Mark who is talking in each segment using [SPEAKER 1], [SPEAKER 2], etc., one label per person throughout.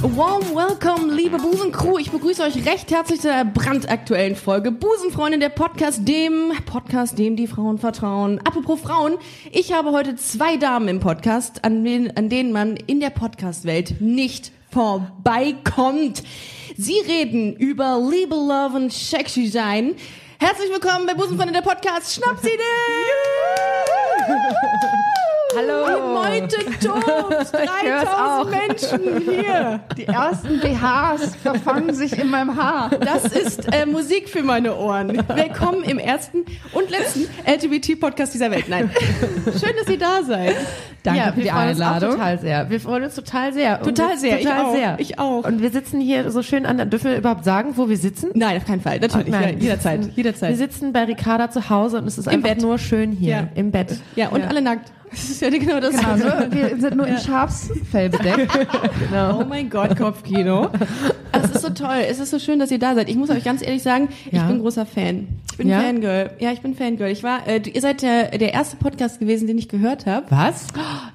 [SPEAKER 1] Warm welcome, liebe Busencrew. Ich begrüße euch recht herzlich zur brandaktuellen Folge Busenfreunde, der Podcast, dem Podcast, dem die Frauen vertrauen. Apropos Frauen, ich habe heute zwei Damen im Podcast, an, wen, an denen man in der Podcast-Welt nicht vorbeikommt. Sie reden über Liebe, Love und Sexy sein. Herzlich willkommen bei Busenfreunde, der Podcast. Schnappt sie
[SPEAKER 2] Hallo.
[SPEAKER 1] Die Meute tobt.
[SPEAKER 2] Ich hör's auch.
[SPEAKER 1] 3000 Menschen hier.
[SPEAKER 2] Die ersten BHs verfangen sich in meinem Haar.
[SPEAKER 1] Das ist äh, Musik für meine Ohren. Willkommen im ersten und letzten LGBT-Podcast dieser Welt. Nein. Schön, dass ihr da seid.
[SPEAKER 2] Danke
[SPEAKER 3] Ja,
[SPEAKER 2] für
[SPEAKER 3] wir
[SPEAKER 2] die
[SPEAKER 3] freuen uns auch
[SPEAKER 2] Einladung.
[SPEAKER 3] total
[SPEAKER 2] sehr. Wir freuen uns total sehr.
[SPEAKER 1] Total
[SPEAKER 2] Und-
[SPEAKER 1] sehr.
[SPEAKER 2] Total
[SPEAKER 1] ich auch.
[SPEAKER 2] sehr.
[SPEAKER 1] Ich auch.
[SPEAKER 2] Und wir sitzen hier so schön an. der- Dürfen wir überhaupt sagen, wo wir sitzen?
[SPEAKER 1] Nein, auf keinen Fall. Natürlich.
[SPEAKER 2] Nein.
[SPEAKER 1] ja, jederzeit.
[SPEAKER 2] Wir
[SPEAKER 1] Jederzeit.
[SPEAKER 2] sitzen bei Ricarda zu Hause und es ist einfach
[SPEAKER 1] Bett.
[SPEAKER 2] nur schön hier
[SPEAKER 1] Ja.
[SPEAKER 2] im Bett.
[SPEAKER 1] Ja, und alle nackt. Das ist ja genau das.
[SPEAKER 3] Also,
[SPEAKER 2] ne?
[SPEAKER 3] wir sind nur in Schafsfell bedeckt.
[SPEAKER 1] Oh mein Gott, Kopfkino. Es ist so toll. Es ist so schön, dass ihr da seid. Ich muss euch ganz ehrlich sagen,
[SPEAKER 2] Ja.
[SPEAKER 1] ich bin großer Fan. Ich bin
[SPEAKER 2] Ja?
[SPEAKER 1] Fangirl. Ja, ich bin Fangirl. Ich war, äh, ihr seid der, der erste Podcast gewesen, den ich gehört habe.
[SPEAKER 2] Was?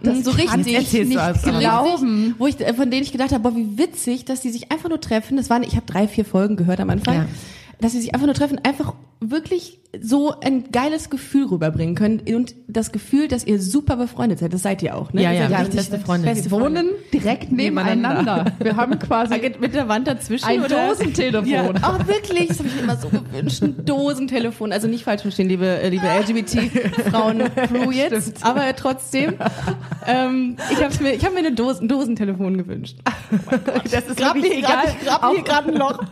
[SPEAKER 1] so richtig
[SPEAKER 2] jetzt erzählst du
[SPEAKER 3] also
[SPEAKER 2] alles
[SPEAKER 1] richtig,
[SPEAKER 3] glauben.
[SPEAKER 1] wo ich äh, von denen ich gedacht habe, boah, wie witzig, dass die sich einfach nur treffen. Das waren, ich habe drei, vier Folgen gehört am Anfang,
[SPEAKER 2] Ja.
[SPEAKER 1] dass sie sich einfach nur treffen, einfach wirklich so ein geiles Gefühl rüberbringen können und das Gefühl, dass ihr super befreundet seid. Das seid ihr auch, ne?
[SPEAKER 2] Ja,
[SPEAKER 1] ihr
[SPEAKER 2] ja,
[SPEAKER 1] seid
[SPEAKER 2] beste
[SPEAKER 1] richtig
[SPEAKER 2] Freunde.
[SPEAKER 1] Beste
[SPEAKER 2] Wir
[SPEAKER 1] Freunde.
[SPEAKER 3] Wohnen direkt nebeneinander. Wir haben quasi
[SPEAKER 1] Mit der Wand dazwischen
[SPEAKER 3] ein
[SPEAKER 1] oder?
[SPEAKER 3] Dosentelefon.
[SPEAKER 1] Ja. Oh, wirklich? Das habe ich mir immer so gewünscht. Ein Dosentelefon. Also nicht falsch verstehen, liebe, äh, liebe LGBT-Frauen-Crew jetzt. Aber trotzdem, ähm, ich habe mir, ich hab mir eine Dose, ein Dosentelefon gewünscht.
[SPEAKER 2] Das ist
[SPEAKER 1] Grab
[SPEAKER 2] wirklich
[SPEAKER 1] mir
[SPEAKER 2] egal.
[SPEAKER 1] grab mir gerade ein Loch.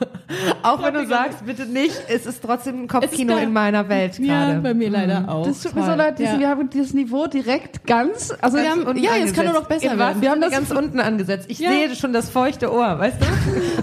[SPEAKER 2] Auch, auch wenn du sagst, bitte nicht, es ist trotzdem ein
[SPEAKER 1] Es ist
[SPEAKER 2] Kopfkino
[SPEAKER 1] da.
[SPEAKER 2] in meiner Welt
[SPEAKER 1] Ja,
[SPEAKER 2] gerade.
[SPEAKER 1] bei mir leider auch.
[SPEAKER 2] Oh,
[SPEAKER 3] Das tut mir so leid, diesen,
[SPEAKER 1] Ja.
[SPEAKER 3] wir haben dieses Niveau direkt ganz, also
[SPEAKER 1] Wir haben-
[SPEAKER 3] unten
[SPEAKER 1] ja, jetzt kann
[SPEAKER 3] angesetzt.
[SPEAKER 1] nur noch besser
[SPEAKER 3] In
[SPEAKER 1] werden.
[SPEAKER 3] was?
[SPEAKER 2] Wir haben das ganz unten angesetzt. Ich
[SPEAKER 1] Ja.
[SPEAKER 2] sehe schon das feuchte Ohr, weißt du?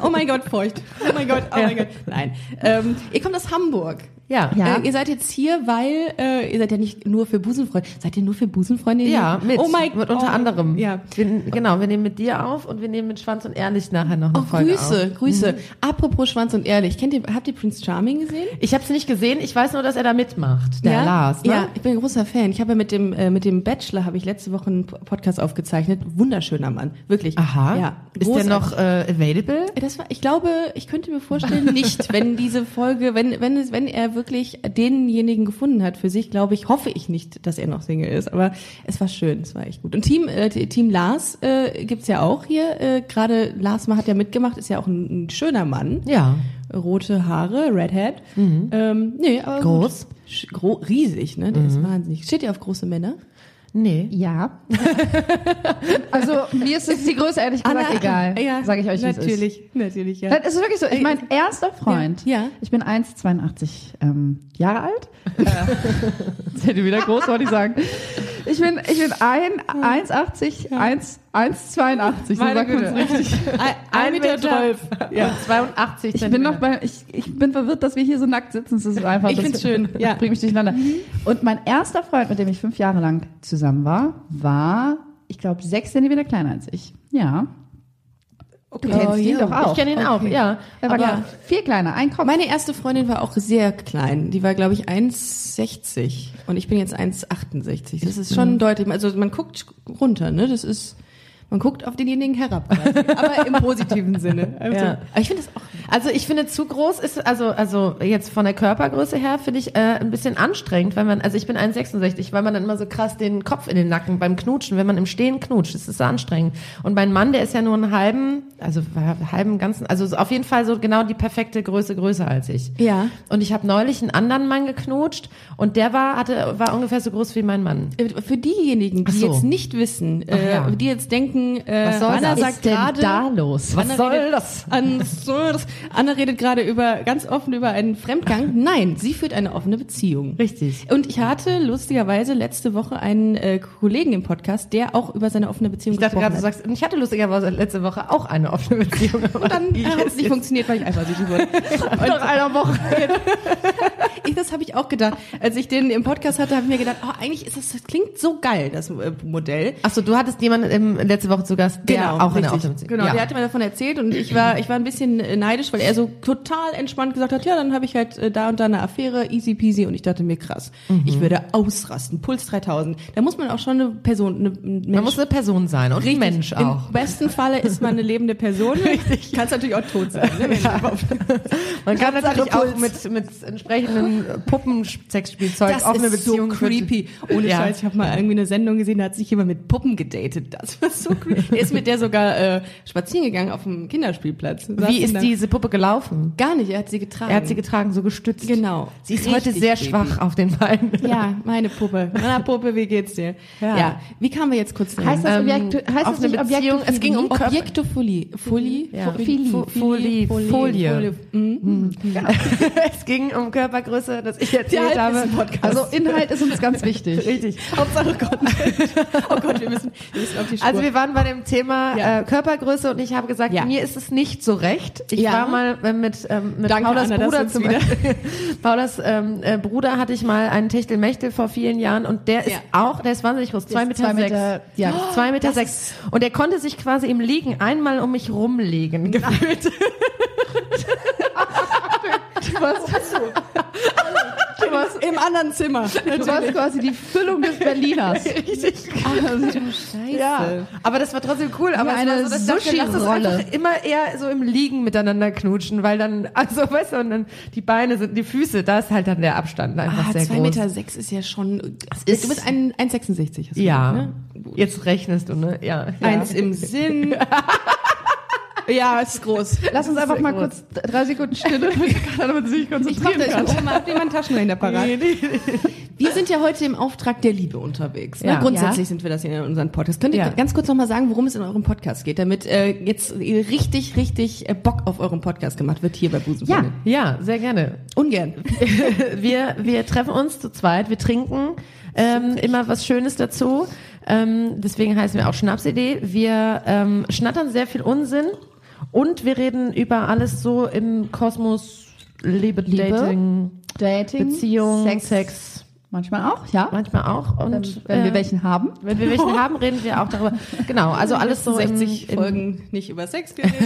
[SPEAKER 1] Oh mein Gott, feucht. Oh mein Gott, oh mein Gott. Nein. Ähm, ihr kommt aus Hamburg.
[SPEAKER 2] Ja.
[SPEAKER 3] Ja.
[SPEAKER 1] Äh, ihr seid jetzt hier, weil äh, ihr seid ja nicht nur für Busenfreunde. Seid ihr nur für Busenfreunde hier?
[SPEAKER 2] Ja, mit.
[SPEAKER 1] Oh mein Gott.
[SPEAKER 2] mit unter anderem.
[SPEAKER 1] Ja.
[SPEAKER 2] Wir, genau, wir nehmen mit dir auf und wir nehmen mit Schwanz und Ehrlich nachher noch eine
[SPEAKER 1] Oh,
[SPEAKER 2] Folge auf.
[SPEAKER 1] Grüße, Grüße. Apropos Schwanz und Ehrlich, kennt ihr, habt ihr Prince Charming gesehen?
[SPEAKER 2] Ich habe es nicht gesehen, ich weiß nur, dass er da mitmacht, der Lars. Ne?
[SPEAKER 1] Ja, ich bin ein großer Fan. Ich habe ja mit dem äh, mit dem Bachelor habe ich letzte Woche einen P- Podcast aufgezeichnet. Wunderschöner Mann, wirklich.
[SPEAKER 2] Aha.
[SPEAKER 1] Ja.
[SPEAKER 2] Ist der
[SPEAKER 1] Großartig.
[SPEAKER 2] noch äh, available?
[SPEAKER 1] Das war, ich glaube, ich könnte mir vorstellen, nicht, wenn diese Folge, wenn wenn es, wenn er wirklich denjenigen gefunden hat für sich, glaube ich, hoffe ich nicht, dass er noch Single ist. Aber es war schön, es war echt gut. Und Team äh, Team Lars äh, gibt's ja auch hier. Äh, Gerade Lars hat ja mitgemacht, ist ja auch ein, ein schöner Mann.
[SPEAKER 2] Ja.
[SPEAKER 1] rote Haare, Redhead. Ähm, nee, aber
[SPEAKER 2] Groß.
[SPEAKER 1] gut. Sch- Gro riesig, ne? Der ist wahnsinnig. Steht ihr auf große Männer?
[SPEAKER 2] Nee.
[SPEAKER 3] Ja. also, mir ist jetzt die Größe ehrlich gesagt Ah, egal.
[SPEAKER 1] ja,
[SPEAKER 3] Sag ich euch, wie es ist.
[SPEAKER 1] Natürlich, natürlich, ja.
[SPEAKER 3] Das ist wirklich so. Ich mein erster Freund.
[SPEAKER 1] Ja.
[SPEAKER 3] Ich bin 1,82 ähm, Jahre alt. Jetzt hätte ich wieder groß, wollte ich sagen. Ich bin, ich bin ein, 1,80, 1, 1,82. So
[SPEAKER 2] Meine
[SPEAKER 3] sagt man es
[SPEAKER 2] Güte.
[SPEAKER 3] richtig.
[SPEAKER 1] Ein, ein Meter zwölf.
[SPEAKER 2] Ja. 82
[SPEAKER 3] Ich bin noch bei, ich, ich bin verwirrt, dass wir hier so nackt sitzen. Das ist einfach.
[SPEAKER 1] Ich
[SPEAKER 3] das
[SPEAKER 1] find's schön, ja.
[SPEAKER 3] Bringt mich durcheinander.
[SPEAKER 2] Mhm.
[SPEAKER 3] Und mein erster Freund, mit dem ich fünf Jahre lang zusammen war, war, ich glaube, sechs Zentimeter kleiner als ich. Ja. Du kennst ihn doch auch.
[SPEAKER 2] Oh, Ich kenne ihn auch, ja.
[SPEAKER 3] Er
[SPEAKER 2] Aber-
[SPEAKER 3] war glaub ich, viel kleiner, ein Kopf.
[SPEAKER 1] Meine erste Freundin war auch sehr klein. Die war, glaube ich, 1,60 und ich bin jetzt 1,68. Das ist schon deutlich. Also man guckt runter, ne? Das ist, man guckt auf denjenigen herab. quasi. Aber im positiven Sinne. Also,
[SPEAKER 2] Ja.
[SPEAKER 1] Aber ich finde das auch
[SPEAKER 2] Also ich finde zu groß ist also also jetzt von der Körpergröße her finde ich äh, ein bisschen anstrengend, weil man also ich bin 1,66, weil man dann immer so krass den Kopf in den Nacken beim Knutschen, wenn man im Stehen knutscht, das ist so anstrengend. Und mein Mann, der ist ja nur einen halben, also halben ganzen, also so auf jeden Fall so genau die perfekte Größe größer als ich.
[SPEAKER 1] Ja.
[SPEAKER 2] Und ich habe neulich einen anderen Mann geknutscht und der war hatte war ungefähr so groß wie mein Mann.
[SPEAKER 1] Äh, Für diejenigen, die
[SPEAKER 2] Ach so.
[SPEAKER 1] jetzt nicht wissen, äh,
[SPEAKER 2] ja.
[SPEAKER 1] die jetzt denken, äh,
[SPEAKER 2] Was soll
[SPEAKER 1] Anna
[SPEAKER 2] das?
[SPEAKER 1] sagt gerade,
[SPEAKER 2] los? Was
[SPEAKER 1] Anna
[SPEAKER 2] soll
[SPEAKER 1] redet-
[SPEAKER 2] das?
[SPEAKER 1] An, so, das- Anna redet gerade über ganz offen über einen Fremdgang. Nein, sie führt eine offene Beziehung.
[SPEAKER 2] Richtig.
[SPEAKER 1] Und ich hatte lustigerweise letzte Woche einen äh, Kollegen im Podcast, der auch über seine offene Beziehung
[SPEAKER 2] Ich dachte
[SPEAKER 1] gesprochen
[SPEAKER 2] gerade, du
[SPEAKER 1] hat.
[SPEAKER 2] sagst, ich hatte lustigerweise letzte Woche auch eine offene Beziehung. Und
[SPEAKER 1] dann hat es nicht funktioniert, weil ich eifersüchtig wurde.
[SPEAKER 2] nach einer Woche.
[SPEAKER 1] ich, das habe ich auch gedacht. Als ich den im Podcast hatte, habe ich mir gedacht, oh, eigentlich ist das, das klingt so geil, das äh, Modell.
[SPEAKER 2] Achso, du hattest jemanden ähm, letzte Woche zu Gast, der auch in der
[SPEAKER 1] richtig.
[SPEAKER 2] Automatik.
[SPEAKER 1] Genau,
[SPEAKER 2] ja.
[SPEAKER 1] der hatte mir davon erzählt und ich war, ich war ein bisschen äh, neidisch, weil er so total entspannt gesagt hat, ja, dann habe ich halt äh, da und da eine Affäre, easy peasy und ich dachte mir, krass,
[SPEAKER 2] Mhm.
[SPEAKER 1] ich würde ausrasten, Puls 3000. Da muss man auch schon eine Person, eine, ein Mensch
[SPEAKER 2] Man muss eine Person sein und ein Mensch auch.
[SPEAKER 1] Im besten Falle ist man eine lebende Person. Richtig. Kannst natürlich auch tot sein. Ne? wenn du überhaupt-
[SPEAKER 2] Man kann
[SPEAKER 1] Hauptsache
[SPEAKER 2] natürlich auch
[SPEAKER 1] Puls.
[SPEAKER 2] mit, mit entsprechenden Puppensexspielzeug
[SPEAKER 1] Das
[SPEAKER 2] auch eine
[SPEAKER 1] ist so
[SPEAKER 2] Beziehung führen.
[SPEAKER 1] creepy. Ohne
[SPEAKER 2] Ja.
[SPEAKER 1] Scheiß, ich habe mal irgendwie eine Sendung gesehen, da hat sich jemand mit Puppen gedatet. Das war so creepy. Er ist mit der sogar äh, spazieren gegangen auf dem Kinderspielplatz. Saßen
[SPEAKER 2] Wie ist
[SPEAKER 1] da-
[SPEAKER 2] diese Puppe gelaufen?
[SPEAKER 1] Gar nicht, er hat sie getragen.
[SPEAKER 2] Er hat sie getragen, so gestützt.
[SPEAKER 1] Genau.
[SPEAKER 2] Sie ist
[SPEAKER 1] Richtig
[SPEAKER 2] heute sehr
[SPEAKER 1] creepy.
[SPEAKER 2] schwach auf den Beinen.
[SPEAKER 1] Ja, meine Puppe. Meiner Puppe, wie geht's dir?
[SPEAKER 2] Ja.
[SPEAKER 1] Wie kamen wir jetzt kurz dahin?
[SPEAKER 3] Heißt das Objekt,
[SPEAKER 2] Ähm,
[SPEAKER 3] heißt
[SPEAKER 2] auf
[SPEAKER 3] das
[SPEAKER 2] eine
[SPEAKER 3] nicht
[SPEAKER 2] Beziehung-
[SPEAKER 3] Objektophilie?
[SPEAKER 2] es ging um Körper-
[SPEAKER 1] Objektofolie. Folie?
[SPEAKER 2] Ja.
[SPEAKER 3] Folie.
[SPEAKER 1] Fo-
[SPEAKER 2] Folie.
[SPEAKER 1] Folie. Folie.
[SPEAKER 2] Folie.
[SPEAKER 1] Mhm.
[SPEAKER 2] es ging um Körpergröße, das ich erzählt
[SPEAKER 1] Der Halt
[SPEAKER 2] habe.
[SPEAKER 1] Halbwissen-Podcast.
[SPEAKER 3] Also Inhalt ist uns ganz wichtig.
[SPEAKER 2] Richtig.
[SPEAKER 1] Hauptsache Content. Oh Gott, wir müssen, wir müssen auf die Spur.
[SPEAKER 2] Also wir waren bei dem Thema
[SPEAKER 1] Ja.
[SPEAKER 2] äh, Körpergröße und ich habe gesagt,
[SPEAKER 1] Ja.
[SPEAKER 2] mir ist es nicht so recht. Ich
[SPEAKER 1] Ja.
[SPEAKER 2] war mal äh, mit, ähm, mit
[SPEAKER 1] Danke,
[SPEAKER 2] Paulas
[SPEAKER 1] Anna, dass du
[SPEAKER 2] Bruder
[SPEAKER 1] uns
[SPEAKER 2] zum
[SPEAKER 1] wieder-
[SPEAKER 2] Paulas ähm, äh, Bruder hatte ich mal einen Techtelmechtel vor vielen Jahren und der ist
[SPEAKER 1] Ja.
[SPEAKER 2] auch, der ist wahnsinnig groß, zwei
[SPEAKER 3] ist
[SPEAKER 2] Meter
[SPEAKER 3] zwei
[SPEAKER 2] sechs.
[SPEAKER 3] Meter- ja.
[SPEAKER 2] Oh, zwei Meter sechs. Und er konnte sich quasi im Liegen einmal um mich rumlegen.
[SPEAKER 1] Genau.
[SPEAKER 2] Gefühlt.
[SPEAKER 3] Du warst,
[SPEAKER 1] du warst im anderen Zimmer.
[SPEAKER 3] du warst quasi die Füllung des Berliners.
[SPEAKER 2] Richtig.
[SPEAKER 1] Scheiße.
[SPEAKER 2] Ja, aber das war trotzdem cool. Aber
[SPEAKER 3] Wie
[SPEAKER 2] es war
[SPEAKER 3] eine
[SPEAKER 2] so, dass ich dachte, lass uns
[SPEAKER 3] Sushi-Rolle.
[SPEAKER 2] einfach immer eher so im Liegen miteinander knutschen, weil dann, also weißt du, und dann die Beine sind, die Füße, da ist halt dann der Abstand einfach
[SPEAKER 1] Ah,
[SPEAKER 2] sehr
[SPEAKER 1] 2,6
[SPEAKER 2] groß.
[SPEAKER 1] Meter sechs ist ja schon.
[SPEAKER 2] ist-
[SPEAKER 1] du bist ein- 1,66. hast du
[SPEAKER 2] Ja,
[SPEAKER 3] ne?
[SPEAKER 1] gesagt, ne? Gut.
[SPEAKER 2] jetzt rechnest du, ne? Ja.
[SPEAKER 1] Eins im Sinn. ja, ist groß.
[SPEAKER 3] Lass uns einfach mal
[SPEAKER 2] groß.
[SPEAKER 3] kurz drei Sekunden Stille, damit sie sich
[SPEAKER 1] Ich mach
[SPEAKER 3] konzentrieren
[SPEAKER 1] das.
[SPEAKER 3] kann.
[SPEAKER 1] Ich mal, habt ihr mal einen Taschenrechner parat? Wir sind ja heute im Auftrag der Liebe unterwegs. Ne?
[SPEAKER 2] Ja.
[SPEAKER 1] Grundsätzlich
[SPEAKER 2] Ja.
[SPEAKER 1] sind wir das hier in unserem Podcast. Könnt ihr
[SPEAKER 2] Ja.
[SPEAKER 1] ganz kurz nochmal sagen, worum es in eurem Podcast geht, damit äh, jetzt ihr richtig, richtig äh, Bock auf euren Podcast gemacht wird hier bei Busenfreunde.
[SPEAKER 3] Ja.
[SPEAKER 2] Ja, sehr gerne.
[SPEAKER 1] Ungern.
[SPEAKER 2] wir, wir treffen uns zu zweit, wir trinken ähm, immer was Schönes dazu. Ähm, deswegen heißen wir auch Schnapsidee. Wir ähm, schnattern sehr viel Unsinn und wir reden über alles so im Kosmos, Liebe,
[SPEAKER 3] Liebe,
[SPEAKER 2] Dating,
[SPEAKER 3] Dating,
[SPEAKER 2] Beziehung,
[SPEAKER 3] Sex,
[SPEAKER 2] Sex.
[SPEAKER 3] manchmal auch, ja.
[SPEAKER 2] manchmal auch. Und
[SPEAKER 3] wenn wenn wir
[SPEAKER 2] äh,
[SPEAKER 3] welchen haben.
[SPEAKER 2] wenn wir welche haben, reden wir auch darüber. Genau, also alles so im-
[SPEAKER 1] 60
[SPEAKER 2] im,
[SPEAKER 1] Folgen nicht über Sex geredet.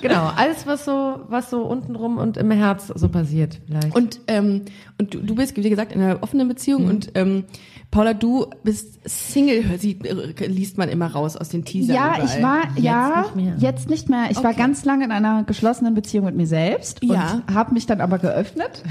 [SPEAKER 2] Genau, alles was so was so untenrum und im Herz so passiert vielleicht.
[SPEAKER 1] Und, ähm, und du, du bist, wie gesagt, in einer offenen Beziehung und ähm, Paula, du bist Single, hör- sie, äh, liest man immer raus aus den Teasern.
[SPEAKER 3] Ja,
[SPEAKER 1] überall.
[SPEAKER 3] ich war ja
[SPEAKER 2] nicht mehr.
[SPEAKER 3] jetzt nicht mehr. Ich war
[SPEAKER 1] Okay.
[SPEAKER 3] ganz lange in einer geschlossenen Beziehung mit mir selbst
[SPEAKER 1] Ja.
[SPEAKER 3] und habe mich dann aber geöffnet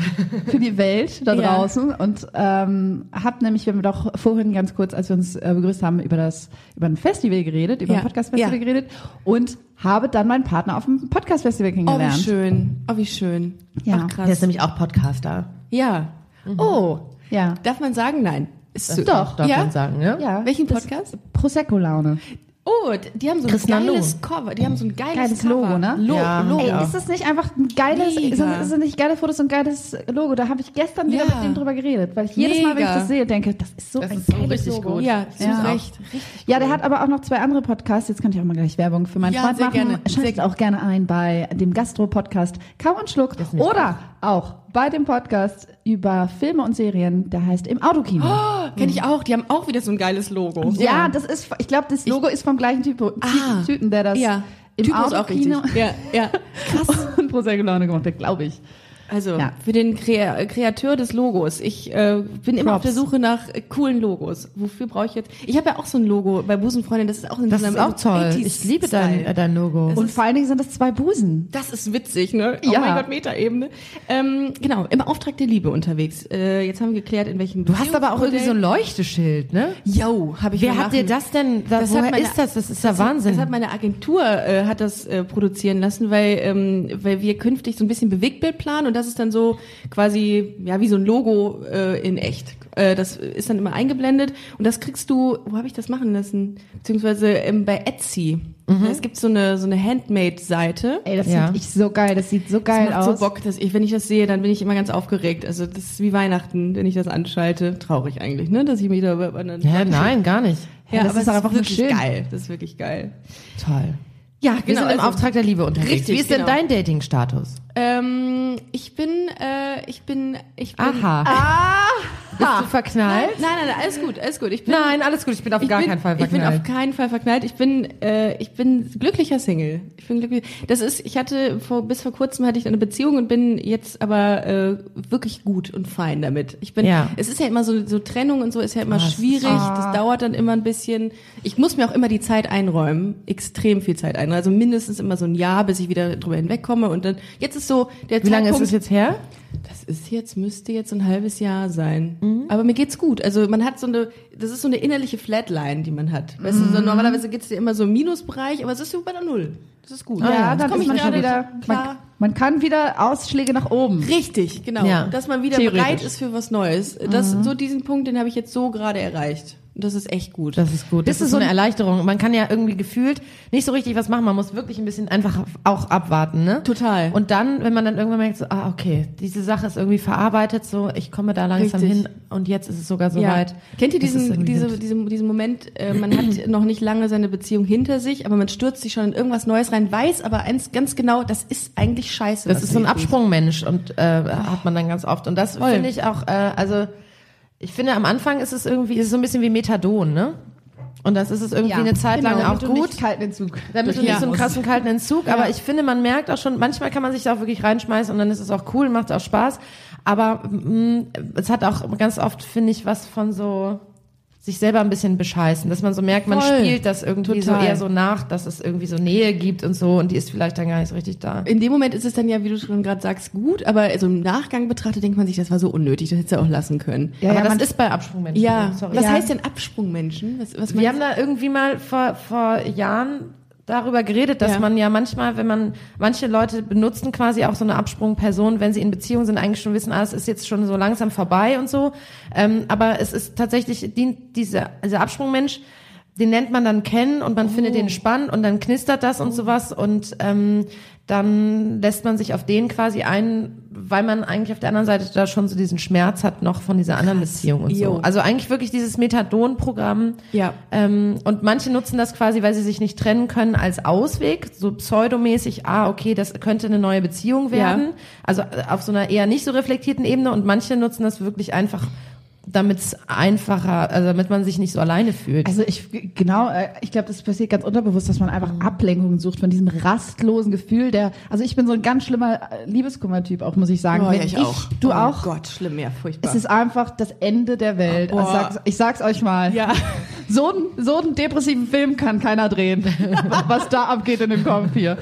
[SPEAKER 3] für die Welt da
[SPEAKER 1] Ja.
[SPEAKER 3] draußen und ähm, habe nämlich, wir haben doch vorhin ganz kurz, als wir uns äh, begrüßt haben, über das über ein Festival geredet, über
[SPEAKER 1] Ja.
[SPEAKER 3] ein Podcast-Festival
[SPEAKER 1] Ja.
[SPEAKER 3] geredet und habe dann meinen Partner auf dem Podcast-Festival
[SPEAKER 1] Oh, wie
[SPEAKER 3] kennengelernt.
[SPEAKER 1] schön. Oh, wie schön.
[SPEAKER 3] Ja.
[SPEAKER 1] Ach, krass.
[SPEAKER 2] der ist nämlich auch Podcaster.
[SPEAKER 1] Ja. Oh.
[SPEAKER 3] Ja.
[SPEAKER 1] Darf man sagen? Nein. Ist so-
[SPEAKER 3] doch,
[SPEAKER 2] Darf
[SPEAKER 1] ja?
[SPEAKER 2] man sagen, ne?
[SPEAKER 3] Ja.
[SPEAKER 1] Welchen
[SPEAKER 3] Das-
[SPEAKER 1] Podcast?
[SPEAKER 3] Prosecco-Laune.
[SPEAKER 1] Oh, d- die haben so ein
[SPEAKER 2] Christina
[SPEAKER 1] geiles Cover. Die haben so ein geiles,
[SPEAKER 3] Geiles
[SPEAKER 1] Cover.
[SPEAKER 3] Logo, ne?
[SPEAKER 1] Lo
[SPEAKER 2] Ja.
[SPEAKER 1] Logo.
[SPEAKER 3] Ey, ist das nicht einfach ein geiles,
[SPEAKER 1] Mega.
[SPEAKER 3] sind, sind nicht geile Fotos und ein geiles Logo? Da habe ich gestern wieder
[SPEAKER 1] Ja.
[SPEAKER 3] mit dem drüber geredet, weil ich jedes Mal, wenn ich
[SPEAKER 1] Mega.
[SPEAKER 3] das sehe, denke, das ist so
[SPEAKER 2] Das
[SPEAKER 3] ein
[SPEAKER 2] ist so
[SPEAKER 3] geiles
[SPEAKER 2] richtig
[SPEAKER 3] Logo.
[SPEAKER 2] gut.
[SPEAKER 1] ja, zu
[SPEAKER 3] Ja.
[SPEAKER 1] Recht. Richtig.
[SPEAKER 3] Ja, der hat aber auch noch zwei andere Podcasts. Jetzt kann ich auch mal gleich Werbung für meinen
[SPEAKER 1] Ja,
[SPEAKER 3] Freund
[SPEAKER 1] sehr
[SPEAKER 3] machen.
[SPEAKER 1] gerne.
[SPEAKER 3] Schaltet
[SPEAKER 1] Sehr-
[SPEAKER 3] auch gerne ein bei dem Gastro-Podcast Kau und Schluck oder auch bei dem Podcast über Filme und Serien, der heißt Im Autokino.
[SPEAKER 1] Oh, Kenne ich auch. Die haben auch wieder so ein geiles Logo.
[SPEAKER 3] ja, das ist, ich glaube, das Logo ist vom gleichen Typo,
[SPEAKER 1] Ah.
[SPEAKER 3] Typen, der das
[SPEAKER 1] Ja.
[SPEAKER 3] im
[SPEAKER 1] Typ ist auch richtig.
[SPEAKER 3] Autokino
[SPEAKER 1] Ja, ja. Krass.
[SPEAKER 3] und Prosecco Laune gemacht hat, glaube ich.
[SPEAKER 1] Also
[SPEAKER 3] Ja.
[SPEAKER 1] für den Krea äh, Kreateur des Logos. Ich äh, bin immer
[SPEAKER 3] Props.
[SPEAKER 1] auf der Suche nach äh, coolen Logos. Wofür brauche ich jetzt? Ich habe ja auch so ein Logo bei Busenfreundin. Das ist auch in
[SPEAKER 2] Das
[SPEAKER 1] so einem
[SPEAKER 2] ist auch toll.
[SPEAKER 1] 80s
[SPEAKER 2] Ich liebe dein, äh, dein Logo.
[SPEAKER 1] Also
[SPEAKER 3] Und vor allen Dingen sind das zwei Busen.
[SPEAKER 1] Das ist witzig, ne? Oh
[SPEAKER 3] Ja.
[SPEAKER 1] mein Gott, Metaebene. Ähm, genau, im Auftrag der Liebe unterwegs. Äh, jetzt haben wir geklärt, in welchen.
[SPEAKER 2] Du hast aber auch irgendwie so ein Leuchteschild, ne?
[SPEAKER 1] Yo, habe ich.
[SPEAKER 2] Wer
[SPEAKER 1] mir
[SPEAKER 2] hat dir
[SPEAKER 1] machen-
[SPEAKER 2] das denn? Da,
[SPEAKER 1] Das hat
[SPEAKER 2] woher
[SPEAKER 1] meine-
[SPEAKER 2] ist das? Das ist ja Wahnsinn.
[SPEAKER 1] Das hat meine Agentur äh, hat das äh, produzieren lassen, weil ähm, weil wir künftig so ein bisschen Bewegtbild planen und das ist dann so quasi ja wie so ein Logo äh, in echt. Äh, das ist dann immer eingeblendet und das kriegst du. Wo habe ich das machen lassen? Beziehungsweise ähm, bei Etsy.
[SPEAKER 2] Mhm.
[SPEAKER 1] Es gibt so eine so eine Handmade-Seite.
[SPEAKER 3] Ey, das
[SPEAKER 2] Ja.
[SPEAKER 3] finde ich so geil. Das sieht so
[SPEAKER 1] Das
[SPEAKER 3] geil
[SPEAKER 1] macht
[SPEAKER 3] aus.
[SPEAKER 1] so Bock, dass ich, wenn ich das sehe, dann bin ich immer ganz aufgeregt. Also das ist wie Weihnachten, wenn ich das anschalte. Traurig eigentlich, ne? Dass ich mich da über anderen.
[SPEAKER 2] ja, nein, gar nicht.
[SPEAKER 3] das ist
[SPEAKER 1] es
[SPEAKER 3] doch einfach nur
[SPEAKER 1] wirklich
[SPEAKER 3] schön.
[SPEAKER 1] geil. Das ist wirklich geil.
[SPEAKER 2] Toll. Genau,
[SPEAKER 1] Ja,
[SPEAKER 2] Wir sind im
[SPEAKER 1] also-
[SPEAKER 2] Auftrag der Liebe unterwegs.
[SPEAKER 1] Richtig,
[SPEAKER 2] Wie ist denn
[SPEAKER 1] genau.
[SPEAKER 2] dein Dating-Status?
[SPEAKER 1] Ähm, ich bin, äh, ich bin, ich bin.
[SPEAKER 2] Aha. Bist du verknallt?
[SPEAKER 1] Nein, nein, nein, alles gut, alles gut. Ich bin,
[SPEAKER 2] Ah! Nein, alles gut. Ich bin auf gar
[SPEAKER 1] ich bin,
[SPEAKER 2] keinen Fall
[SPEAKER 1] Ich bin
[SPEAKER 2] verknallt.
[SPEAKER 1] auf keinen Fall verknallt. Ich bin, äh, ich bin glücklicher Single. Ich bin glücklich. Das ist, ich hatte vor, bis vor kurzem hatte ich eine Beziehung und bin jetzt aber äh, wirklich gut und fein damit. Ich bin,
[SPEAKER 2] Ja.
[SPEAKER 1] es ist ja immer so, so Trennung und so ist ja immer
[SPEAKER 2] Ah, es ist-
[SPEAKER 1] schwierig. Das dauert dann immer ein bisschen. Ich muss mir auch immer die Zeit einräumen, extrem viel Zeit einräumen. Also mindestens immer so ein Jahr, bis ich wieder drüber hinwegkomme. Und dann jetzt ist so der
[SPEAKER 2] Wie lange ist
[SPEAKER 1] Zeitpunkt,
[SPEAKER 2] es jetzt her?
[SPEAKER 1] das ist jetzt, müsste jetzt ein halbes Jahr sein.
[SPEAKER 3] Mhm.
[SPEAKER 1] Aber mir geht's gut. Also man hat so eine, das ist so eine innerliche Flatline, die man hat. Weißt
[SPEAKER 3] Mhm.
[SPEAKER 1] du, so normalerweise geht's dir immer so im Minusbereich, aber es ist so bei der Null. Das ist gut.
[SPEAKER 3] Ah, Ja,
[SPEAKER 2] ja,
[SPEAKER 3] dann
[SPEAKER 1] Ah, komm
[SPEAKER 3] ist
[SPEAKER 1] ich
[SPEAKER 3] man schon
[SPEAKER 1] gerade
[SPEAKER 3] wieder. Man,
[SPEAKER 1] klar.
[SPEAKER 3] man kann wieder Ausschläge nach oben.
[SPEAKER 1] Richtig, genau.
[SPEAKER 2] Ja.
[SPEAKER 1] Dass man wieder
[SPEAKER 2] Theoretisch.
[SPEAKER 1] bereit ist für was Neues. Das,
[SPEAKER 3] Mhm.
[SPEAKER 1] so diesen Punkt, den habe ich jetzt so gerade erreicht. Und das ist echt gut.
[SPEAKER 2] Das ist gut. Das,
[SPEAKER 3] Bist du
[SPEAKER 2] ist so
[SPEAKER 3] so
[SPEAKER 2] eine
[SPEAKER 3] ein-
[SPEAKER 2] Erleichterung. Man kann ja irgendwie gefühlt nicht so richtig was machen. Man muss wirklich ein bisschen einfach auch abwarten, ne?
[SPEAKER 1] Total.
[SPEAKER 2] Und dann, wenn man dann irgendwann merkt, so, ah, okay, diese Sache ist irgendwie verarbeitet, so, ich komme da langsam
[SPEAKER 1] Richtig.
[SPEAKER 2] hin und jetzt ist es sogar so weit.
[SPEAKER 1] Kennt ihr
[SPEAKER 2] dass es
[SPEAKER 1] diesen,
[SPEAKER 2] irgendwie
[SPEAKER 1] diese,
[SPEAKER 2] nimmt.
[SPEAKER 1] diesen, diesen Moment, äh, man hat noch nicht lange seine Beziehung hinter sich, aber man stürzt sich schon in irgendwas Neues rein, weiß aber eins ganz genau, das ist eigentlich scheiße.
[SPEAKER 2] Das
[SPEAKER 1] was
[SPEAKER 2] ist
[SPEAKER 1] da
[SPEAKER 2] so ein
[SPEAKER 1] jetzt
[SPEAKER 2] Absprungmensch und äh, hat man dann ganz oft. Und das finde ich auch, äh, also ich finde am Anfang ist es irgendwie, ist es so ein bisschen wie Methadon, ne? Und das ist es irgendwie
[SPEAKER 3] Ja, genau.
[SPEAKER 2] eine Zeit lang auch
[SPEAKER 3] damit Du
[SPEAKER 2] gut.
[SPEAKER 3] nicht kalten Entzug.
[SPEAKER 2] Damit du nicht so einen
[SPEAKER 3] durchmachen
[SPEAKER 2] krassen kalten Entzug, aber ich finde, man merkt auch schon, manchmal kann man sich da auch wirklich reinschmeißen und dann ist es auch cool, macht auch Spaß. Aber mm, es hat auch ganz oft, finde ich, was von so sich selber ein bisschen bescheißen, dass man so merkt, man
[SPEAKER 1] Voll.
[SPEAKER 2] spielt das irgendwie so
[SPEAKER 1] Total.
[SPEAKER 2] eher so nach, dass es irgendwie so Nähe gibt und so und die ist vielleicht dann gar nicht so richtig da.
[SPEAKER 1] In dem Moment ist es dann ja, wie du schon gerade sagst, gut, aber so im Nachgang betrachtet denkt man sich, das war so unnötig, das hättest du auch lassen können.
[SPEAKER 3] Ja,
[SPEAKER 2] aber
[SPEAKER 3] ja,
[SPEAKER 2] das
[SPEAKER 3] man-
[SPEAKER 2] ist bei Absprungmenschen.
[SPEAKER 1] Ja,
[SPEAKER 2] so, sorry.
[SPEAKER 1] was
[SPEAKER 3] Ja.
[SPEAKER 1] heißt denn Absprungmenschen? Was, was
[SPEAKER 2] Wir
[SPEAKER 1] meinst
[SPEAKER 2] haben da irgendwie mal vor, vor Jahren darüber geredet, dass
[SPEAKER 1] Ja.
[SPEAKER 2] man ja manchmal, wenn man, manche Leute benutzen quasi auch so eine Absprungperson, wenn sie in Beziehung sind, eigentlich schon wissen, ah, es ist jetzt schon so langsam vorbei und so. Ähm, aber es ist tatsächlich, dient dieser, dieser Absprungmensch, den nennt man dann kennen und man
[SPEAKER 1] Oh.
[SPEAKER 2] findet den spannend und dann knistert das und sowas und ähm, dann lässt man sich auf den quasi ein, weil man eigentlich auf der anderen Seite da schon so diesen Schmerz hat noch von dieser anderen Beziehung und
[SPEAKER 1] Jo.
[SPEAKER 2] so. Also eigentlich wirklich dieses Methadon-Programm,
[SPEAKER 1] Ja.
[SPEAKER 2] ähm, und manche nutzen das quasi, weil sie sich nicht trennen können, als Ausweg, so pseudomäßig, ah, okay, das könnte eine neue Beziehung werden. Also äh, auf so einer eher nicht so reflektierten Ebene. Und manche nutzen das wirklich einfach, damit es einfacher, also damit man sich nicht so alleine fühlt.
[SPEAKER 3] Also ich genau, äh, ich glaube, das passiert ganz unterbewusst, dass man einfach
[SPEAKER 1] Mhm.
[SPEAKER 3] Ablenkungen sucht von diesem rastlosen Gefühl der. Also ich bin so ein ganz schlimmer äh, Liebeskummer-Typ, auch muss ich sagen.
[SPEAKER 1] Oh,
[SPEAKER 3] Wenn
[SPEAKER 1] ja, ich auch.
[SPEAKER 3] Du
[SPEAKER 1] oh
[SPEAKER 3] auch.
[SPEAKER 1] Gott, schlimm, ja, furchtbar.
[SPEAKER 3] Es ist einfach das Ende der Welt.
[SPEAKER 1] Boah.
[SPEAKER 3] Ich, sag's, ich sag's euch mal.
[SPEAKER 1] ja.
[SPEAKER 3] So einen, so einen depressiven Film kann keiner drehen, was da abgeht in dem Kopf hier.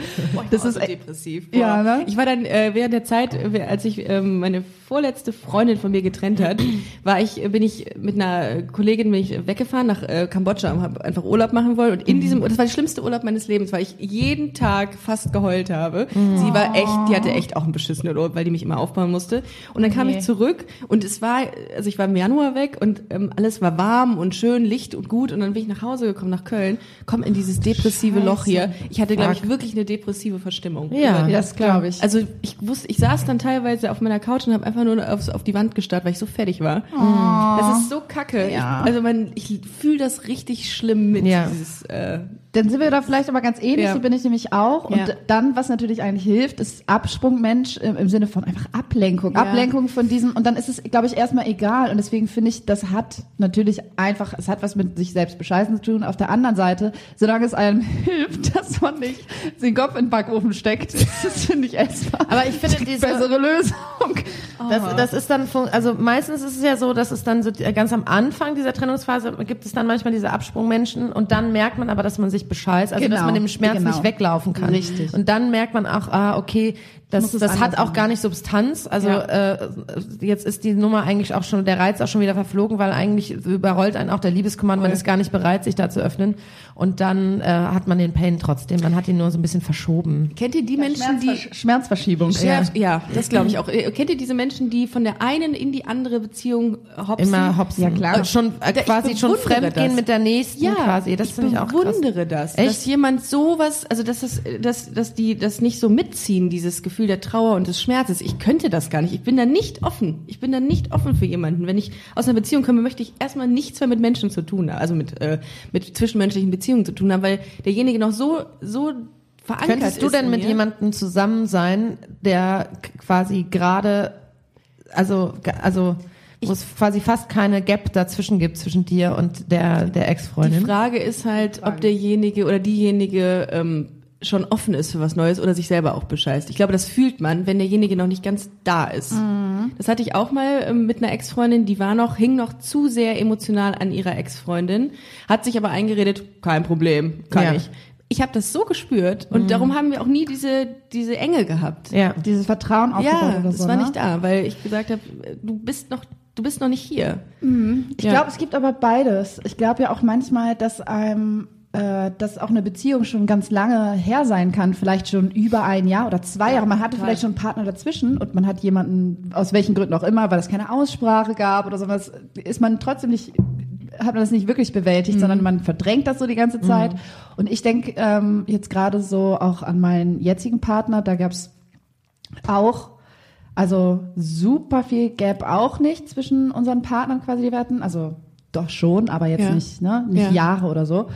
[SPEAKER 3] Das ist echt-
[SPEAKER 1] depressiv.
[SPEAKER 3] Ja, ne?
[SPEAKER 1] Ich war dann äh, während der Zeit, äh, als ich ähm, meine vorletzte Freundin von mir getrennt hat, war ich, äh, bin ich mit einer Kollegin bin ich weggefahren nach äh, Kambodscha und habe einfach Urlaub machen wollen. Und
[SPEAKER 3] Mhm.
[SPEAKER 1] in diesem, das war der schlimmste Urlaub meines Lebens, weil ich jeden Tag fast geheult habe. Sie
[SPEAKER 3] Oh.
[SPEAKER 1] war echt, die hatte echt auch einen beschissenen Urlaub, weil die mich immer aufbauen musste. Und dann kam ich zurück und es war, also ich war im Januar weg und ähm, alles war warm und schön, Licht und gut. Und dann bin ich nach Hause gekommen, nach Köln, komm in dieses depressive Loch hier. Ich hatte, glaube ich, wirklich eine depressive Verstimmung.
[SPEAKER 2] Ja.
[SPEAKER 3] Ja, das glaube ich.
[SPEAKER 1] Also ich wusste, ich saß dann teilweise auf meiner Couch und habe einfach nur aufs, auf die Wand gestarrt, weil ich so fertig war.
[SPEAKER 2] Oh.
[SPEAKER 1] Das ist so kacke.
[SPEAKER 3] Ja.
[SPEAKER 1] Ich, also man, ich fühle das richtig schlimm mit
[SPEAKER 2] Ja.
[SPEAKER 1] dieses. Äh,
[SPEAKER 3] Dann sind wir da vielleicht aber ganz ähnlich,
[SPEAKER 1] Ja.
[SPEAKER 3] so bin ich nämlich auch. Und
[SPEAKER 1] Ja.
[SPEAKER 3] dann, was natürlich eigentlich hilft, ist Absprungmensch im, im Sinne von einfach Ablenkung.
[SPEAKER 1] Ja.
[SPEAKER 3] Ablenkung von diesem, und dann ist es, glaube ich, erstmal egal. Und deswegen finde ich, das hat natürlich einfach, es hat was mit sich selbst bescheißen zu tun. Auf der anderen Seite, solange es einem hilft, dass man nicht den Kopf in den Backofen steckt, das finde ich erstmal
[SPEAKER 2] aber ich finde
[SPEAKER 3] die bessere Lösung.
[SPEAKER 1] Oh,
[SPEAKER 2] Das, das ist dann, fun- also meistens ist es ja so, dass es dann so die- ganz am Anfang dieser Trennungsphase gibt es dann manchmal diese Absprungmenschen und dann merkt man aber, dass man sich bescheißt, also dass
[SPEAKER 3] Genau,
[SPEAKER 2] man dem Schmerz
[SPEAKER 3] genau.
[SPEAKER 2] nicht weglaufen kann.
[SPEAKER 3] Richtig.
[SPEAKER 2] Und dann merkt man auch, ah, okay, das,
[SPEAKER 3] muss es
[SPEAKER 2] das
[SPEAKER 3] anders
[SPEAKER 2] hat auch
[SPEAKER 3] machen.
[SPEAKER 2] gar nicht Substanz. Also äh, jetzt ist die Nummer eigentlich auch schon, der Reiz auch schon wieder verflogen, weil eigentlich überrollt einen auch der Liebeskummer und man ist gar nicht bereit, sich da zu öffnen. Und dann äh, hat man den Pain trotzdem, man hat ihn nur so ein bisschen verschoben.
[SPEAKER 1] kennt ihr die Menschen, die
[SPEAKER 3] Schmerzversch Schmerzverschiebung.
[SPEAKER 1] ja, ja, das glaube ich auch. Äh, Kennt ihr diese Menschen, die von der einen in die andere Beziehung äh, hopsen?
[SPEAKER 2] Immer hopsen.
[SPEAKER 3] Ja, klar.
[SPEAKER 2] Äh, Schon äh,
[SPEAKER 1] Da- ich
[SPEAKER 2] quasi schon
[SPEAKER 1] bewundere
[SPEAKER 2] fremdgehen
[SPEAKER 1] das.
[SPEAKER 2] mit der nächsten
[SPEAKER 1] Ja,
[SPEAKER 2] quasi. Das
[SPEAKER 1] ich
[SPEAKER 2] finde ich auch krass.
[SPEAKER 1] bewundere das,
[SPEAKER 2] Echt?
[SPEAKER 1] dass jemand sowas, also dass das, dass, dass die das nicht so mitziehen, dieses Gefühl der Trauer und des Schmerzes. Ich könnte das gar nicht. Ich bin da nicht offen. Ich bin da nicht offen für jemanden. Wenn ich aus einer Beziehung komme, möchte ich erstmal nichts mehr mit Menschen zu tun haben, also mit äh, mit zwischenmenschlichen Beziehungen zu tun haben, weil derjenige noch so so verankert
[SPEAKER 2] Könntest du
[SPEAKER 1] ist
[SPEAKER 2] denn
[SPEAKER 1] in
[SPEAKER 2] mit
[SPEAKER 1] mir.
[SPEAKER 2] jemandem zusammen sein, der k- quasi gerade, also, g- also, wo es quasi fast keine Gap dazwischen gibt zwischen dir und der, der
[SPEAKER 1] Die
[SPEAKER 2] Ex-Freundin?
[SPEAKER 1] Frage ist halt, ob derjenige oder diejenige ähm, schon offen ist für was Neues oder sich selber auch bescheißt. Ich glaube, das fühlt man, wenn derjenige noch nicht ganz da ist. Das hatte ich auch mal ähm, mit einer Ex-Freundin, die war noch, hing noch zu sehr emotional an ihrer Ex-Freundin, hat sich aber eingeredet, kein Problem, kann
[SPEAKER 2] Ja.
[SPEAKER 1] ich. Ich habe das so gespürt und darum haben wir auch nie diese, diese Enge gehabt.
[SPEAKER 2] Ja.
[SPEAKER 3] Dieses Vertrauen aufgebaut
[SPEAKER 1] ja,
[SPEAKER 3] oder
[SPEAKER 1] das
[SPEAKER 3] so.
[SPEAKER 1] war
[SPEAKER 3] ne?
[SPEAKER 1] nicht da, weil ich gesagt habe, du bist noch, du bist noch nicht hier.
[SPEAKER 3] Ich
[SPEAKER 1] Ja.
[SPEAKER 3] glaube, es gibt aber beides. Ich glaube ja auch manchmal, dass einem äh, dass auch eine Beziehung schon ganz lange her sein kann, vielleicht schon über ein Jahr oder zwei Jahre. Man hatte vielleicht schon einen Partner dazwischen und man hat jemanden, aus welchen Gründen auch immer, weil es keine Aussprache gab oder sowas, ist man trotzdem nicht, hat man das nicht wirklich bewältigt,
[SPEAKER 1] Mhm.
[SPEAKER 3] sondern man verdrängt das so die ganze Zeit. Und ich denke ähm, jetzt gerade so auch an meinen jetzigen Partner, da gab es auch, also super viel Gap auch nicht zwischen unseren Partnern quasi, die wir hatten. Also doch schon, aber jetzt
[SPEAKER 1] Ja.
[SPEAKER 3] nicht, ne? Nicht
[SPEAKER 1] Ja.
[SPEAKER 3] Jahre oder so.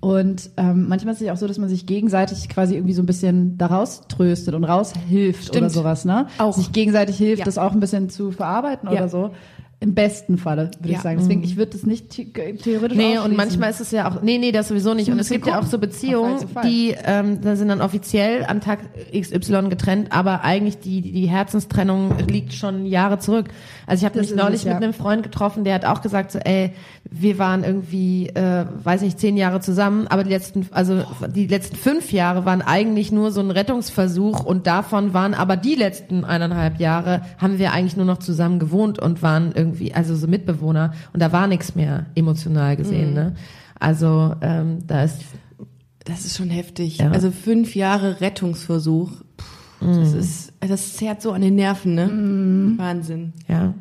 [SPEAKER 3] Und ähm, manchmal ist es ja auch so, dass man sich gegenseitig quasi irgendwie so ein bisschen daraus tröstet und raushilft oder sowas, ne?
[SPEAKER 1] Auch.
[SPEAKER 3] Sich gegenseitig hilft,
[SPEAKER 1] Ja.
[SPEAKER 3] das auch ein bisschen zu verarbeiten
[SPEAKER 1] Ja.
[SPEAKER 3] oder so. Im besten Falle, würde
[SPEAKER 1] Ja.
[SPEAKER 3] ich sagen. Deswegen, ich würde das nicht the äh, theoretisch
[SPEAKER 2] Mhm. Nee, und
[SPEAKER 3] ausschließen.
[SPEAKER 2] manchmal ist es ja auch, nee, nee, das sowieso nicht. Und es gibt ja auch so Beziehungen,
[SPEAKER 3] Von Fall zu Fall.
[SPEAKER 2] die, ähm, da sind dann offiziell an Tag XY getrennt, aber eigentlich die, die Herzenstrennung liegt schon Jahre zurück. Also ich habe
[SPEAKER 3] Das
[SPEAKER 2] mich
[SPEAKER 3] ist es,
[SPEAKER 2] neulich
[SPEAKER 3] ja.
[SPEAKER 2] mit einem Freund getroffen, der hat auch gesagt so, ey, wir waren irgendwie, äh, weiß nicht, zehn Jahre zusammen, aber die letzten, also die letzten fünf Jahre waren eigentlich nur so ein Rettungsversuch und davon waren aber die letzten eineinhalb Jahre haben wir eigentlich nur noch zusammen gewohnt und waren irgendwie, also so Mitbewohner und da war nichts mehr emotional
[SPEAKER 3] Mhm.
[SPEAKER 2] gesehen, ne? Also ähm, da ist
[SPEAKER 1] Das ist schon heftig.
[SPEAKER 2] Ja.
[SPEAKER 1] Also fünf Jahre Rettungsversuch. Puh, Das
[SPEAKER 2] Mm.
[SPEAKER 1] ist, das zerrt so an den Nerven, ne? Wahnsinn.
[SPEAKER 2] ja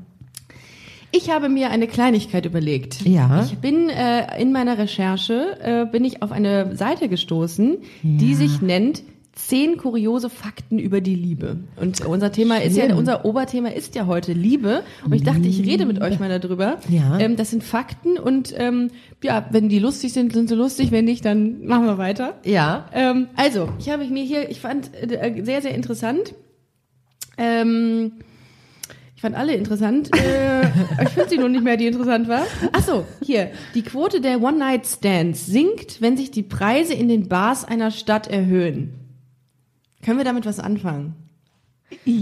[SPEAKER 1] Ich habe mir eine Kleinigkeit überlegt.
[SPEAKER 2] Ja.
[SPEAKER 1] Ich bin äh, in meiner Recherche äh, bin ich auf eine Seite gestoßen, die sich nennt Zehn kuriose Fakten über die Liebe. Und unser Thema ist ja,
[SPEAKER 2] Schön.
[SPEAKER 1] unser Oberthema ist ja heute Liebe. Und ich dachte, ich rede mit euch mal darüber.
[SPEAKER 2] Ja.
[SPEAKER 1] Ähm, das sind Fakten und ähm, ja, wenn die lustig sind, sind sie lustig. Wenn nicht, dann machen wir weiter.
[SPEAKER 2] ja
[SPEAKER 1] Ähm, also, ich habe mir hier, ich fand äh, sehr, sehr interessant. Ähm, ich fand alle interessant. Äh, ich finde sie nur nicht mehr, die interessant war. Ach so, hier. Die Quote der One-Night-Stands sinkt, wenn sich die Preise in den Bars einer Stadt erhöhen. Können wir damit was anfangen?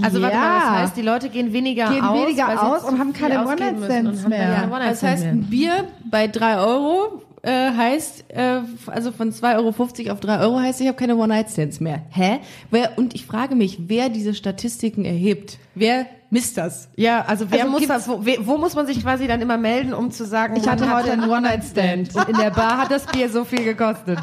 [SPEAKER 2] Also warte mal,
[SPEAKER 3] Ja.
[SPEAKER 2] das heißt, die Leute gehen weniger
[SPEAKER 3] Gehen
[SPEAKER 2] aus,
[SPEAKER 3] weniger
[SPEAKER 2] weil sie
[SPEAKER 3] aus
[SPEAKER 2] zu
[SPEAKER 3] und haben
[SPEAKER 2] viel
[SPEAKER 3] keine
[SPEAKER 2] ausgeben müssen und
[SPEAKER 3] One-Night-Stands
[SPEAKER 2] haben dann
[SPEAKER 3] mehr.
[SPEAKER 2] keine
[SPEAKER 1] Das
[SPEAKER 2] One-Night-Stands
[SPEAKER 1] heißt,
[SPEAKER 2] mehr.
[SPEAKER 1] ein Bier bei 3 Euro äh, heißt, äh, also von 2,50 Euro auf 3 Euro heißt, ich habe keine One-Night-Stands mehr. Hä? Wer, und ich frage mich, wer diese Statistiken erhebt? Wer misst das?
[SPEAKER 2] ja, also wer
[SPEAKER 1] Also
[SPEAKER 2] muss
[SPEAKER 1] gibt's-
[SPEAKER 2] das, wo, we- wo muss man sich quasi dann immer melden, um zu sagen,
[SPEAKER 3] Ich hatte
[SPEAKER 2] man
[SPEAKER 3] heute einen One-Night-Stand.
[SPEAKER 2] und in der Bar hat das Bier so viel gekostet.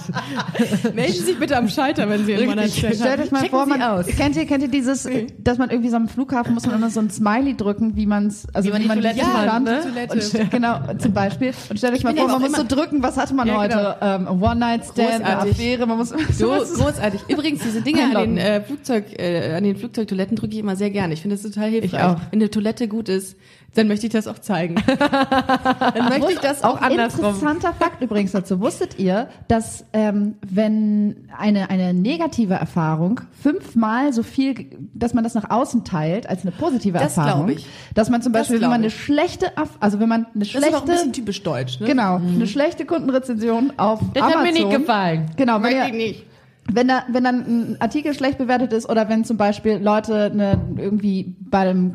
[SPEAKER 1] Melden Sie sich bitte am Schalter, wenn Sie einen One-Night-Stand
[SPEAKER 3] Stellt euch mal
[SPEAKER 2] Checken
[SPEAKER 3] vor,
[SPEAKER 2] Sie
[SPEAKER 3] man
[SPEAKER 2] aus.
[SPEAKER 3] kennt ihr kennt ihr dieses, dass man irgendwie so am Flughafen muss man immer so ein Smiley drücken, wie man es also
[SPEAKER 2] Wie man die Toilette fand,
[SPEAKER 3] fand.
[SPEAKER 2] ne?
[SPEAKER 1] Toilette.
[SPEAKER 3] Und, st- genau zum Beispiel. Und stellt euch mal
[SPEAKER 1] bin
[SPEAKER 3] vor,
[SPEAKER 1] ja
[SPEAKER 3] man
[SPEAKER 1] auch
[SPEAKER 3] muss so drücken, was hatte man
[SPEAKER 2] Ja, genau.
[SPEAKER 3] heute? Ähm, One Night Stand, eine
[SPEAKER 1] Großartig.
[SPEAKER 3] Affäre, man muss
[SPEAKER 1] So,
[SPEAKER 3] sowas ist-
[SPEAKER 1] großartig. Übrigens, diese Dinge an den,
[SPEAKER 3] Einloggen.
[SPEAKER 1] äh, Flugzeug, äh, an den Flugzeugtoiletten drücke ich immer sehr gerne. Ich finde das total hilfreich.
[SPEAKER 2] auch.
[SPEAKER 1] Wenn eine Toilette gut ist, dann möchte ich das auch zeigen. dann möchte ich das auch andersrum.
[SPEAKER 3] Interessanter Fakt übrigens dazu. Wusstet ihr, dass ähm, wenn eine, eine negative Erfahrung fünfmal so viel, ge- dass man das nach außen teilt als eine positive
[SPEAKER 1] Das glaub
[SPEAKER 3] Erfahrung,
[SPEAKER 1] ich.
[SPEAKER 3] dass man zum
[SPEAKER 1] Das
[SPEAKER 3] Beispiel, wenn man
[SPEAKER 1] glaub
[SPEAKER 3] eine
[SPEAKER 1] ich.
[SPEAKER 3] schlechte, Aff- also wenn man eine
[SPEAKER 1] Das ist aber auch ein
[SPEAKER 3] schlechte
[SPEAKER 1] bisschen typisch deutsch, ne?
[SPEAKER 3] Genau, eine schlechte Kundenrezension auf
[SPEAKER 2] Das
[SPEAKER 3] Amazon.
[SPEAKER 2] hat mir nicht gefallen.
[SPEAKER 3] Genau, wenn,
[SPEAKER 1] Möchte ich
[SPEAKER 3] ihr,
[SPEAKER 1] nicht.
[SPEAKER 3] wenn, da, wenn dann ein Artikel schlecht bewertet ist oder wenn zum Beispiel Leute eine, irgendwie bei einem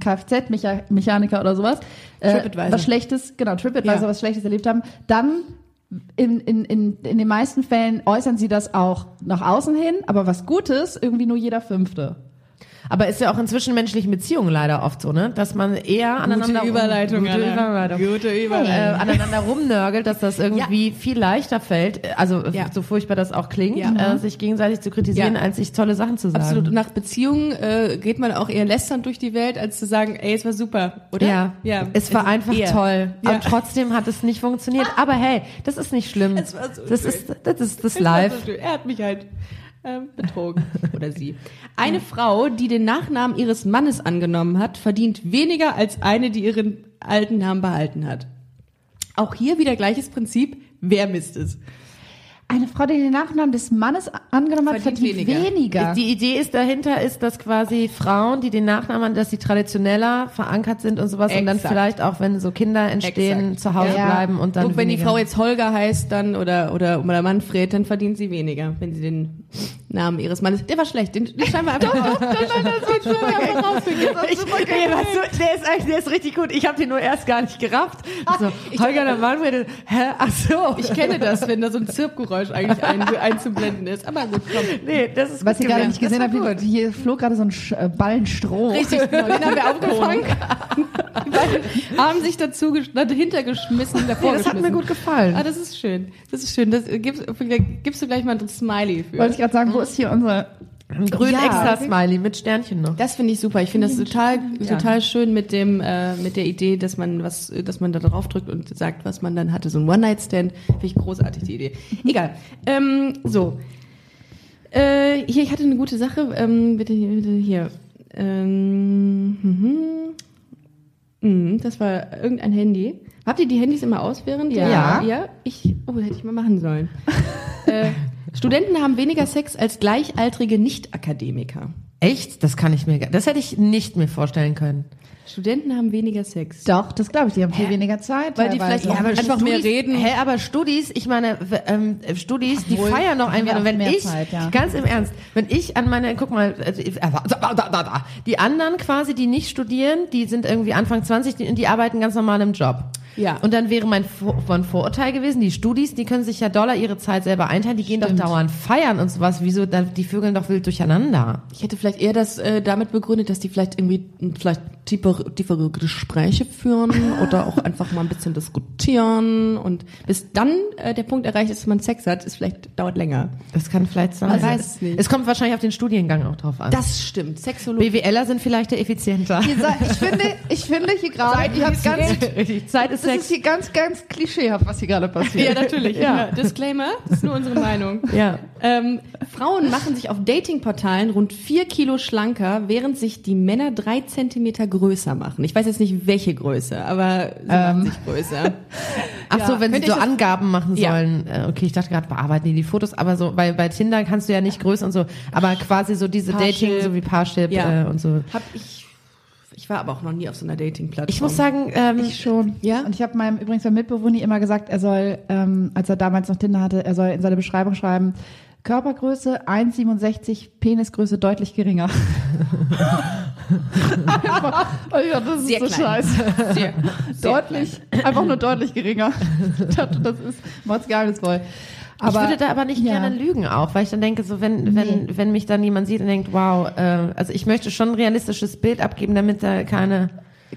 [SPEAKER 3] Kfz-Mechaniker oder sowas äh,
[SPEAKER 1] TripAdvisor.
[SPEAKER 3] was Schlechtes, genau, TripAdvisor
[SPEAKER 1] Ja.
[SPEAKER 3] was Schlechtes erlebt haben, dann in, in, in, in den meisten Fällen äußern sie das auch nach außen hin, aber was Gutes irgendwie nur jeder Fünfte.
[SPEAKER 2] Aber ist ja auch in zwischenmenschlichen Beziehungen leider oft so, ne, dass man eher aneinander
[SPEAKER 1] Gute Überleitung,
[SPEAKER 2] gute
[SPEAKER 1] Anna.
[SPEAKER 2] Überleitung.
[SPEAKER 1] Gute
[SPEAKER 2] Äh,
[SPEAKER 1] Überleitung.
[SPEAKER 2] aneinander rumnörgelt, dass das irgendwie viel leichter fällt, äh, also äh,
[SPEAKER 1] Ja.
[SPEAKER 2] so furchtbar das auch klingt,
[SPEAKER 1] Ja.
[SPEAKER 2] äh, sich gegenseitig zu kritisieren,
[SPEAKER 1] Ja.
[SPEAKER 2] als sich tolle Sachen zu sagen.
[SPEAKER 1] Äh, Absolut. Und nach Beziehungen äh, geht man auch eher lästernd durch die Welt, als zu sagen, ey, es war super, oder?
[SPEAKER 2] Ja.
[SPEAKER 1] ja.
[SPEAKER 2] Es war einfach
[SPEAKER 1] eher.
[SPEAKER 2] toll.
[SPEAKER 1] Ja.
[SPEAKER 2] Und trotzdem hat es nicht funktioniert. Aber hey, das ist nicht schlimm.
[SPEAKER 1] Es war so
[SPEAKER 2] das
[SPEAKER 1] schön.
[SPEAKER 2] ist das ist das
[SPEAKER 1] Es war
[SPEAKER 2] Live.
[SPEAKER 1] so schön. Er hat mich halt ähm, betrogen. oder sie. Eine Frau, die den Nachnamen ihres Mannes angenommen hat, verdient weniger als eine, die ihren alten Namen behalten hat. Auch hier wieder gleiches Prinzip. Wer misst es?
[SPEAKER 3] Eine Frau, die den Nachnamen des Mannes angenommen hat, verdient,
[SPEAKER 1] Verdient weniger.
[SPEAKER 3] weniger.
[SPEAKER 2] Die Idee ist dahinter ist, dass quasi Frauen, die den Nachnamen, dass sie traditioneller verankert sind und sowas und dann
[SPEAKER 1] Exakt.
[SPEAKER 2] vielleicht auch, wenn so Kinder entstehen,
[SPEAKER 1] Exakt.
[SPEAKER 2] zu Hause
[SPEAKER 3] Ja.
[SPEAKER 2] bleiben und dann
[SPEAKER 1] und wenn die
[SPEAKER 2] weniger.
[SPEAKER 1] Frau jetzt Holger heißt dann oder, oder, oder Manfred, dann verdient sie weniger, wenn sie den Namen ihres Mannes. Der war schlecht, den, den scheinbar einfach. doch, doch, doch, doch, doch,
[SPEAKER 2] Ich, nee, was, so- der ist eigentlich, der ist richtig gut. Ich habe den nur erst gar nicht gerafft. So, Holger, der Mann, der, hä, ach so.
[SPEAKER 1] Ich kenne das, wenn da so ein Zirpgeräusch eigentlich ein, einzublenden ist. Aber gut, komm.
[SPEAKER 2] nee, das ist
[SPEAKER 3] Was
[SPEAKER 2] gut
[SPEAKER 3] ihr gerade
[SPEAKER 2] gewählt.
[SPEAKER 3] nicht gesehen
[SPEAKER 2] Das
[SPEAKER 3] habt,
[SPEAKER 2] war
[SPEAKER 3] wie- hier flog gerade so ein Sch äh, Ballen Stroh.
[SPEAKER 1] Richtig, genau, den haben wir aufgefangen. Die beiden haben sich dazu gesch- dahinter geschmissen, davor
[SPEAKER 2] gut. Nee, das hat
[SPEAKER 1] geschmissen.
[SPEAKER 2] mir gut gefallen.
[SPEAKER 1] Ah, das ist schön. Das ist schön. Das äh, gibst, gibst du gleich mal ein Smiley für.
[SPEAKER 3] Wollte ich gerade
[SPEAKER 1] Mhm.
[SPEAKER 3] sagen, wo ist hier unsere...
[SPEAKER 2] Grün
[SPEAKER 1] Ja.
[SPEAKER 2] extra Smiley mit Sternchen noch.
[SPEAKER 1] Das finde ich super. Ich finde das total, total schön mit dem, äh, mit der Idee, dass man was, dass man da drauf drückt und sagt, was man dann hatte. So ein One-Night-Stand. Finde ich großartig, die Idee. Egal. Ähm, so. Äh, hier, ich hatte eine gute Sache. Ähm, bitte, hier, bitte hier. Ähm, mhm. Mhm, das war irgendein Handy. Habt ihr die Handys immer aus während der-
[SPEAKER 3] Ja.
[SPEAKER 1] ja? Ich, oh, hätte ich mal machen sollen. äh, Studenten haben weniger Sex als gleichaltrige Nicht-Akademiker.
[SPEAKER 2] Echt? Das kann ich mir, gar- das hätte ich nicht mir vorstellen können.
[SPEAKER 1] Studenten haben weniger Sex.
[SPEAKER 3] Doch, das glaube ich, die haben viel weniger Zeit.
[SPEAKER 1] Weil die
[SPEAKER 3] teilweise.
[SPEAKER 1] vielleicht auch- Ja, aber Einfach mehr reden.
[SPEAKER 2] Hä, aber Studis, ich meine, w- ähm, Studis, die
[SPEAKER 3] Obwohl,
[SPEAKER 2] feiern noch
[SPEAKER 3] haben
[SPEAKER 2] einfach.
[SPEAKER 3] wir
[SPEAKER 2] Und
[SPEAKER 3] auch
[SPEAKER 2] wenn
[SPEAKER 3] mehr
[SPEAKER 2] ich,
[SPEAKER 3] Zeit, ja.
[SPEAKER 2] ganz im Ernst, wenn ich an meine, guck mal, also ich- äh, da, da, da, da. die anderen quasi, die nicht studieren, die sind irgendwie Anfang 20, die, die arbeiten ganz normal im Job.
[SPEAKER 1] Ja.
[SPEAKER 2] Und dann wäre mein, Vor mein Vorurteil gewesen, die Studis, die können sich ja doller ihre Zeit selber einteilen, die gehen
[SPEAKER 3] Stimmt.
[SPEAKER 2] doch dauernd feiern und sowas. Wieso, da, die vögeln doch wild durcheinander.
[SPEAKER 1] Ich hätte vielleicht eher das äh, damit begründet, dass die vielleicht irgendwie m, vielleicht tiefer, tiefere Gespräche führen oder auch einfach mal ein bisschen diskutieren und bis dann äh, der Punkt erreicht ist, dass man Sex hat, ist vielleicht dauert länger.
[SPEAKER 2] Das kann vielleicht sein.
[SPEAKER 1] Man weiß es nicht.
[SPEAKER 2] Es kommt wahrscheinlich auf den Studiengang auch drauf an.
[SPEAKER 1] Das stimmt. Sexologie.
[SPEAKER 2] BWLer sind vielleicht der effizienter.
[SPEAKER 3] Ihr seid- Ich finde, ich finde hier gerade, ihr habt ganz,
[SPEAKER 2] Richtig, Zeit ist
[SPEAKER 3] das
[SPEAKER 2] Sex.
[SPEAKER 3] ist hier ganz, ganz klischeehaft, was hier gerade passiert.
[SPEAKER 1] natürlich.
[SPEAKER 2] Ja.
[SPEAKER 1] Disclaimer, das ist nur unsere Meinung.
[SPEAKER 2] Ja.
[SPEAKER 1] Ähm, Frauen machen sich auf Datingportalen rund vier Kilo schlanker, während sich die Männer drei Zentimeter größer machen. Ich weiß jetzt nicht, welche Größe, aber sie machen sich größer.
[SPEAKER 2] Ach so,
[SPEAKER 1] Ja.
[SPEAKER 2] wenn sie
[SPEAKER 1] Könnt
[SPEAKER 2] so
[SPEAKER 1] ihr das-
[SPEAKER 2] Angaben machen
[SPEAKER 1] Ja.
[SPEAKER 2] sollen. Äh, Okay, ich dachte gerade, bearbeiten die die Fotos, aber so bei, bei Tinder kannst du ja nicht Größe und so, aber quasi so diese
[SPEAKER 1] Parship.
[SPEAKER 2] Dating, so wie Parship
[SPEAKER 1] Ja.
[SPEAKER 2] äh, und so.
[SPEAKER 1] Hab ich. Ich war aber auch noch nie auf so einer Dating-Plattform.
[SPEAKER 2] Ich muss sagen, ähm,
[SPEAKER 3] Ich schon.
[SPEAKER 1] Ja?
[SPEAKER 3] Und ich habe meinem übrigens meinem Mitbewohner immer gesagt, er soll, ähm, als er damals noch Tinder hatte, er soll in seine Beschreibung schreiben, Körpergröße 1,67, Penisgröße deutlich geringer. einfach, oh ja, das ist
[SPEAKER 1] Sehr
[SPEAKER 3] so
[SPEAKER 1] klein.
[SPEAKER 3] scheiße.
[SPEAKER 1] sehr,
[SPEAKER 3] deutlich, einfach nur deutlich geringer. Ich dachte, das ist mordsgeheimnisvoll.
[SPEAKER 2] ich
[SPEAKER 3] Aber
[SPEAKER 2] würde da aber nicht
[SPEAKER 3] ja.
[SPEAKER 2] gerne lügen auch, weil ich dann denke, so wenn, wenn, wenn mich dann jemand sieht und denkt, wow, äh, also ich möchte schon ein realistisches Bild abgeben, damit da keine.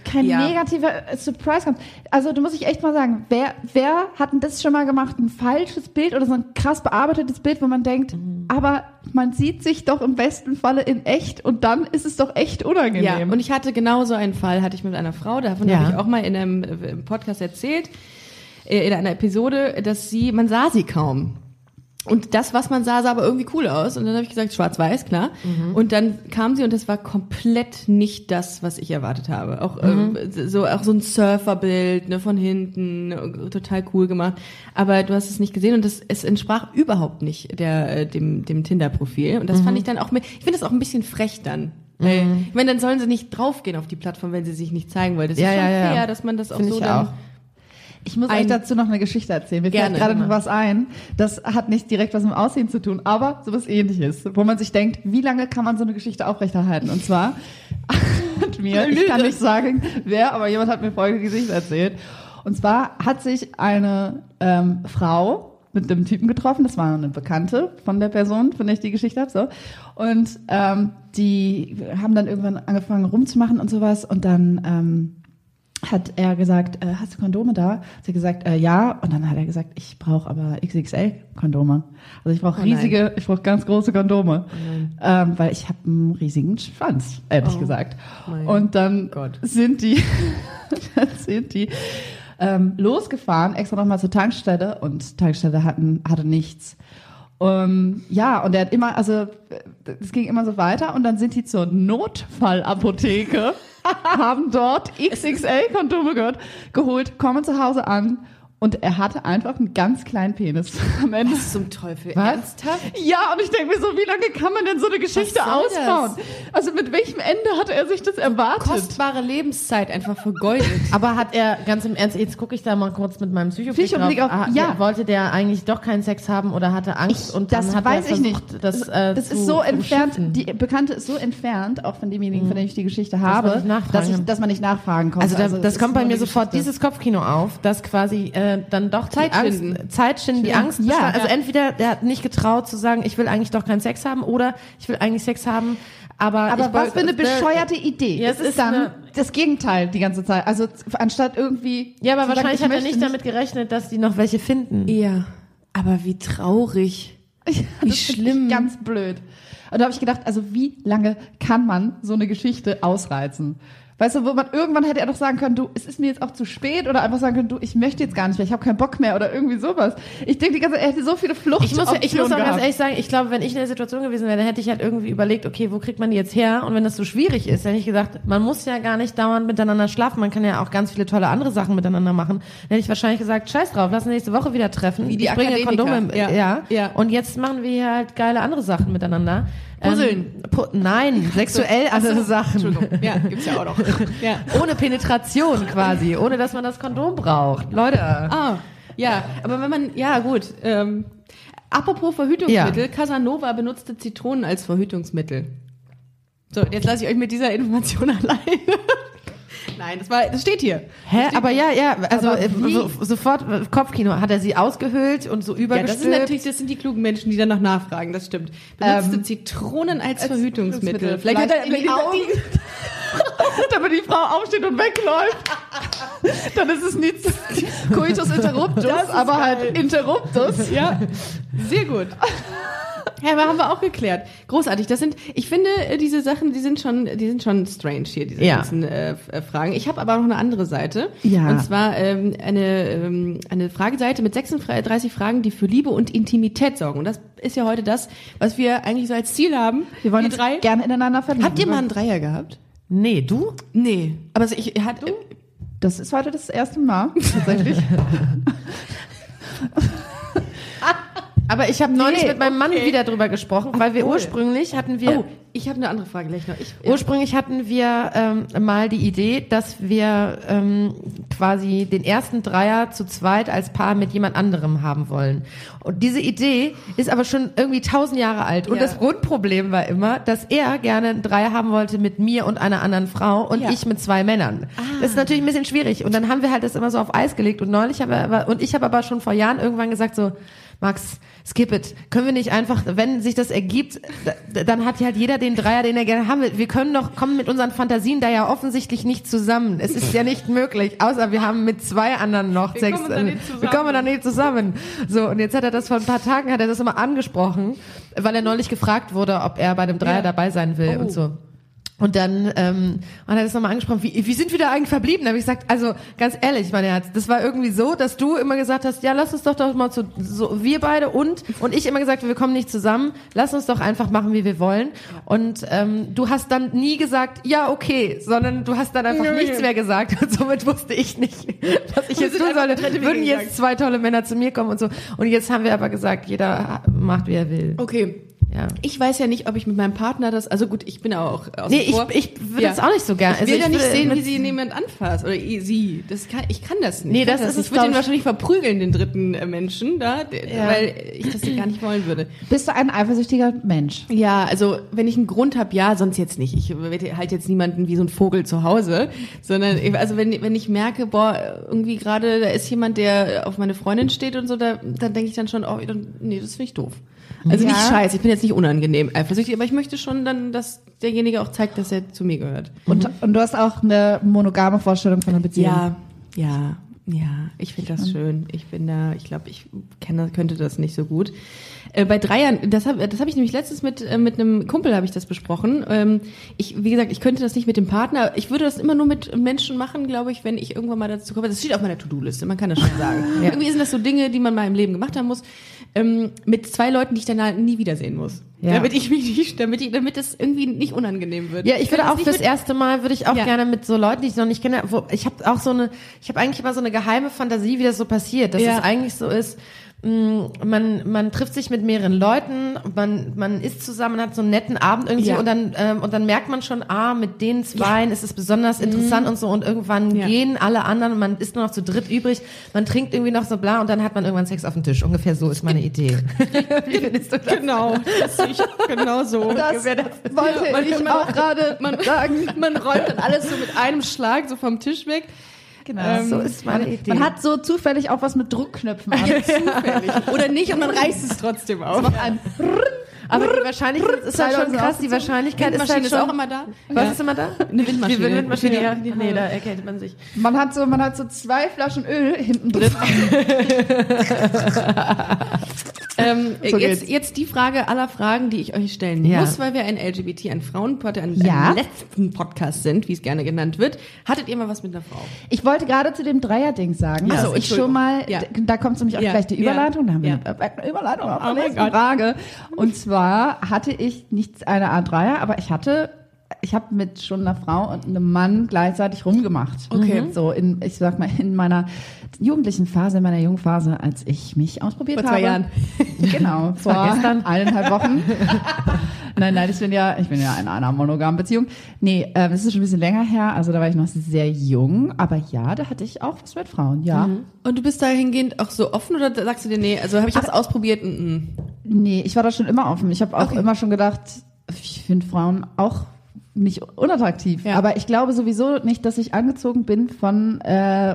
[SPEAKER 3] kein
[SPEAKER 1] Ja.
[SPEAKER 3] negativer äh, Surprise kommt. Also du musst ich echt mal sagen, wer, wer hat denn das schon mal gemacht? Ein falsches Bild oder so ein krass bearbeitetes Bild, wo man denkt,
[SPEAKER 1] Mhm.
[SPEAKER 3] aber man sieht sich doch im besten Falle in echt und dann ist es doch echt unangenehm.
[SPEAKER 1] Ja, und ich hatte genau so einen Fall, hatte ich mit einer Frau, davon
[SPEAKER 2] Ja.
[SPEAKER 1] habe ich auch mal in einem äh, im Podcast erzählt, äh, in einer Episode, dass sie, man sah sie kaum. Und das, was man sah, sah aber irgendwie cool aus. Und dann habe ich gesagt, schwarz-weiß, klar.
[SPEAKER 2] Mhm.
[SPEAKER 1] Und dann kam sie und das war komplett nicht das, was ich erwartet habe. Auch, ähm,
[SPEAKER 2] Mhm.
[SPEAKER 1] so, auch so ein Surferbild ne, von hinten, äh, total cool gemacht. Aber du hast es nicht gesehen und das, es entsprach überhaupt nicht der, äh, dem, dem Tinder-Profil. Und
[SPEAKER 2] Mhm.
[SPEAKER 1] das fand ich dann auch, mi- ich finde das auch ein bisschen frech dann. Weil, Ich meine, dann sollen sie nicht draufgehen auf die Plattform, wenn sie sich nicht zeigen wollen. Das
[SPEAKER 2] Ja,
[SPEAKER 1] ist schon
[SPEAKER 2] ja, ja.
[SPEAKER 1] fair, dass man das auch
[SPEAKER 2] Finde
[SPEAKER 1] so
[SPEAKER 2] ich
[SPEAKER 1] dann...
[SPEAKER 2] auch.
[SPEAKER 3] Ich muss
[SPEAKER 1] Ein-
[SPEAKER 3] euch dazu noch eine Geschichte erzählen. Mir
[SPEAKER 1] Gerne.
[SPEAKER 3] fällt gerade noch was ein. Das hat nicht direkt was mit dem Aussehen zu tun, aber sowas ähnliches, wo man sich denkt, wie lange kann man so eine Geschichte aufrechterhalten? Und zwar hat mir, ich kann nicht sagen, wer, aber jemand hat mir folgende Geschichte erzählt. Und zwar hat sich eine ähm, Frau mit einem Typen getroffen, das war eine Bekannte von der Person, von der ich die Geschichte habe, so. Und ähm, die haben dann irgendwann angefangen rumzumachen und sowas und dann... Ähm, hat er gesagt, äh, hast du Kondome da? Sie hat gesagt, äh, ja. Und dann hat er gesagt, ich brauche aber XXL-Kondome. Also ich brauche
[SPEAKER 1] Oh nein. Oh
[SPEAKER 3] riesige, ich brauche ganz große Kondome, ähm, weil ich habe einen riesigen Schwanz, ehrlich gesagt.
[SPEAKER 1] Oh mein
[SPEAKER 3] Und dann
[SPEAKER 1] Gott.
[SPEAKER 3] sind die, dann sind die ähm, losgefahren, extra nochmal zur Tankstelle und Tankstelle hatten, hatte nichts. Ähm, ja, und er hat immer, also es ging immer so weiter und dann sind die zur Notfallapotheke, haben dort XXL-Kondome gehört, geholt, kommen zu Hause an Und er hatte einfach einen ganz kleinen Penis am Ende.
[SPEAKER 1] Zum Teufel. Äh,
[SPEAKER 2] Was? Ernsthaft?
[SPEAKER 3] Ja, und ich denke mir so, wie lange kann man denn so eine Geschichte
[SPEAKER 2] Was soll
[SPEAKER 3] ausbauen? Also mit welchem Ende hatte er sich das erwartet?
[SPEAKER 1] Kostbare Lebenszeit einfach vergeudet.
[SPEAKER 2] Aber hat er, ganz im Ernst, jetzt gucke ich da mal kurz mit meinem Psychoblick drauf.
[SPEAKER 3] Psychoblick auf-
[SPEAKER 2] Ah,
[SPEAKER 3] ja.
[SPEAKER 2] Wollte der eigentlich doch keinen Sex haben oder hatte Angst und dann
[SPEAKER 3] das
[SPEAKER 2] hat
[SPEAKER 3] weiß
[SPEAKER 2] er
[SPEAKER 3] ich
[SPEAKER 2] versucht,
[SPEAKER 3] nicht.
[SPEAKER 2] das äh,
[SPEAKER 3] das
[SPEAKER 2] zu
[SPEAKER 3] ist so entfernt,
[SPEAKER 2] umschiffen? Mhm.
[SPEAKER 3] die Bekannte ist so entfernt, auch von demjenigen, von dem ich die Geschichte
[SPEAKER 2] man
[SPEAKER 3] habe,
[SPEAKER 2] nicht nachfragen
[SPEAKER 3] dass, ich,
[SPEAKER 2] kann.
[SPEAKER 3] dass man nicht nachfragen konnte.
[SPEAKER 2] Also, da,
[SPEAKER 3] es
[SPEAKER 2] das
[SPEAKER 3] ist
[SPEAKER 2] kommt bei
[SPEAKER 3] nur
[SPEAKER 2] mir
[SPEAKER 3] eine
[SPEAKER 2] sofort
[SPEAKER 3] Geschichte.
[SPEAKER 2] dieses Kopfkino auf, dass quasi äh, dann doch
[SPEAKER 1] Zeit
[SPEAKER 2] die Angst,
[SPEAKER 1] schinden.
[SPEAKER 2] Zeit schinden, die Angst.
[SPEAKER 3] Ja,
[SPEAKER 2] bestand. also
[SPEAKER 3] ja.
[SPEAKER 2] entweder der hat nicht getraut zu sagen, ich will eigentlich doch keinen Sex haben oder ich will eigentlich Sex haben, aber
[SPEAKER 3] Aber
[SPEAKER 2] ich
[SPEAKER 3] was
[SPEAKER 2] wollt-
[SPEAKER 3] für eine
[SPEAKER 2] ne-
[SPEAKER 3] bescheuerte Idee.
[SPEAKER 2] Ja,
[SPEAKER 3] Ja,
[SPEAKER 2] es
[SPEAKER 3] das ist,
[SPEAKER 2] ist
[SPEAKER 3] dann
[SPEAKER 2] eine-
[SPEAKER 3] das Gegenteil die ganze Zeit. Also anstatt irgendwie
[SPEAKER 2] Ja, aber
[SPEAKER 3] zu sagen,
[SPEAKER 2] wahrscheinlich
[SPEAKER 3] ich
[SPEAKER 2] hat er
[SPEAKER 3] möchte
[SPEAKER 2] nicht damit gerechnet, dass die noch welche finden.
[SPEAKER 1] Ja, aber wie traurig.
[SPEAKER 3] Wie
[SPEAKER 1] schlimm.
[SPEAKER 3] Ganz blöd. Und da habe ich gedacht, also wie lange kann man so eine Geschichte ausreizen? Weißt du, wo man irgendwann hätte er doch sagen können, du, es ist mir jetzt auch zu spät oder einfach sagen können, du, ich möchte jetzt gar nicht mehr, ich habe keinen Bock mehr oder irgendwie sowas. Ich denke die ganze Zeit, er hätte so viele Flucht.
[SPEAKER 2] Ich muss, ich muss auch ganz ehrlich sagen, ich glaube, wenn ich in der Situation gewesen wäre, dann hätte ich halt irgendwie überlegt, okay, wo kriegt man die jetzt her? Und wenn das so schwierig ist, dann hätte ich gesagt, man muss ja gar nicht dauernd miteinander schlafen, man kann ja auch ganz viele tolle andere Sachen miteinander machen. Dann hätte ich wahrscheinlich gesagt, scheiß drauf, lass uns nächste Woche wieder treffen.
[SPEAKER 1] Wie die
[SPEAKER 2] ich bringe
[SPEAKER 1] Akademiker.
[SPEAKER 2] Kondome. im-
[SPEAKER 1] Ja.
[SPEAKER 2] Ja.
[SPEAKER 1] Ja.
[SPEAKER 2] Und jetzt machen wir hier halt geile andere Sachen miteinander.
[SPEAKER 1] Puzzeln.
[SPEAKER 2] Ähm, pu nein, sexuell andere Sachen.
[SPEAKER 1] Ja, gibt's ja auch noch. Ja.
[SPEAKER 2] Ohne Penetration quasi, ohne dass man das Kondom braucht. Leute.
[SPEAKER 1] Ah, ja, aber wenn man, ja gut. Ähm, apropos Verhütungsmittel,
[SPEAKER 2] Ja.
[SPEAKER 1] Casanova benutzte Zitronen als Verhütungsmittel. So, jetzt lasse ich euch mit dieser Information allein. Nein, das war, das steht hier.
[SPEAKER 2] Hä? Aber ja, ja, also
[SPEAKER 1] Aber
[SPEAKER 2] äh,
[SPEAKER 1] wie?
[SPEAKER 2] so, sofort äh, Kopfkino. Hat er sie ausgehöhlt und so
[SPEAKER 1] Ja, das sind
[SPEAKER 2] übergestülpt?
[SPEAKER 1] natürlich, das sind die klugen Menschen, die danach nachfragen, das stimmt. Benutzte Zitronen als, Verhütungsmittel.
[SPEAKER 3] Ähm, Verhütungsmittel.
[SPEAKER 1] Vielleicht, hat er
[SPEAKER 3] Vielleicht in die Augen.
[SPEAKER 1] damit die Frau aufsteht und wegläuft.
[SPEAKER 3] dann ist es nichts Coitus interruptus, aber halt interruptus.
[SPEAKER 1] Ja, sehr gut. Ja, aber haben wir auch geklärt. Großartig. Das sind, ich finde, äh, diese Sachen, die sind schon, die sind schon strange hier, diese
[SPEAKER 2] Ja.
[SPEAKER 1] ganzen äh, F- äh, Fragen. Ich habe aber noch eine andere Seite.
[SPEAKER 3] Ja.
[SPEAKER 1] Und zwar ähm, eine, ähm, eine Frageseite mit 36 Fragen, die für Liebe und Intimität sorgen. Und das ist ja heute das, was wir eigentlich so als Ziel haben.
[SPEAKER 3] Wir wollen
[SPEAKER 1] die
[SPEAKER 3] uns
[SPEAKER 1] drei.
[SPEAKER 3] gerne ineinander verlieben.
[SPEAKER 1] Habt ihr mal einen Dreier gehabt?
[SPEAKER 2] nee, du?
[SPEAKER 1] Nee. Aber so, ich hatte.
[SPEAKER 3] Das ist heute das erste Mal tatsächlich.
[SPEAKER 2] Aber ich habe neulich
[SPEAKER 3] Nee,
[SPEAKER 2] mit meinem Mann wieder drüber gesprochen, weil wir
[SPEAKER 1] cool.
[SPEAKER 2] ursprünglich hatten wir
[SPEAKER 1] Oh, ich habe eine andere Frage gleich noch. Ich,
[SPEAKER 2] ursprünglich hatten wir ähm, mal die Idee, dass wir ähm, quasi den ersten Dreier zu zweit als Paar mit jemand anderem haben wollen. Und diese Idee ist aber schon irgendwie tausend Jahre alt. Und
[SPEAKER 1] Ja.
[SPEAKER 2] das Grundproblem war immer, dass er gerne einen Dreier haben wollte mit mir und einer anderen Frau und
[SPEAKER 1] Ja.
[SPEAKER 2] ich mit zwei Männern. Das ist
[SPEAKER 1] Ah.
[SPEAKER 2] natürlich ein bisschen schwierig. Und dann haben wir halt das immer so auf Eis gelegt. Und neulich habe aber, und ich habe aber schon vor Jahren irgendwann gesagt so, Max, skip it. Können wir nicht einfach, wenn sich das ergibt, d- dann hat halt jeder den Dreier, den er gerne haben will. Wir können doch, kommen mit unseren Fantasien da ja offensichtlich nicht zusammen. Es ist ja nicht möglich. Außer wir haben mit zwei anderen noch
[SPEAKER 1] Wir
[SPEAKER 2] Sex.
[SPEAKER 1] kommen da nicht zusammen.
[SPEAKER 2] wir kommen da nicht zusammen. So, und jetzt hat er das vor ein paar Tagen, hat er das immer angesprochen, weil er neulich gefragt wurde, ob er bei dem Dreier
[SPEAKER 1] Ja.
[SPEAKER 2] dabei sein will
[SPEAKER 1] Oh.
[SPEAKER 2] und so. Und dann ähm, und hat es nochmal angesprochen, wie, wie sind wir da eigentlich verblieben? Da habe ich gesagt, also ganz ehrlich, mein Herz, das war irgendwie so, dass du immer gesagt hast, ja, lass uns doch doch mal zu, so, wir beide und und ich immer gesagt, wir kommen nicht zusammen, lass uns doch einfach machen, wie wir wollen. Und ähm, du hast dann nie gesagt, ja, okay, sondern du hast dann einfach
[SPEAKER 1] Nö.
[SPEAKER 2] nichts mehr gesagt und somit wusste ich nicht, was ich
[SPEAKER 1] Wir
[SPEAKER 2] jetzt
[SPEAKER 1] sind
[SPEAKER 2] tun
[SPEAKER 1] einfach
[SPEAKER 2] sollte.
[SPEAKER 1] getrennte Wege
[SPEAKER 2] Würden
[SPEAKER 1] gegangen.
[SPEAKER 2] jetzt zwei tolle Männer zu mir kommen und so. Und jetzt haben wir aber gesagt, jeder macht, wie er will.
[SPEAKER 1] okay.
[SPEAKER 2] Ja.
[SPEAKER 1] Ich weiß ja nicht, ob ich mit meinem Partner das, also gut, ich bin auch aus
[SPEAKER 2] Nee, ich,
[SPEAKER 1] vor.
[SPEAKER 2] ich würde
[SPEAKER 1] Ja.
[SPEAKER 2] das auch nicht so gerne.
[SPEAKER 1] Ich will ja nicht sehen,
[SPEAKER 2] mit-
[SPEAKER 1] wie sie jemand anfasst oder i- sie. Das kann, ich kann das nicht.
[SPEAKER 2] Nee,
[SPEAKER 1] Ich kann
[SPEAKER 2] das ist es,
[SPEAKER 1] Ich würde
[SPEAKER 2] glaub
[SPEAKER 1] ihn
[SPEAKER 2] ich-
[SPEAKER 1] wahrscheinlich verprügeln, den dritten äh, Menschen da, d-
[SPEAKER 2] Ja.
[SPEAKER 1] weil ich das gar nicht wollen würde.
[SPEAKER 3] Bist du ein eifersüchtiger Mensch?
[SPEAKER 1] Ja, also wenn ich einen Grund habe, ja, sonst jetzt nicht. Ich halte jetzt niemanden wie so ein Vogel zu Hause, sondern ich- also wenn, wenn ich merke, boah, irgendwie gerade da ist jemand, der auf meine Freundin steht und so, da, dann denke ich dann schon, oh, dann, nee, das finde ich doof. Also nicht
[SPEAKER 3] Ja.
[SPEAKER 1] scheiße, ich bin jetzt nicht unangenehm eifersüchtig, aber ich möchte schon dann, dass derjenige auch zeigt, dass er zu mir gehört.
[SPEAKER 3] Und, und du hast auch eine monogame Vorstellung von einer Beziehung.
[SPEAKER 1] Ja, ja, ja. Ich finde das schön. Ich bin da, ich glaube, ich kenne, könnte das nicht so gut. Äh, bei Dreiern, das habe das hab ich nämlich letztens mit, äh, mit einem Kumpel habe ich das besprochen. Ähm, ich, wie gesagt, ich könnte das nicht mit dem Partner. Ich würde das immer nur mit Menschen machen, glaube ich, wenn ich irgendwann mal dazu komme. Das steht auf meiner To-Do-Liste, man kann das schon sagen. Irgendwie sind das so Dinge, die man mal im Leben gemacht haben muss. Ähm, mit zwei Leuten, die ich dann halt nie wiedersehen muss.
[SPEAKER 2] Ja.
[SPEAKER 1] Damit ich mich nicht, damit ich, damit es irgendwie nicht unangenehm wird.
[SPEAKER 2] Ja, ich würde
[SPEAKER 1] Wenn es
[SPEAKER 2] auch
[SPEAKER 1] nicht
[SPEAKER 2] fürs
[SPEAKER 1] mit-
[SPEAKER 2] erste Mal würde ich auch
[SPEAKER 1] Ja.
[SPEAKER 2] gerne mit so Leuten, die ich noch nicht kenne, wo, ich habe auch so eine, ich habe eigentlich immer so eine geheime Fantasie, wie das so passiert, dass
[SPEAKER 1] Ja.
[SPEAKER 2] es eigentlich so ist. mh, Man, man trifft sich mit mehreren Leuten, man, man isst zusammen, man hat so einen netten Abend irgendwie
[SPEAKER 1] Ja.
[SPEAKER 2] und dann ähm, und dann merkt man schon, ah, mit den zweien ist es besonders interessant und so und irgendwann
[SPEAKER 1] Mhm. Ja.
[SPEAKER 2] gehen alle anderen und man ist nur noch zu dritt übrig, man trinkt irgendwie noch so bla und dann hat man irgendwann Sex auf dem Tisch. Ungefähr so ist meine Idee. Wie findest du das?
[SPEAKER 1] Genau, das sehe ich genau so.
[SPEAKER 3] Das wollte
[SPEAKER 1] Man-
[SPEAKER 3] ich
[SPEAKER 1] man-
[SPEAKER 3] auch gerade
[SPEAKER 1] man-
[SPEAKER 3] sagen.
[SPEAKER 1] Man räumt dann alles so mit einem Schlag so vom Tisch weg.
[SPEAKER 3] Genau.
[SPEAKER 2] So ist meine Idee.
[SPEAKER 3] man hat so zufällig auch was mit Druckknöpfen an.
[SPEAKER 1] Oder nicht und man reißt es trotzdem auf.
[SPEAKER 3] Ein-
[SPEAKER 2] Aber die Wahrscheinlichkeit ist halt schon
[SPEAKER 3] Teilweise
[SPEAKER 2] krass.
[SPEAKER 3] auch
[SPEAKER 2] Die Wahrscheinlichkeit ist
[SPEAKER 1] Windmaschine
[SPEAKER 2] halt
[SPEAKER 1] ist,
[SPEAKER 2] schon.
[SPEAKER 1] auch immer da.
[SPEAKER 2] was
[SPEAKER 1] Ja.
[SPEAKER 2] ist immer da?
[SPEAKER 1] Eine Windmaschine.
[SPEAKER 2] Die Windmaschine, ja.
[SPEAKER 1] Ja.
[SPEAKER 2] Nee, da erkennt man sich.
[SPEAKER 3] Man hat so, man hat so zwei Flaschen Öl hinten drin.
[SPEAKER 1] Ähm,
[SPEAKER 3] So
[SPEAKER 1] jetzt,
[SPEAKER 3] geht's.
[SPEAKER 1] jetzt die Frage aller Fragen, die ich euch stellen
[SPEAKER 2] Ja.
[SPEAKER 1] muss, weil wir ein LGBT, ein Frauenpod, ein,
[SPEAKER 3] Ja.
[SPEAKER 1] ein letzten Podcast sind, wie es gerne genannt wird. Hattet ihr mal was mit einer Frau?
[SPEAKER 3] Ich wollte gerade zu dem Dreier-Ding sagen,
[SPEAKER 1] Ja.
[SPEAKER 3] dass
[SPEAKER 1] Ach so,
[SPEAKER 3] ich schon
[SPEAKER 1] Entschuldigung.
[SPEAKER 3] mal,
[SPEAKER 1] Ja.
[SPEAKER 3] d- da kommt nämlich auch
[SPEAKER 1] Ja.
[SPEAKER 3] gleich die
[SPEAKER 1] Ja.
[SPEAKER 3] Überleitung, da haben wir
[SPEAKER 1] Ja.
[SPEAKER 3] eine, äh, eine Überleitung auf
[SPEAKER 1] Oh
[SPEAKER 3] der
[SPEAKER 1] mein
[SPEAKER 3] nächsten
[SPEAKER 1] Gott.
[SPEAKER 3] Frage. Und zwar hatte ich nicht eine Art Dreier, aber ich hatte, ich habe mit schon einer Frau und einem Mann gleichzeitig rumgemacht.
[SPEAKER 1] Okay.
[SPEAKER 3] Mhm. So in, ich sag mal, in meiner jugendlichen Phase, in meiner jungen Phase, als ich mich ausprobiert
[SPEAKER 1] Vor
[SPEAKER 3] habe.
[SPEAKER 1] zwei Jahren.
[SPEAKER 3] Genau, vor
[SPEAKER 2] gestern.
[SPEAKER 3] eineinhalb Wochen. nein, nein, ich bin ja, ich bin ja in einer monogamen Beziehung. Nee, ähm, es ist schon ein bisschen länger her, also da war ich noch sehr jung, aber ja, da hatte ich auch was mit Frauen, ja.
[SPEAKER 1] Und du bist dahingehend auch so offen oder sagst du dir, nee, also habe ich das ausprobiert? Mm -mm.
[SPEAKER 3] Nee, ich war da schon immer offen. Ich habe auch
[SPEAKER 1] Okay.
[SPEAKER 3] immer schon gedacht, ich finde Frauen auch nicht unattraktiv.
[SPEAKER 1] Ja.
[SPEAKER 3] Aber ich glaube sowieso nicht, dass ich angezogen bin von, äh,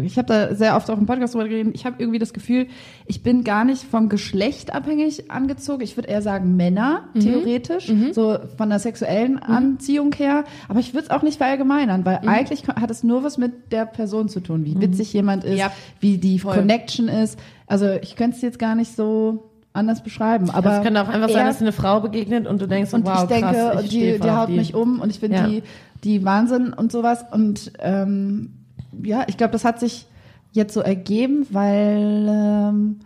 [SPEAKER 3] ich habe da sehr oft auch im Podcast drüber geredet, ich habe irgendwie das Gefühl, ich bin gar nicht vom Geschlecht abhängig angezogen. Ich würde eher sagen Männer,
[SPEAKER 1] Mhm.
[SPEAKER 3] theoretisch, so von der sexuellen Anziehung her. Aber ich würde es auch nicht verallgemeinern,
[SPEAKER 1] Mhm.
[SPEAKER 3] weil eigentlich hat es nur was mit der Person zu tun, wie witzig jemand ist,
[SPEAKER 1] Ja.
[SPEAKER 3] wie die
[SPEAKER 1] Voll.
[SPEAKER 3] Connection ist. Also ich könnte es jetzt gar nicht so anders beschreiben. Aber
[SPEAKER 2] es kann auch einfach sein,
[SPEAKER 3] eher-
[SPEAKER 2] dass dir eine Frau begegnet und du denkst,
[SPEAKER 3] und
[SPEAKER 2] wow,
[SPEAKER 3] ich denke,
[SPEAKER 2] krass,
[SPEAKER 3] und
[SPEAKER 2] stehe
[SPEAKER 3] die,
[SPEAKER 2] voll
[SPEAKER 3] die
[SPEAKER 2] auf
[SPEAKER 3] haut
[SPEAKER 2] die.
[SPEAKER 3] mich um und ich finde
[SPEAKER 2] Ja.
[SPEAKER 3] die, die Wahnsinn und sowas. Und ähm, ja, ich glaube, das hat sich jetzt so ergeben, weil ähm,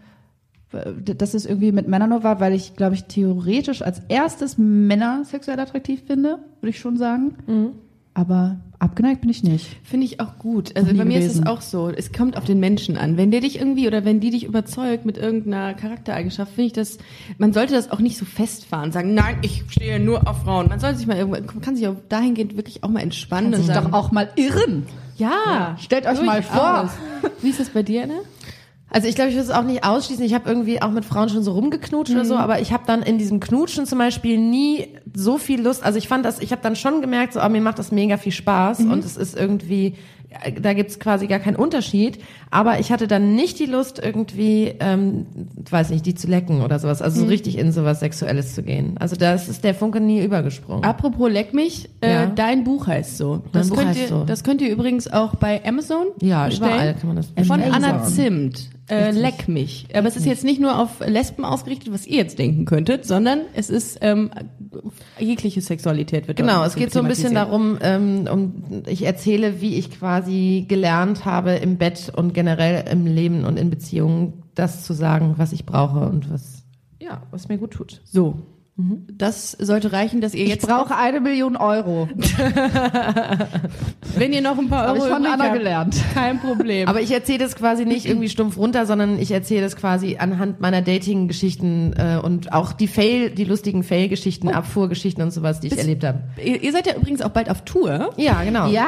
[SPEAKER 3] d- dass es irgendwie mit Männern nur war, weil ich, glaube ich, theoretisch als erstes Männer sexuell attraktiv finde, würde ich schon sagen. Aber abgeneigt bin ich nicht.
[SPEAKER 1] Finde ich auch gut. Also
[SPEAKER 3] nie
[SPEAKER 1] bei mir ist es
[SPEAKER 3] gewesen.
[SPEAKER 1] auch so. Es kommt auf den Menschen an. Wenn der dich irgendwie oder wenn die dich überzeugt mit irgendeiner Charaktereigenschaft, finde ich das, man sollte das auch nicht so festfahren. Sagen, nein, ich stehe nur auf Frauen. Man sollte sich mal, irgendwann- man kann sich auch dahingehend wirklich auch mal entspannen und
[SPEAKER 3] Sich
[SPEAKER 1] sagen,
[SPEAKER 3] doch auch mal irren.
[SPEAKER 1] ja,
[SPEAKER 3] Stellt euch mal vor.
[SPEAKER 1] durchaus. Wie ist das bei dir, Anne?
[SPEAKER 2] Also ich glaube, ich würde es auch nicht ausschließen. Ich habe irgendwie auch mit Frauen schon so rumgeknutscht oder
[SPEAKER 3] Mhm.
[SPEAKER 2] so, aber ich habe dann in diesem Knutschen zum Beispiel nie so viel Lust. Also ich fand das, ich habe dann schon gemerkt, so, oh, mir macht das mega viel Spaß
[SPEAKER 3] Mhm.
[SPEAKER 2] und es ist irgendwie, da gibt's quasi gar keinen Unterschied. Aber ich hatte dann nicht die Lust irgendwie, ähm, weiß nicht, die zu lecken oder sowas. Also
[SPEAKER 3] Mhm.
[SPEAKER 2] so richtig in sowas Sexuelles zu gehen. Also da ist der Funke nie übergesprungen.
[SPEAKER 1] Apropos Leck mich, äh,
[SPEAKER 2] Ja.
[SPEAKER 1] dein Buch heißt so. Das,
[SPEAKER 2] Buch
[SPEAKER 1] könnt
[SPEAKER 2] heißt
[SPEAKER 1] ihr,
[SPEAKER 2] so.
[SPEAKER 1] das könnt ihr übrigens auch bei Amazon
[SPEAKER 2] Ja,
[SPEAKER 1] bestellen.
[SPEAKER 2] überall kann man das
[SPEAKER 1] Von
[SPEAKER 2] bestellen.
[SPEAKER 1] Anna
[SPEAKER 3] Amazon.
[SPEAKER 1] Zimt. Äh, leck mich. Aber es ist jetzt nicht nur auf Lesben ausgerichtet, was ihr jetzt denken könntet, sondern es ist ähm, jegliche Sexualität wird
[SPEAKER 2] Genau,
[SPEAKER 1] dort
[SPEAKER 2] es geht so ein bisschen
[SPEAKER 1] thematisiert.
[SPEAKER 2] darum, ähm, um, ich erzähle, wie ich quasi gelernt habe im Bett und generell im Leben und in Beziehungen, das zu sagen, was ich brauche und was, ja, was mir gut tut.
[SPEAKER 1] So. Mhm. Das sollte reichen, dass ihr
[SPEAKER 3] Ich
[SPEAKER 1] jetzt,
[SPEAKER 3] brauche eine Million Euro.
[SPEAKER 1] wenn ihr noch ein paar
[SPEAKER 3] Habe
[SPEAKER 1] Euro
[SPEAKER 3] ich von
[SPEAKER 1] übrig
[SPEAKER 3] Anna
[SPEAKER 1] habt,
[SPEAKER 3] gelernt.
[SPEAKER 1] kein Problem.
[SPEAKER 2] Aber ich erzähle das quasi nicht irgendwie stumpf runter, sondern ich erzähle es quasi anhand meiner Dating-Geschichten äh, und auch die Fail, die lustigen Fail-Geschichten, Abfuhrgeschichten und sowas, die ich erlebt habe.
[SPEAKER 1] ihr, ihr seid ja übrigens auch bald auf Tour. Ah.
[SPEAKER 2] Ja, genau.
[SPEAKER 3] Ja.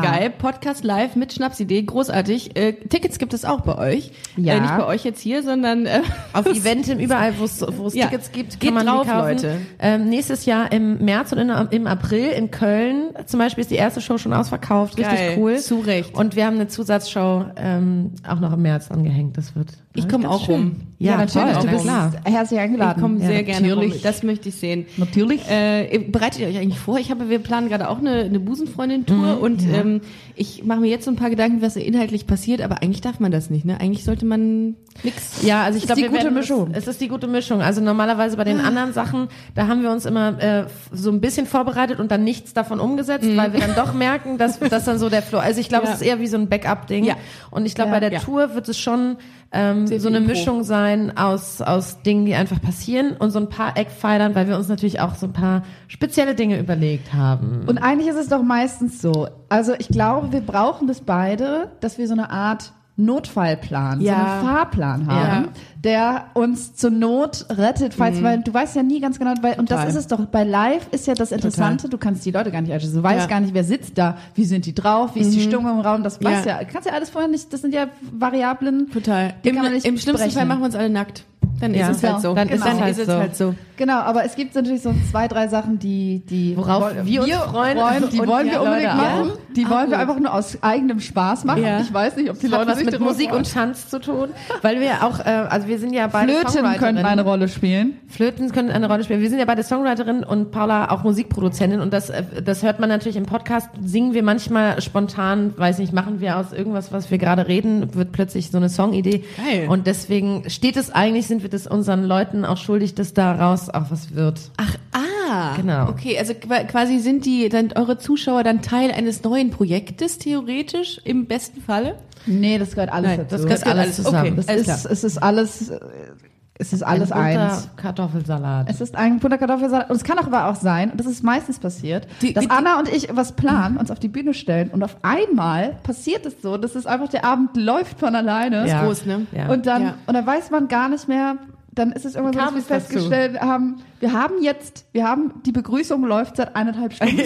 [SPEAKER 1] Voll geil. Podcast live mit Schnapsidee. Großartig. Äh, Tickets gibt es auch bei euch.
[SPEAKER 3] Ja.
[SPEAKER 1] Äh, nicht bei euch jetzt hier, sondern äh,
[SPEAKER 2] Auf Eventen überall, wo es wo es
[SPEAKER 1] Ja.
[SPEAKER 2] Tickets gibt, kann
[SPEAKER 1] Geht
[SPEAKER 2] man
[SPEAKER 1] drauf,
[SPEAKER 2] die kaufen.
[SPEAKER 1] Leute.
[SPEAKER 2] Ähm, nächstes Jahr im März und in, im April in Köln zum Beispiel ist die erste Show schon ausverkauft.
[SPEAKER 1] Geil.
[SPEAKER 2] Richtig cool.
[SPEAKER 1] Zu Recht.
[SPEAKER 2] Und wir haben eine Zusatzshow ähm, auch noch im März angehängt. Das wird.
[SPEAKER 1] ich komme auch rum.
[SPEAKER 2] Ja, natürlich.
[SPEAKER 1] toll,
[SPEAKER 2] du
[SPEAKER 1] auch
[SPEAKER 2] bist
[SPEAKER 1] klar.
[SPEAKER 2] klar.
[SPEAKER 3] herzlich eingeladen.
[SPEAKER 1] Ich komme
[SPEAKER 3] Ja,
[SPEAKER 1] sehr gerne
[SPEAKER 3] natürlich.
[SPEAKER 1] rum. Das möchte ich sehen.
[SPEAKER 3] Natürlich.
[SPEAKER 1] Äh, ihr- bereitet ihr euch eigentlich vor? Ich habe, wir planen gerade auch eine, eine Busenfreundin-Tour und ähm, ich mache mir jetzt so ein paar Gedanken, was inhaltlich passiert, aber eigentlich darf man das nicht, ne? Eigentlich sollte man nix.
[SPEAKER 2] Ja, also ich
[SPEAKER 3] Ist
[SPEAKER 2] glaube,
[SPEAKER 3] die
[SPEAKER 2] wir
[SPEAKER 3] gute
[SPEAKER 2] werden-
[SPEAKER 3] Mischung. Ah.
[SPEAKER 2] Es, es ist die gute Mischung. Also normalerweise bei den anderen Sachen, da haben wir uns immer äh, so ein bisschen vorbereitet und dann nichts davon umgesetzt,
[SPEAKER 3] Mhm.
[SPEAKER 2] weil wir dann doch merken, dass das dann so der Flow. Also ich glaube,
[SPEAKER 1] Ja.
[SPEAKER 2] es ist eher wie so ein Backup-Ding.
[SPEAKER 1] Ja.
[SPEAKER 2] Und ich glaube,
[SPEAKER 3] Ja.
[SPEAKER 2] bei der
[SPEAKER 1] Ja.
[SPEAKER 2] Tour wird es schon ähm,
[SPEAKER 1] Sehr
[SPEAKER 2] so
[SPEAKER 1] viel
[SPEAKER 2] eine
[SPEAKER 1] Impro.
[SPEAKER 2] Mischung sein aus aus Dingen, die einfach passieren und so ein paar Eckpfeilern, weil wir uns natürlich auch so ein paar spezielle Dinge überlegt haben.
[SPEAKER 3] Und eigentlich ist es doch meistens so. Also ich glaube, wir brauchen das beide, dass wir so eine Art Notfallplan,
[SPEAKER 1] Ja.
[SPEAKER 3] so einen Fahrplan haben,
[SPEAKER 1] Ja. Mhm.
[SPEAKER 3] der uns zur Not rettet, falls, weil du weißt ja nie ganz genau, weil, und das
[SPEAKER 1] Total.
[SPEAKER 3] ist es doch, bei Live ist ja das Interessante, du kannst die Leute gar nicht einschätzen, du weißt
[SPEAKER 1] Ja. Mhm.
[SPEAKER 3] gar nicht, wer sitzt da, wie sind die drauf, wie ist die Stimmung im Raum, das weißt ja.
[SPEAKER 1] Ja.
[SPEAKER 3] ja, kannst ja alles vorher nicht, das sind ja Variablen.
[SPEAKER 1] Total.
[SPEAKER 3] Die
[SPEAKER 1] Im,
[SPEAKER 3] kann man nicht
[SPEAKER 1] Im schlimmsten
[SPEAKER 3] berechnen.
[SPEAKER 1] Fall machen wir uns alle nackt. Dann
[SPEAKER 2] Ja.
[SPEAKER 1] ist es halt so.
[SPEAKER 2] Dann ist
[SPEAKER 1] dann
[SPEAKER 2] es halt
[SPEAKER 1] ist es
[SPEAKER 2] so.
[SPEAKER 1] halt so.
[SPEAKER 3] Genau, aber es gibt natürlich so zwei, drei Sachen, die, die
[SPEAKER 2] Worauf
[SPEAKER 3] woll-
[SPEAKER 2] wir uns freuen
[SPEAKER 3] die
[SPEAKER 2] und
[SPEAKER 3] wollen
[SPEAKER 2] die
[SPEAKER 3] wir unbedingt
[SPEAKER 2] Leute
[SPEAKER 3] machen.
[SPEAKER 2] auch.
[SPEAKER 3] Die wollen wir einfach nur aus eigenem Spaß machen.
[SPEAKER 1] Ja.
[SPEAKER 3] Ich weiß nicht, ob die
[SPEAKER 2] Das hat
[SPEAKER 3] Leute
[SPEAKER 2] was
[SPEAKER 3] sich
[SPEAKER 2] mit
[SPEAKER 3] darüber
[SPEAKER 2] Musik
[SPEAKER 3] freuen.
[SPEAKER 2] und Tanz zu tun, weil wir auch, äh, also wir sind ja beide
[SPEAKER 3] Flöten
[SPEAKER 2] Songwriterinnen.
[SPEAKER 3] könnten eine Rolle spielen.
[SPEAKER 2] Flöten können eine Rolle spielen. Wir sind ja beide Songwriterinnen und Paula auch Musikproduzentin und das, äh, das hört man natürlich im Podcast. Singen wir manchmal spontan, weiß nicht, machen wir aus irgendwas, was wir gerade reden, wird plötzlich so eine Songidee.
[SPEAKER 1] Geil.
[SPEAKER 2] Und deswegen steht es eigentlich, sind wir das unseren Leuten auch schuldig, dass daraus auch was wird.
[SPEAKER 1] Ach, ah.
[SPEAKER 2] Genau.
[SPEAKER 1] Okay, also qua- quasi sind die dann eure Zuschauer dann Teil eines neuen Projektes theoretisch im besten Falle?
[SPEAKER 3] Nee, das gehört alles
[SPEAKER 1] Nein,
[SPEAKER 3] dazu.
[SPEAKER 1] das gehört alles zusammen.
[SPEAKER 3] Das
[SPEAKER 1] Okay, alles
[SPEAKER 3] ist, es ist alles, äh, es ist alles
[SPEAKER 2] Ein bunter
[SPEAKER 3] eins.
[SPEAKER 2] Kartoffelsalat.
[SPEAKER 3] Es ist ein bunter Kartoffelsalat. Und es kann auch aber auch sein, und das ist meistens passiert,
[SPEAKER 1] Die-
[SPEAKER 3] dass
[SPEAKER 1] die-
[SPEAKER 3] Anna und ich was planen, uns auf die Bühne stellen und auf einmal passiert es so, dass es einfach der Abend läuft von alleine.
[SPEAKER 1] Ja. groß, ne?
[SPEAKER 2] Ja.
[SPEAKER 3] Und dann,
[SPEAKER 1] Ja.
[SPEAKER 3] und dann weiß man gar nicht mehr, dann ist es irgendwann so,
[SPEAKER 2] Kam
[SPEAKER 3] dass wir
[SPEAKER 2] es dazu?
[SPEAKER 3] festgestellt haben, wir haben jetzt, wir haben, die Begrüßung läuft seit eineinhalb Stunden.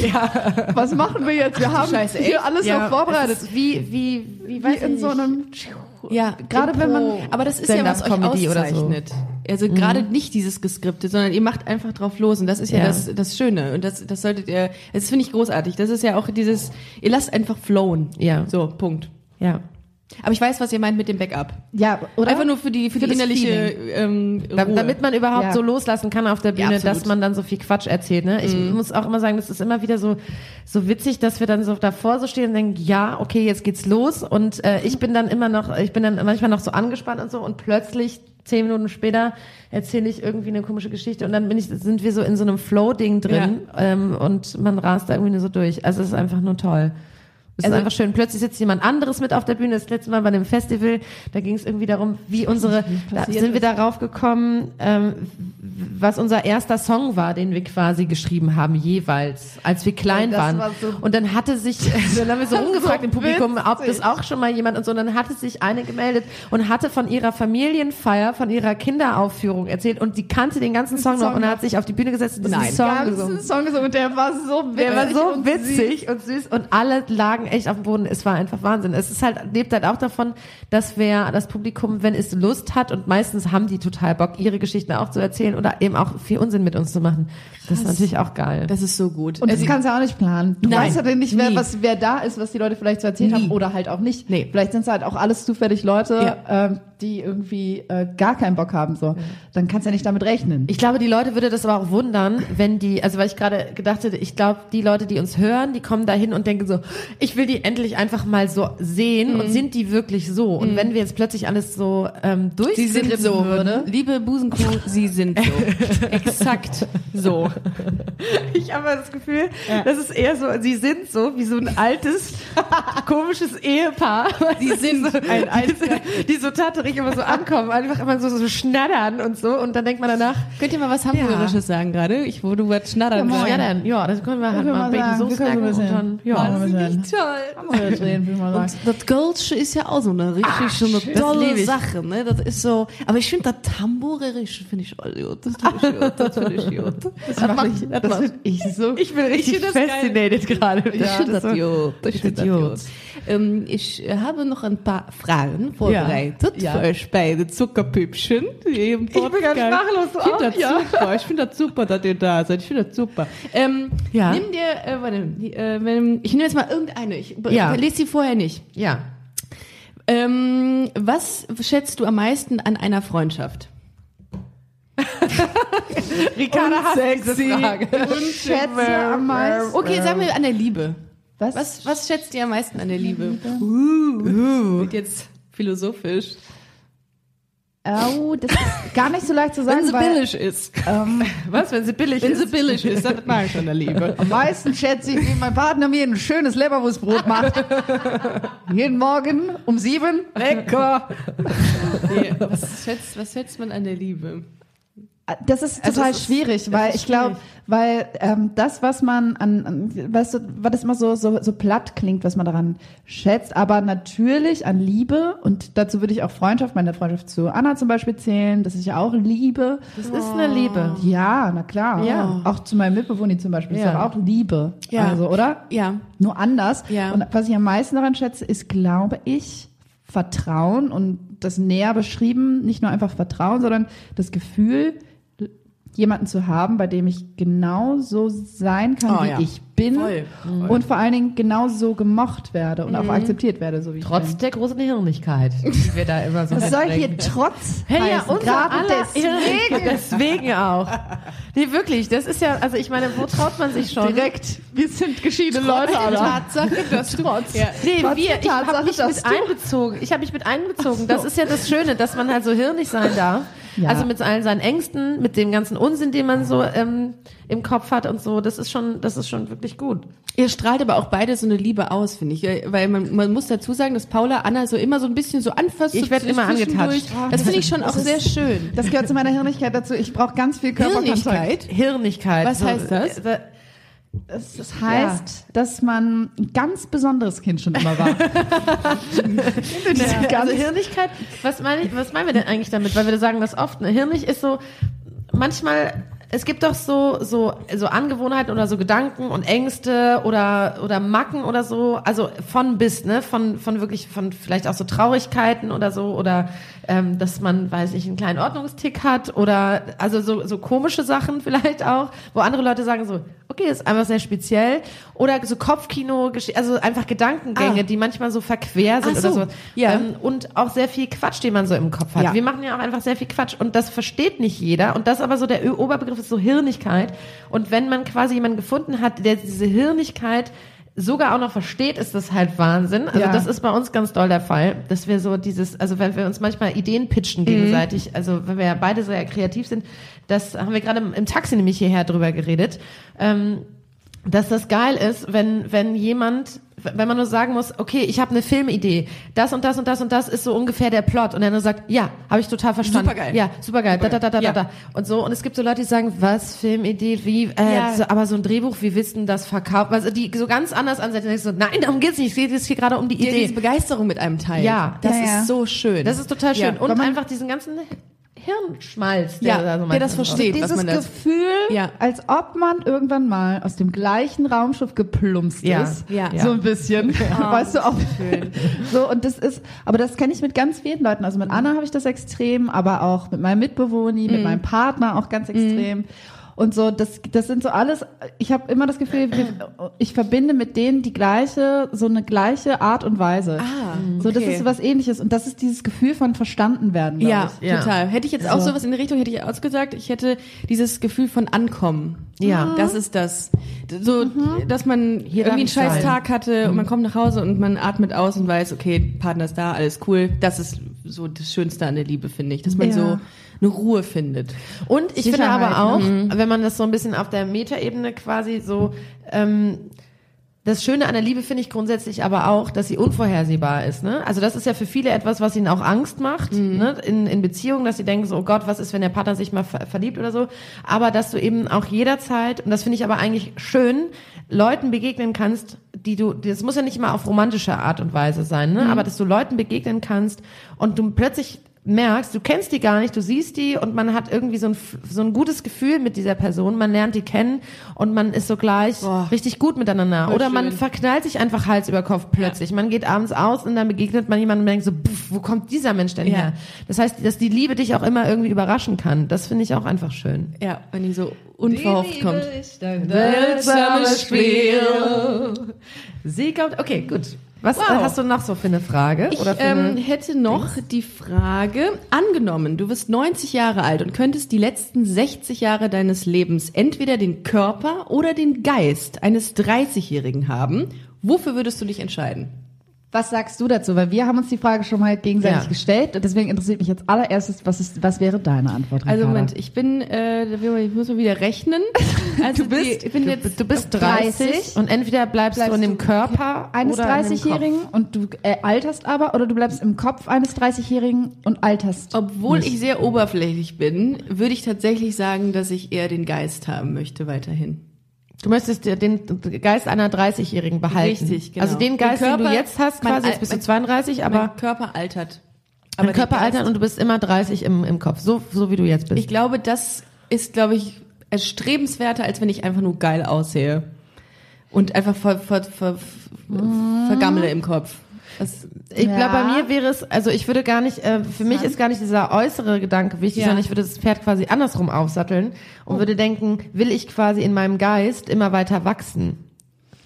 [SPEAKER 3] Was machen wir jetzt? Wir haben
[SPEAKER 1] Scheiße, echt?
[SPEAKER 3] hier alles
[SPEAKER 2] Ja,
[SPEAKER 3] noch vorbereitet.
[SPEAKER 2] es ist Wie, wie, wie,
[SPEAKER 3] Wie
[SPEAKER 2] weiß ich
[SPEAKER 3] in so
[SPEAKER 2] nicht.
[SPEAKER 3] einem,
[SPEAKER 1] Ja,
[SPEAKER 3] gerade wenn man,
[SPEAKER 1] Aber das ist ja, was euch
[SPEAKER 2] Stand-up-Comedy
[SPEAKER 1] auszeichnet.
[SPEAKER 2] oder so.
[SPEAKER 1] Also gerade nicht dieses geskripte, sondern ihr macht einfach drauf los und das ist ja,
[SPEAKER 2] Ja.
[SPEAKER 1] Das, das Schöne und das, das solltet ihr, das finde ich großartig. Das ist ja auch dieses, ihr lasst einfach flowen.
[SPEAKER 2] Ja.
[SPEAKER 1] So, Punkt.
[SPEAKER 2] Ja.
[SPEAKER 1] Aber ich weiß, was ihr meint mit dem Backup.
[SPEAKER 3] ja, oder?
[SPEAKER 1] Einfach nur für die, für, die
[SPEAKER 3] Für das
[SPEAKER 1] innerliche ähm,
[SPEAKER 2] Da,
[SPEAKER 1] Ruhe.
[SPEAKER 2] damit man überhaupt
[SPEAKER 3] Ja.
[SPEAKER 2] so loslassen kann auf der Bühne,
[SPEAKER 1] absolut. Mhm.
[SPEAKER 2] dass man dann so viel Quatsch erzählt. Ne? Ich muss auch immer sagen, das ist immer wieder so so witzig, dass wir dann so davor so stehen und denken, ja, okay, jetzt geht's los. Und
[SPEAKER 1] Mhm.
[SPEAKER 2] äh, ich bin dann immer noch, ich bin dann manchmal noch so angespannt und so und plötzlich zehn Minuten später erzähle ich irgendwie eine komische Geschichte und dann bin ich, sind wir so in so einem Flow-Ding drin ähm, und man rast da irgendwie nur so durch. Also es ist einfach nur toll. Es ist
[SPEAKER 1] Also-
[SPEAKER 2] einfach schön. Plötzlich sitzt jemand anderes mit auf der Bühne. Das letzte Mal bei dem Festival, da ging es irgendwie darum, wie unsere, da sind wir darauf gekommen, ähm, w- was unser erster Song war, den wir quasi geschrieben haben, jeweils, als wir klein
[SPEAKER 3] Das
[SPEAKER 2] waren.
[SPEAKER 3] war so-
[SPEAKER 2] und dann hatte sich, dann haben wir so
[SPEAKER 3] Das ist
[SPEAKER 2] umgefragt
[SPEAKER 3] so
[SPEAKER 2] im Publikum, ob das
[SPEAKER 3] witzig.
[SPEAKER 2] auch schon mal jemand und so. Und dann hatte sich eine gemeldet und hatte von ihrer Familienfeier, von ihrer Kinderaufführung erzählt und die kannte den ganzen Song, noch
[SPEAKER 3] Song
[SPEAKER 2] und
[SPEAKER 3] noch.
[SPEAKER 2] hat sich auf die Bühne gesetzt und diesen
[SPEAKER 1] Nein.
[SPEAKER 2] Song gesungen.
[SPEAKER 3] ganzen Song gesungen. Der war so witzig.
[SPEAKER 2] Der war so
[SPEAKER 3] und
[SPEAKER 2] witzig Äh, und süß und alle lagen echt auf dem Boden. Es war einfach Wahnsinn. Es ist halt, lebt halt auch davon, dass wer das Publikum, wenn es Lust hat und meistens haben die total Bock, ihre Geschichten auch zu erzählen oder eben auch viel Unsinn mit uns zu machen. Das ist natürlich auch geil.
[SPEAKER 1] das ist so gut.
[SPEAKER 3] Und das
[SPEAKER 1] Also-
[SPEAKER 3] kannst du ja auch nicht planen. Du
[SPEAKER 1] Nein,
[SPEAKER 3] weißt ja dann nicht, wer,
[SPEAKER 1] nie.
[SPEAKER 3] was, wer da ist, was die Leute vielleicht zu erzählen haben oder halt auch nicht.
[SPEAKER 1] Nee.
[SPEAKER 3] Vielleicht sind es halt auch alles zufällig Leute,
[SPEAKER 1] Ja.
[SPEAKER 3] ähm, die irgendwie äh, gar keinen Bock haben. So. Dann kannst du ja nicht damit rechnen.
[SPEAKER 2] Ich glaube, die Leute würde das aber auch wundern, wenn die, also weil ich gerade gedacht hätte, ich glaube, die Leute, die uns hören, die kommen da hin und denken so, ich will die endlich einfach mal so sehen und sind die wirklich so? Und wenn wir jetzt plötzlich alles so ähm, durch
[SPEAKER 1] Sie sind so.
[SPEAKER 2] ne?
[SPEAKER 1] Liebe Busencrew, Sie sind so. Exakt so.
[SPEAKER 2] Ich habe das Gefühl, das ist eher so, sie sind so wie so ein altes, komisches Ehepaar.
[SPEAKER 1] Sie sind ein
[SPEAKER 2] Die, so- die so tatterig immer so ankommen, einfach immer so, so schnattern und so. Und dann denkt man danach,
[SPEAKER 1] Könnt ihr mal was Hamburgerisches sagen gerade? Ich wurde was schnattern
[SPEAKER 3] Ja, moin.
[SPEAKER 1] sagen.
[SPEAKER 2] schnattern, ja, das können wir halt
[SPEAKER 3] Können wir
[SPEAKER 2] mal,
[SPEAKER 3] mal
[SPEAKER 2] Baby
[SPEAKER 3] sagen,
[SPEAKER 2] so
[SPEAKER 3] wir
[SPEAKER 2] snacken
[SPEAKER 3] können so ein
[SPEAKER 2] und dann, ja.
[SPEAKER 3] bisschen.
[SPEAKER 1] Das ist toll.
[SPEAKER 3] drehen, will man sagen.
[SPEAKER 1] Das Gölsche ist ja auch so eine richtig
[SPEAKER 2] Ah,
[SPEAKER 1] so eine
[SPEAKER 2] Das lieb
[SPEAKER 1] tolle
[SPEAKER 2] ich.
[SPEAKER 1] Sache, ne? Das ist so, aber ich finde das Hamburgerische finde ich auch gut. Das finde ich gut, das finde ich gut.
[SPEAKER 3] Das, mach ich, das, das find ich so.
[SPEAKER 2] Ich bin richtig
[SPEAKER 1] das geil.
[SPEAKER 2] fascinated gerade.
[SPEAKER 1] Ich finde das
[SPEAKER 2] war-
[SPEAKER 1] gut. Ich
[SPEAKER 2] Ich
[SPEAKER 1] finde
[SPEAKER 2] find
[SPEAKER 1] das
[SPEAKER 2] das
[SPEAKER 1] gut. Ähm, ich äh, habe noch ein paar Fragen vorbereitet
[SPEAKER 3] Ja.
[SPEAKER 1] für euch beide Zuckerpüppchen. Ich bin
[SPEAKER 2] ganz sprachlos, du
[SPEAKER 1] Ich finde
[SPEAKER 2] auch,
[SPEAKER 1] das
[SPEAKER 2] ja.
[SPEAKER 1] super. Ich finde das super, dass ihr da seid. Ich finde das super. Ähm,
[SPEAKER 2] Ja.
[SPEAKER 1] Nimm dir, äh, warte, die, äh, wenn, ich nehme jetzt mal irgendeine. Ich be-
[SPEAKER 2] Ja.
[SPEAKER 1] lese sie vorher nicht.
[SPEAKER 2] Ja.
[SPEAKER 1] Ähm, was schätzt du am meisten an einer Freundschaft?
[SPEAKER 2] Ricarda hat diese Frage.
[SPEAKER 3] Ich schätze am meisten.
[SPEAKER 1] Okay, sagen wir an der Liebe.
[SPEAKER 3] Was?
[SPEAKER 1] Was, was schätzt ihr am meisten an der Liebe?
[SPEAKER 3] Liebe?
[SPEAKER 1] Uh, wird jetzt philosophisch.
[SPEAKER 3] Oh, das ist gar nicht so leicht zu sagen, weil
[SPEAKER 1] ist.
[SPEAKER 3] ähm,
[SPEAKER 2] Was, wenn sie billig
[SPEAKER 1] Wenn
[SPEAKER 2] ist?
[SPEAKER 1] sie billig ist, dann mag ich schon der Liebe.
[SPEAKER 3] am meisten schätze ich, wie mein Partner mir ein schönes Leberwurstbrot macht. Jeden Morgen um sieben. Lecker.
[SPEAKER 1] Nee, was, schätzt, was schätzt man an der Liebe?
[SPEAKER 3] Das ist
[SPEAKER 1] Also
[SPEAKER 3] total
[SPEAKER 1] es ist-
[SPEAKER 3] schwierig, weil
[SPEAKER 1] ist
[SPEAKER 3] ich glaube, weil ähm, das, was man an, an weißt du, weil das immer so, so so platt klingt, was man daran schätzt, aber natürlich an Liebe und dazu würde ich auch Freundschaft, meine Freundschaft zu Anna zum Beispiel zählen, das ist ja auch Liebe.
[SPEAKER 2] Das ist eine Liebe.
[SPEAKER 3] Ja, na klar.
[SPEAKER 2] Ja.
[SPEAKER 3] Auch zu meinem Mitbewohner zum Beispiel, ist
[SPEAKER 2] Ja.
[SPEAKER 3] aber auch Liebe.
[SPEAKER 1] Ja.
[SPEAKER 3] Also, oder?
[SPEAKER 1] Ja.
[SPEAKER 3] Nur anders.
[SPEAKER 1] Ja.
[SPEAKER 3] Und was ich am meisten daran schätze, ist, glaube ich, Vertrauen und das näher beschrieben, nicht nur einfach Vertrauen, sondern das Gefühl, jemanden zu haben, bei dem ich genau so sein kann,
[SPEAKER 2] Ah,
[SPEAKER 1] Oh,
[SPEAKER 3] wie
[SPEAKER 1] ja.
[SPEAKER 3] ich bin
[SPEAKER 1] Voll.
[SPEAKER 3] und vor allen Dingen genau so gemocht werde und
[SPEAKER 2] Mhm.
[SPEAKER 3] auch akzeptiert werde, so wie ich
[SPEAKER 2] Trotz
[SPEAKER 3] bin.
[SPEAKER 2] der großen Hirnigkeit, die wir da immer so
[SPEAKER 3] Was soll hier
[SPEAKER 2] mitbringen.
[SPEAKER 3] trotz
[SPEAKER 2] Hey, ja,
[SPEAKER 3] heißen?
[SPEAKER 2] unser
[SPEAKER 3] Gerade
[SPEAKER 2] aller deswegen. deswegen auch. Nee, wirklich, das ist ja, also ich meine, wo traut man sich schon?
[SPEAKER 3] Direkt, wir sind geschiedene
[SPEAKER 1] Trotz
[SPEAKER 3] Leute,
[SPEAKER 1] der
[SPEAKER 3] Anna.
[SPEAKER 1] Tatsache, dass du... Ja.
[SPEAKER 2] Nee,
[SPEAKER 3] Trotz
[SPEAKER 2] wir,
[SPEAKER 3] der
[SPEAKER 2] ich habe
[SPEAKER 3] Tatsache,
[SPEAKER 2] mich
[SPEAKER 3] dass
[SPEAKER 2] mit
[SPEAKER 3] du-
[SPEAKER 2] einbezogen. Ich habe mich mit einbezogen. Das ist ja das Schöne, dass man halt so hirnig sein darf.
[SPEAKER 3] Ja.
[SPEAKER 2] Also mit allen seinen Ängsten, mit dem ganzen Unsinn, den man so ähm, im Kopf hat und so. Das ist schon, das ist schon wirklich gut.
[SPEAKER 1] Ihr strahlt aber auch beide so eine Liebe aus, finde ich. äh, Weil man, man muss dazu sagen, dass Paula Anna so immer so ein bisschen so anfasst.
[SPEAKER 2] Ich
[SPEAKER 1] so
[SPEAKER 2] werd immer
[SPEAKER 1] zwischendurch.
[SPEAKER 3] Ah,
[SPEAKER 2] angetatscht.
[SPEAKER 1] Das finde ich schon auch sehr schön.
[SPEAKER 3] Das gehört zu meiner Hirnigkeit dazu. Ich brauche ganz viel Körperkontakt.
[SPEAKER 1] Hirnigkeit.
[SPEAKER 2] Hirnigkeit.
[SPEAKER 1] Was
[SPEAKER 2] so,
[SPEAKER 1] heißt das?
[SPEAKER 2] äh,
[SPEAKER 3] Das, das heißt, dass man ein ganz besonderes Kind schon immer war.
[SPEAKER 2] Ja. Also Hirnigkeit, was meine ich, was meinen wir denn eigentlich damit? Weil wir sagen das oft, ne? Hirnig ist so, manchmal, es gibt doch so, so, so Angewohnheiten oder so Gedanken und Ängste oder, oder Macken oder so, also von bis, ne, von, von wirklich, von vielleicht auch so Traurigkeiten oder so oder, ähm, dass man, weiß ich, einen kleinen Ordnungstick hat oder, also so, so komische Sachen vielleicht auch, wo andere Leute sagen so, okay, ist einfach sehr speziell oder so Kopfkino, also einfach Gedankengänge,
[SPEAKER 1] Ah.
[SPEAKER 2] die manchmal so verquer sind
[SPEAKER 1] Ach
[SPEAKER 2] oder
[SPEAKER 1] so,
[SPEAKER 2] so.
[SPEAKER 1] ja.
[SPEAKER 2] Ähm, und auch sehr viel Quatsch, den man so im Kopf hat.
[SPEAKER 1] Ja.
[SPEAKER 2] Wir machen ja auch einfach sehr viel Quatsch und das versteht nicht jeder und das aber so der Ö- Oberbegriff ist so Hirnigkeit und wenn man quasi jemanden gefunden hat, der diese Hirnigkeit sogar auch noch versteht, ist das halt Wahnsinn. Also
[SPEAKER 3] Ja.
[SPEAKER 2] das ist bei uns ganz doll der Fall, dass wir so dieses, also wenn wir uns manchmal Ideen pitchen gegenseitig, also wenn wir ja beide sehr kreativ sind, das haben wir gerade im, im Taxi nämlich hierher drüber geredet, ähm, dass das geil ist, wenn, wenn jemand, wenn man nur sagen muss, okay, ich habe eine Filmidee, das und das und das und das ist so ungefähr der Plot und er nur sagt, ja, habe ich total verstanden.
[SPEAKER 1] Supergeil.
[SPEAKER 2] Ja, supergeil. Da, da, da, da,
[SPEAKER 1] Ja.
[SPEAKER 2] da, da. Und so, und es gibt so Leute, die sagen, was, Filmidee, wie, äh,
[SPEAKER 1] Ja.
[SPEAKER 2] so, aber so ein Drehbuch, wie willst du denn das verkaufen? Also die so ganz anders ansetzen, die so, nein, darum geht's nicht, es geht jetzt hier gerade um die
[SPEAKER 1] Dir
[SPEAKER 2] Idee.
[SPEAKER 1] diese Begeisterung mit einem Teil.
[SPEAKER 2] Ja.
[SPEAKER 1] Das
[SPEAKER 3] Ja, ja.
[SPEAKER 1] ist so schön.
[SPEAKER 2] Das ist total schön.
[SPEAKER 1] Ja.
[SPEAKER 2] und
[SPEAKER 3] Wenn man-
[SPEAKER 2] einfach diesen ganzen Hirnschmalz,
[SPEAKER 1] ja,
[SPEAKER 2] da
[SPEAKER 1] der
[SPEAKER 2] so meistens
[SPEAKER 1] das
[SPEAKER 2] drauf-
[SPEAKER 1] versteht, was
[SPEAKER 3] Dieses
[SPEAKER 1] man da
[SPEAKER 3] Gefühl,
[SPEAKER 1] Ja.
[SPEAKER 3] als ob man irgendwann mal aus dem gleichen Raumschiff geplumpst
[SPEAKER 2] Ja.
[SPEAKER 3] ist.
[SPEAKER 1] Ja.
[SPEAKER 3] So ein bisschen. weißt du auch. So, und das ist, aber das kenne ich mit ganz vielen Leuten. Also mit Anna habe ich das extrem, aber auch mit meinem Mitbewohner,
[SPEAKER 1] Mhm.
[SPEAKER 3] mit meinem Partner auch ganz extrem. Und so, das, das sind so alles, ich habe immer das Gefühl, wir- ich verbinde mit denen die gleiche, so eine gleiche Art und Weise.
[SPEAKER 1] Ah,
[SPEAKER 3] So, das
[SPEAKER 1] okay.
[SPEAKER 3] ist so was ähnliches. Und das ist dieses Gefühl von verstanden werden. glaub
[SPEAKER 1] Ja,
[SPEAKER 3] ich.
[SPEAKER 2] Ja.
[SPEAKER 1] total. Hätte ich jetzt auch
[SPEAKER 3] So.
[SPEAKER 1] sowas in die Richtung, hätte ich auch gesagt, ich hätte dieses Gefühl von Ankommen. Ah.
[SPEAKER 2] Ja. Mhm.
[SPEAKER 1] Das ist das. D- So, dass man
[SPEAKER 2] Hier
[SPEAKER 1] irgendwie einen
[SPEAKER 2] darf ich
[SPEAKER 1] scheiß
[SPEAKER 2] sein. Mhm.
[SPEAKER 1] Tag hatte und man kommt nach Hause und man atmet aus und weiß, okay, Partner ist da, alles cool. Das ist so das Schönste an der Liebe, finde ich, dass man
[SPEAKER 3] Ja.
[SPEAKER 1] so eine Ruhe findet.
[SPEAKER 2] Und ich finde
[SPEAKER 3] Sicherheit, mhm.
[SPEAKER 2] aber auch, wenn man das so ein bisschen auf der Metaebene quasi so, ähm, das Schöne an der Liebe finde ich grundsätzlich aber auch, dass sie unvorhersehbar ist. Ne? Also das ist ja für viele etwas, was ihnen auch Angst macht ne? in, in Beziehungen, dass sie denken so, oh Gott, was ist, wenn der Partner sich mal ver verliebt oder so. Aber dass du eben auch jederzeit, und das finde ich aber eigentlich schön, Leuten begegnen kannst, die du, das muss ja nicht immer auf romantische Art und Weise sein, ne? aber dass du Leuten begegnen kannst und du plötzlich merkst, du kennst die gar nicht, du siehst die und man hat irgendwie so ein, f- so ein gutes Gefühl mit dieser Person, man lernt die kennen und man ist so gleich
[SPEAKER 1] Boah.
[SPEAKER 2] richtig gut miteinander.
[SPEAKER 1] Voll
[SPEAKER 2] Oder man
[SPEAKER 1] schön.
[SPEAKER 2] verknallt sich einfach Hals über Kopf plötzlich. Man geht abends aus und dann begegnet man jemandem und denkt so, pff, wo kommt dieser Mensch denn
[SPEAKER 1] Ja.
[SPEAKER 2] her? Das heißt, dass die Liebe dich auch immer irgendwie überraschen kann. Das finde ich auch einfach schön.
[SPEAKER 1] Ja, wenn die so unverhofft kommt.
[SPEAKER 2] Seltsames Spiel. Sie kommt, okay, gut. Was
[SPEAKER 1] Wow.
[SPEAKER 2] äh, hast du noch so für eine Frage?
[SPEAKER 1] Ich
[SPEAKER 2] Oder für
[SPEAKER 1] ähm,
[SPEAKER 2] eine,
[SPEAKER 1] hätte noch die Frage, angenommen, du wirst 90 Jahre alt und könntest die letzten 60 Jahre deines Lebens entweder den Körper oder den Geist eines 30-Jährigen haben. Wofür würdest du dich entscheiden?
[SPEAKER 3] Was sagst du dazu? Weil wir haben uns die Frage schon mal gegenseitig
[SPEAKER 2] Ja.
[SPEAKER 3] gestellt. Und deswegen interessiert mich jetzt allererstes, was, ist, was wäre deine Antwort?
[SPEAKER 1] Also
[SPEAKER 3] Ricarda?
[SPEAKER 1] Moment, ich bin, äh, da will man- ich muss mal wieder rechnen. Also
[SPEAKER 2] Du bist,
[SPEAKER 1] die, ich bin
[SPEAKER 2] du,
[SPEAKER 1] jetzt,
[SPEAKER 2] du bist
[SPEAKER 3] 30.
[SPEAKER 2] 30, und entweder bleibst,
[SPEAKER 3] Bleibst
[SPEAKER 2] du in dem
[SPEAKER 3] du-
[SPEAKER 2] Körper
[SPEAKER 3] eines
[SPEAKER 2] oder in dem Kopf.
[SPEAKER 3] 30-Jährigen und du äh, alterst aber oder du bleibst im Kopf eines 30-Jährigen und alterst.
[SPEAKER 1] obwohl ich sehr oberflächlich bin, würde ich tatsächlich sagen, dass ich eher den Geist haben möchte weiterhin.
[SPEAKER 2] Du möchtest dir den Geist einer 30-Jährigen behalten.
[SPEAKER 1] Richtig, genau.
[SPEAKER 2] Also den
[SPEAKER 1] Der
[SPEAKER 2] Geist, den
[SPEAKER 1] Körper-
[SPEAKER 2] du jetzt hast,
[SPEAKER 1] mein
[SPEAKER 2] quasi,
[SPEAKER 1] Al-
[SPEAKER 2] jetzt bist du
[SPEAKER 1] mein-
[SPEAKER 2] 32,
[SPEAKER 1] Aber
[SPEAKER 2] aber
[SPEAKER 1] mein Körper altert.
[SPEAKER 2] im
[SPEAKER 1] der
[SPEAKER 2] Körper
[SPEAKER 1] Geist-
[SPEAKER 2] altern und du bist immer 30 im, im Kopf, so, so wie du jetzt bist.
[SPEAKER 1] Ich glaube, das ist, glaube ich, erstrebenswerter, als wenn ich einfach nur geil aussehe. Und einfach ver, ver, ver, vergammle im Kopf. Das,
[SPEAKER 2] Ich
[SPEAKER 3] Ja.
[SPEAKER 2] glaube, bei mir wäre es, also ich würde gar nicht, äh, für mich ist gar nicht dieser äußere Gedanke wichtig,
[SPEAKER 1] Ja.
[SPEAKER 2] sondern ich würde das Pferd quasi andersrum aufsatteln und würde denken, will ich quasi in meinem Geist immer weiter wachsen?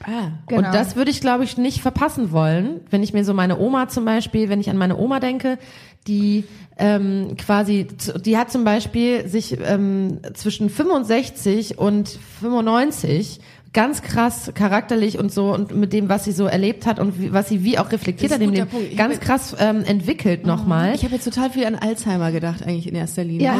[SPEAKER 1] ah.
[SPEAKER 3] Genau.
[SPEAKER 2] Und das würde ich, glaube ich, nicht verpassen wollen, wenn ich mir so meine Oma zum Beispiel, wenn ich an meine Oma denke, die ähm, quasi, zu- die hat zum Beispiel sich ähm, zwischen 65 und 95 ganz krass charakterlich und so und mit dem, was sie so erlebt hat und wie, was sie wie auch reflektiert
[SPEAKER 1] Das
[SPEAKER 2] hat,
[SPEAKER 1] ist ein
[SPEAKER 2] dem
[SPEAKER 1] guter
[SPEAKER 2] Leben,
[SPEAKER 1] Punkt. Ich Mhm.
[SPEAKER 2] ganz
[SPEAKER 1] hab-
[SPEAKER 2] krass ähm, entwickelt nochmal.
[SPEAKER 1] Ich habe jetzt total viel an Alzheimer gedacht, eigentlich in erster Linie.
[SPEAKER 3] ja,
[SPEAKER 2] Ah,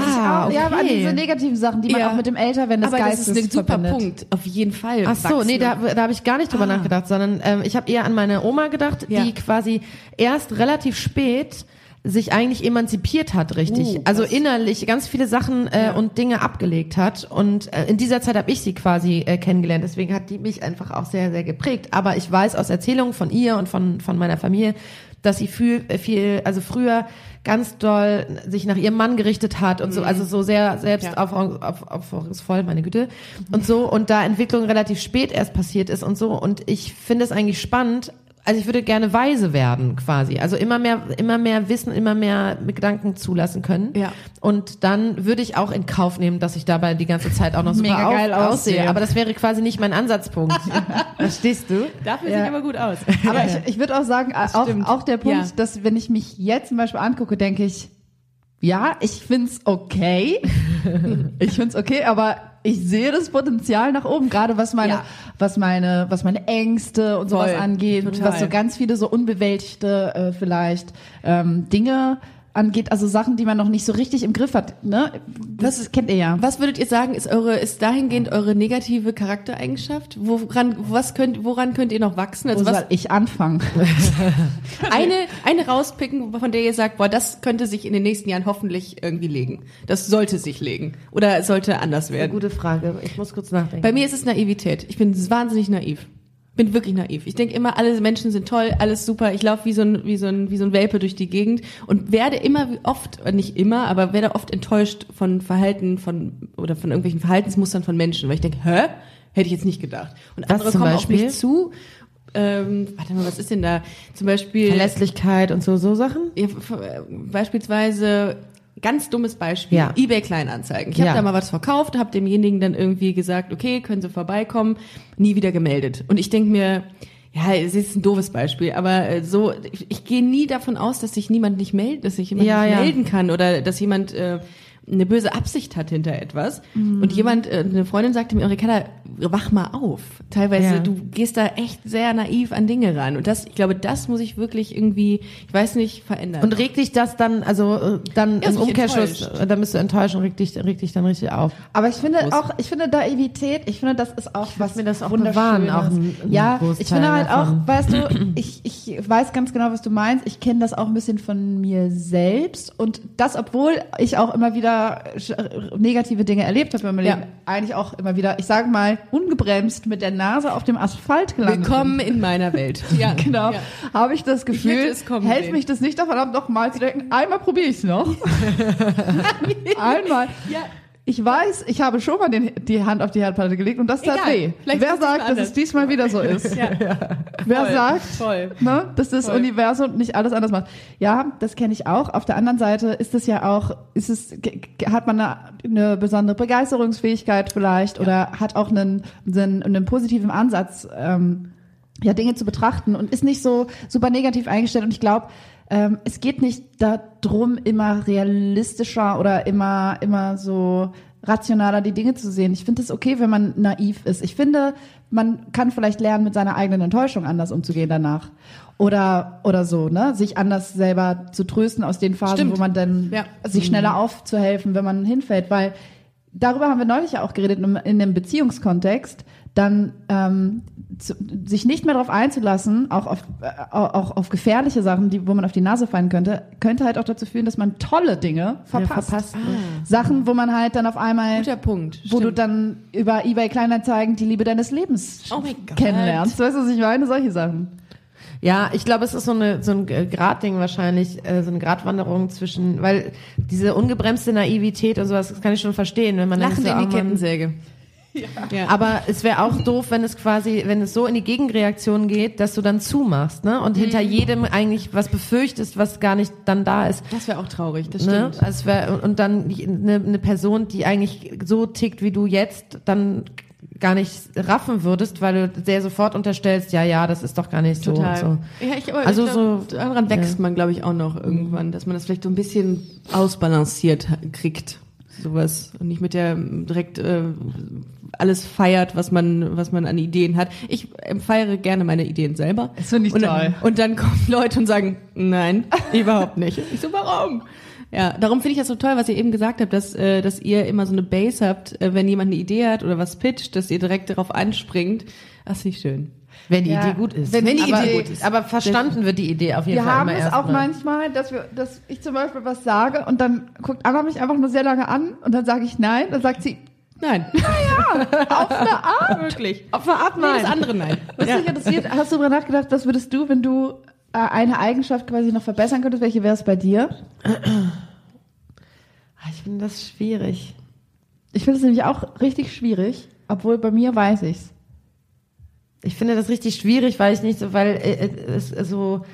[SPEAKER 3] ich auch. ja, aber an
[SPEAKER 2] okay.
[SPEAKER 3] diese negativen Sachen, die man
[SPEAKER 1] Ja.
[SPEAKER 3] auch mit dem Älterwerden des
[SPEAKER 1] aber das
[SPEAKER 3] Geistes
[SPEAKER 1] ist ein super
[SPEAKER 3] verbindet.
[SPEAKER 1] Punkt, auf jeden Fall.
[SPEAKER 2] Ach so,
[SPEAKER 1] Wachsen.
[SPEAKER 2] nee, da, da habe ich gar nicht drüber nachgedacht, sondern ähm, ich habe eher an meine Oma gedacht,
[SPEAKER 1] Ah. Ja.
[SPEAKER 2] die quasi erst relativ spät sich eigentlich emanzipiert hat, richtig.
[SPEAKER 1] Uh,
[SPEAKER 2] also innerlich ganz viele Sachen äh, und Dinge abgelegt hat. Und äh, in dieser Zeit habe ich sie quasi äh, kennengelernt. Deswegen hat die mich einfach auch sehr, sehr geprägt. Aber ich weiß aus Erzählungen von ihr und von, von meiner Familie, dass sie viel, äh, viel, also früher ganz doll sich nach ihrem Mann gerichtet hat und so, also so sehr selbst
[SPEAKER 1] Ja.
[SPEAKER 2] auf, auf, aufforderungsvoll, meine Güte. Und so, und da Entwicklung relativ spät erst passiert ist und so. Und ich finde es eigentlich spannend. Also ich würde gerne weise werden, quasi. Also immer mehr, immer mehr Wissen, immer mehr Gedanken zulassen können.
[SPEAKER 1] Ja.
[SPEAKER 2] Und dann würde ich auch in Kauf nehmen, dass ich dabei die ganze Zeit auch noch super
[SPEAKER 3] Mega
[SPEAKER 2] auf,
[SPEAKER 3] geil aussehe.
[SPEAKER 2] aussehe. Aber das wäre quasi nicht mein Ansatzpunkt. Verstehst du?
[SPEAKER 1] Dafür
[SPEAKER 3] Ja.
[SPEAKER 1] sieht aber gut aus.
[SPEAKER 3] Aber ich, ich würde auch sagen, äh, auch,
[SPEAKER 1] stimmt.
[SPEAKER 3] auch der Punkt,
[SPEAKER 1] Ja.
[SPEAKER 3] dass wenn ich mich jetzt zum Beispiel angucke, denke ich, ja, ich find's okay. ich find's okay, aber ich sehe das Potenzial nach oben, gerade was meine,
[SPEAKER 1] Ja.
[SPEAKER 3] was meine, was meine Ängste und sowas
[SPEAKER 1] Voll,
[SPEAKER 3] angeht,
[SPEAKER 1] total.
[SPEAKER 3] was so ganz viele so unbewältigte äh, vielleicht ähm, Dinge angeht, also Sachen, die man noch nicht so richtig im Griff hat. Ne? Das kennt ihr ja.
[SPEAKER 1] Was würdet ihr sagen, ist eure, ist dahingehend eure negative Charaktereigenschaft? Woran, was könnt, woran könnt ihr noch wachsen?
[SPEAKER 3] Wo
[SPEAKER 1] Also was,
[SPEAKER 3] soll ich anfangen?
[SPEAKER 1] eine, eine rauspicken, von der ihr sagt, boah, das könnte sich in den nächsten Jahren hoffentlich irgendwie legen. Das sollte sich legen. Oder es sollte anders werden.
[SPEAKER 2] Gute Frage. Ich muss kurz nachdenken.
[SPEAKER 1] Bei mir ist es Naivität. Ich bin wahnsinnig naiv. Bin wirklich naiv. Ich denke immer, alle Menschen sind toll, alles super. Ich laufe wie so ein wie so ein wie so ein Welpe durch die Gegend und werde immer wie oft äh, nicht immer, aber werde oft enttäuscht von Verhalten von oder von irgendwelchen Verhaltensmustern von Menschen, weil ich denke, hä, hätte ich jetzt nicht gedacht. Und
[SPEAKER 2] Was
[SPEAKER 1] andere
[SPEAKER 2] zum
[SPEAKER 1] kommen auf
[SPEAKER 2] Beispiel?
[SPEAKER 1] mich zu. Ähm, warte mal, was ist denn da? Zum Beispiel
[SPEAKER 2] Verlässlichkeit und so, so Sachen?
[SPEAKER 1] ja, f- äh, beispielsweise ganz dummes Beispiel
[SPEAKER 2] Ja.
[SPEAKER 1] eBay Kleinanzeigen. Ich habe
[SPEAKER 2] Ja.
[SPEAKER 1] da mal was verkauft, habe demjenigen dann irgendwie gesagt, okay, können Sie vorbeikommen, nie wieder gemeldet. Und ich denke mir, ja, es ist ein doofes Beispiel, aber äh, so ich, ich gehe nie davon aus, dass sich niemand nicht meldet, dass sich jemand
[SPEAKER 2] Ja,
[SPEAKER 1] nicht
[SPEAKER 2] ja.
[SPEAKER 1] melden kann oder dass jemand äh, eine böse Absicht hat hinter etwas.
[SPEAKER 2] Mhm.
[SPEAKER 1] Und jemand, äh, eine Freundin sagte mir, Ricarda, wach mal auf. Teilweise,
[SPEAKER 2] Ja.
[SPEAKER 1] du gehst da echt sehr naiv an Dinge ran. Und das, ich glaube, das muss ich wirklich irgendwie, ich weiß nicht, verändern.
[SPEAKER 2] Und regt dich das dann, also äh, dann
[SPEAKER 1] Ja,
[SPEAKER 2] im
[SPEAKER 1] so ich
[SPEAKER 2] Umkehrschluss,
[SPEAKER 1] enttäuscht.
[SPEAKER 2] äh, dann bist du enttäuscht und regt dich, regt dich dann richtig auf.
[SPEAKER 3] Aber ich finde auch, ich finde Naivität, ich finde, das ist auch was
[SPEAKER 2] mir das auch
[SPEAKER 3] Wunderschönes.
[SPEAKER 2] bewahren, auch ein- ein
[SPEAKER 3] ja,
[SPEAKER 2] Großteil
[SPEAKER 3] ich finde halt
[SPEAKER 2] davon.
[SPEAKER 3] auch, weißt du, ich, ich weiß ganz genau, was du meinst. Ich kenne das auch ein bisschen von mir selbst und das, obwohl ich auch immer wieder sch- negative Dinge erlebt habe in meinem
[SPEAKER 1] Ja.
[SPEAKER 3] Leben, eigentlich auch immer wieder, ich sage mal, ungebremst mit der Nase auf dem Asphalt gelandet
[SPEAKER 1] Willkommen in meiner Welt. Ja,
[SPEAKER 3] bin. Genau,
[SPEAKER 1] Ja.
[SPEAKER 3] habe ich das Gefühl,
[SPEAKER 1] hätte es kommen
[SPEAKER 3] hält
[SPEAKER 1] sehen.
[SPEAKER 3] mich das nicht davon ab, noch mal zu denken, einmal probiere ich es noch. einmal.
[SPEAKER 1] Ja.
[SPEAKER 3] Ich weiß, ich habe schon mal den, die Hand auf die Herdplatte gelegt und das tat
[SPEAKER 1] Egal,
[SPEAKER 3] weh.
[SPEAKER 1] vielleicht
[SPEAKER 3] Wer
[SPEAKER 1] ist es mal
[SPEAKER 3] sagt, dass
[SPEAKER 1] anders.
[SPEAKER 3] es diesmal wieder so ist?
[SPEAKER 1] Ja.
[SPEAKER 3] Wer sagt,
[SPEAKER 1] Voll.
[SPEAKER 3] ne, dass das
[SPEAKER 1] Voll.
[SPEAKER 3] Universum nicht alles anders macht? Ja, das kenne ich auch. Auf der anderen Seite ist es ja auch, ist es, ge- ge- hat man eine, eine besondere Begeisterungsfähigkeit vielleicht oder hat auch einen, einen, einen positiven Ansatz. Ähm, ja, Dinge zu betrachten und ist nicht so super negativ eingestellt. Und ich glaube, ähm, es geht nicht darum, immer realistischer oder immer, immer so rationaler die Dinge zu sehen. Ich finde es okay, wenn man naiv ist. Ich finde, man kann vielleicht lernen, mit seiner eigenen Enttäuschung anders umzugehen danach. Oder, oder so, ne? Sich anders selber zu trösten aus den Phasen,
[SPEAKER 1] Stimmt.
[SPEAKER 3] wo man dann
[SPEAKER 1] Ja. Mhm.
[SPEAKER 3] sich schneller aufzuhelfen, wenn man hinfällt. Weil darüber haben wir neulich ja auch geredet, in einem Beziehungskontext, dann ähm, zu, sich nicht mehr darauf einzulassen, auch auf, äh, auch auf gefährliche Sachen, die, wo man auf die Nase fallen könnte, könnte halt auch dazu führen, dass man tolle Dinge verpasst.
[SPEAKER 2] verpasst.
[SPEAKER 3] Sachen, wo man halt dann auf einmal,
[SPEAKER 1] Guter Punkt.
[SPEAKER 3] wo du
[SPEAKER 1] Stimmt.
[SPEAKER 3] dann über eBay Kleinanzeigen die Liebe deines Lebens
[SPEAKER 1] Oh mein Gott.
[SPEAKER 3] kennenlernst. Weißt du, was ich meine? Solche Sachen.
[SPEAKER 2] Ja, ich glaube, es ist so, eine, so ein äh, Gradding wahrscheinlich, äh, so eine Gratwanderung zwischen, weil diese ungebremste Naivität und sowas, das kann ich schon verstehen, wenn man dann
[SPEAKER 1] Lachend
[SPEAKER 2] so,
[SPEAKER 1] in die
[SPEAKER 2] ah, Mann.
[SPEAKER 1] Kettensäge. Ja.
[SPEAKER 2] Aber es wäre auch doof, wenn es quasi, wenn es so in die Gegenreaktion geht, dass du dann zumachst, ne? Und hinter jedem eigentlich was befürchtest, was gar nicht dann da ist.
[SPEAKER 1] Das wäre auch traurig, das
[SPEAKER 2] Ne?
[SPEAKER 1] stimmt.
[SPEAKER 2] Also es wär, und dann eine, eine Person, die eigentlich so tickt wie du jetzt, dann gar nicht raffen würdest, weil du sehr sofort unterstellst, ja, ja, das ist doch gar nicht
[SPEAKER 1] Total.
[SPEAKER 2] so. und so.
[SPEAKER 1] Ja, ich, aber
[SPEAKER 2] Also
[SPEAKER 1] ich glaub,
[SPEAKER 2] so-
[SPEAKER 1] daran wächst
[SPEAKER 2] ja.
[SPEAKER 1] man, glaube ich, auch noch irgendwann, dass man das vielleicht so ein bisschen ausbalanciert ha- kriegt, sowas. Und nicht mit der ähm, direkt äh, alles feiert, was man, was man an Ideen hat. Ich ähm, feiere gerne meine Ideen selber.
[SPEAKER 3] Das finde ich
[SPEAKER 1] und,
[SPEAKER 3] toll.
[SPEAKER 1] Und dann kommen Leute und sagen, nein, überhaupt nicht. Ich so, warum? Ja, darum finde ich das so toll, was ihr eben gesagt habt, dass, äh, dass ihr immer so eine Base habt, äh, wenn jemand eine Idee hat oder was pitcht, dass ihr direkt darauf anspringt. Das ist nicht schön.
[SPEAKER 2] Wenn die
[SPEAKER 3] Ja.
[SPEAKER 2] Idee gut ist.
[SPEAKER 3] Wenn die
[SPEAKER 2] aber,
[SPEAKER 3] Idee gut
[SPEAKER 2] ist. Aber verstanden wird die Idee auf jeden
[SPEAKER 3] Wir
[SPEAKER 2] Fall.
[SPEAKER 3] haben
[SPEAKER 2] immer
[SPEAKER 3] es
[SPEAKER 2] erst
[SPEAKER 3] auch
[SPEAKER 2] mal.
[SPEAKER 3] manchmal, dass wir, dass ich zum Beispiel was sage und dann guckt Anna mich einfach nur sehr lange an und dann sage ich nein, dann sagt sie
[SPEAKER 1] Nein.
[SPEAKER 3] auf eine Art.
[SPEAKER 1] Wirklich.
[SPEAKER 2] Auf eine Art
[SPEAKER 1] Nein.
[SPEAKER 2] nein.
[SPEAKER 1] Das andere nein.
[SPEAKER 3] Was mich interessiert, hast du darüber nachgedacht, was würdest du, wenn du äh, eine Eigenschaft quasi noch verbessern könntest, welche wäre es bei dir?
[SPEAKER 2] Ah, Ich finde das schwierig.
[SPEAKER 3] Ich finde es nämlich auch richtig schwierig, obwohl bei mir weiß ich's.
[SPEAKER 2] Ich finde das richtig schwierig, weil ich nicht so, weil äh, äh, es äh, so.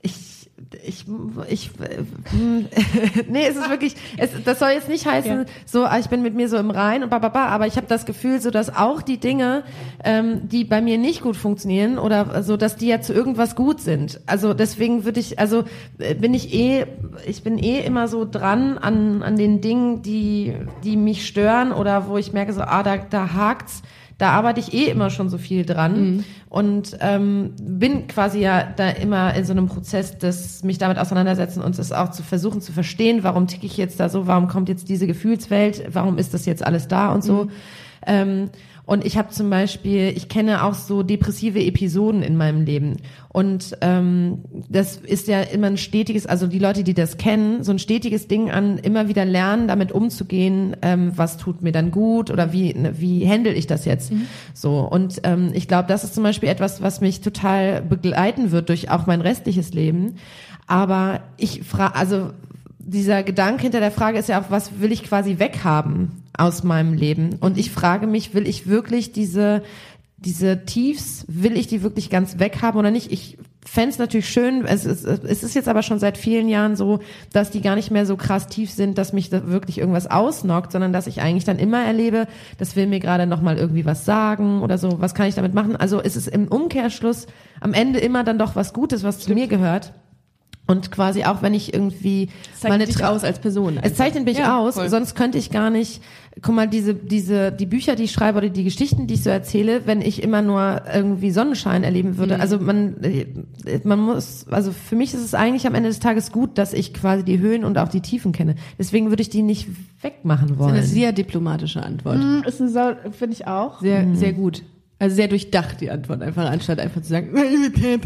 [SPEAKER 2] Ich, ich, ich, äh, hm. nee, es ist wirklich, es, das soll jetzt nicht heißen, so, ah, ich bin mit mir so im Rein und bababa, aber ich habe das Gefühl, so dass auch die Dinge, ähm, die bei mir nicht gut funktionieren oder so, dass die ja zu irgendwas gut sind. Also deswegen würde ich, also äh, bin ich eh, ich bin eh immer so dran an, an den Dingen, die, die mich stören oder wo ich merke, so, ah, da, da hakt's. Da arbeite ich eh immer schon so viel dran und ähm, bin quasi ja da immer in so einem Prozess, dass mich damit auseinandersetzen und es auch zu versuchen zu verstehen, warum ticke ich jetzt da so, warum kommt jetzt diese Gefühlswelt, warum ist das jetzt alles da und so. Ähm, und ich habe zum Beispiel, ich kenne auch so depressive Episoden in meinem Leben. Und ähm, das ist ja immer ein stetiges, also die Leute, die das kennen, so ein stetiges Ding an immer wieder lernen, damit umzugehen, ähm, was tut mir dann gut oder wie, ne, wie handle ich das jetzt? So. Und ähm, ich glaube, das ist zum Beispiel etwas, was mich total begleiten wird durch auch mein restliches Leben. Aber ich frage, also dieser Gedanke hinter der Frage ist ja auch, was will ich quasi weghaben aus meinem Leben? Und ich frage mich, will ich wirklich diese, diese Tiefs, will ich die wirklich ganz weghaben oder nicht? Ich fänd's natürlich schön, es ist, es ist jetzt aber schon seit vielen Jahren so, dass die gar nicht mehr so krass tief sind, dass mich da wirklich irgendwas ausnockt, sondern dass ich eigentlich dann immer erlebe, das will mir gerade nochmal irgendwie was sagen oder so, was kann ich damit machen? Also ist es im Umkehrschluss am Ende immer dann doch was Gutes, was zu mir gehört. Und quasi auch, wenn ich irgendwie
[SPEAKER 1] Meine
[SPEAKER 2] meine
[SPEAKER 1] dich
[SPEAKER 2] Trau-
[SPEAKER 1] aus als Person.
[SPEAKER 2] es zeichnet mich
[SPEAKER 1] Ja,
[SPEAKER 2] aus,
[SPEAKER 1] voll.
[SPEAKER 2] sonst könnte ich gar nicht, guck mal, diese, diese, die Bücher, die ich schreibe oder die Geschichten, die ich so erzähle, wenn ich immer nur irgendwie Sonnenschein erleben würde. Also man, äh, man muss, also für mich ist es eigentlich am Ende des Tages gut, dass ich quasi die Höhen und auch die Tiefen kenne. Deswegen würde ich die nicht wegmachen
[SPEAKER 1] Eine
[SPEAKER 2] wollen.
[SPEAKER 1] sehr diplomatische Antwort.
[SPEAKER 3] Hm, Ist eine Sau, finde ich auch.
[SPEAKER 1] Sehr, sehr gut. Also sehr durchdacht die Antwort einfach, anstatt einfach zu sagen, Naivität.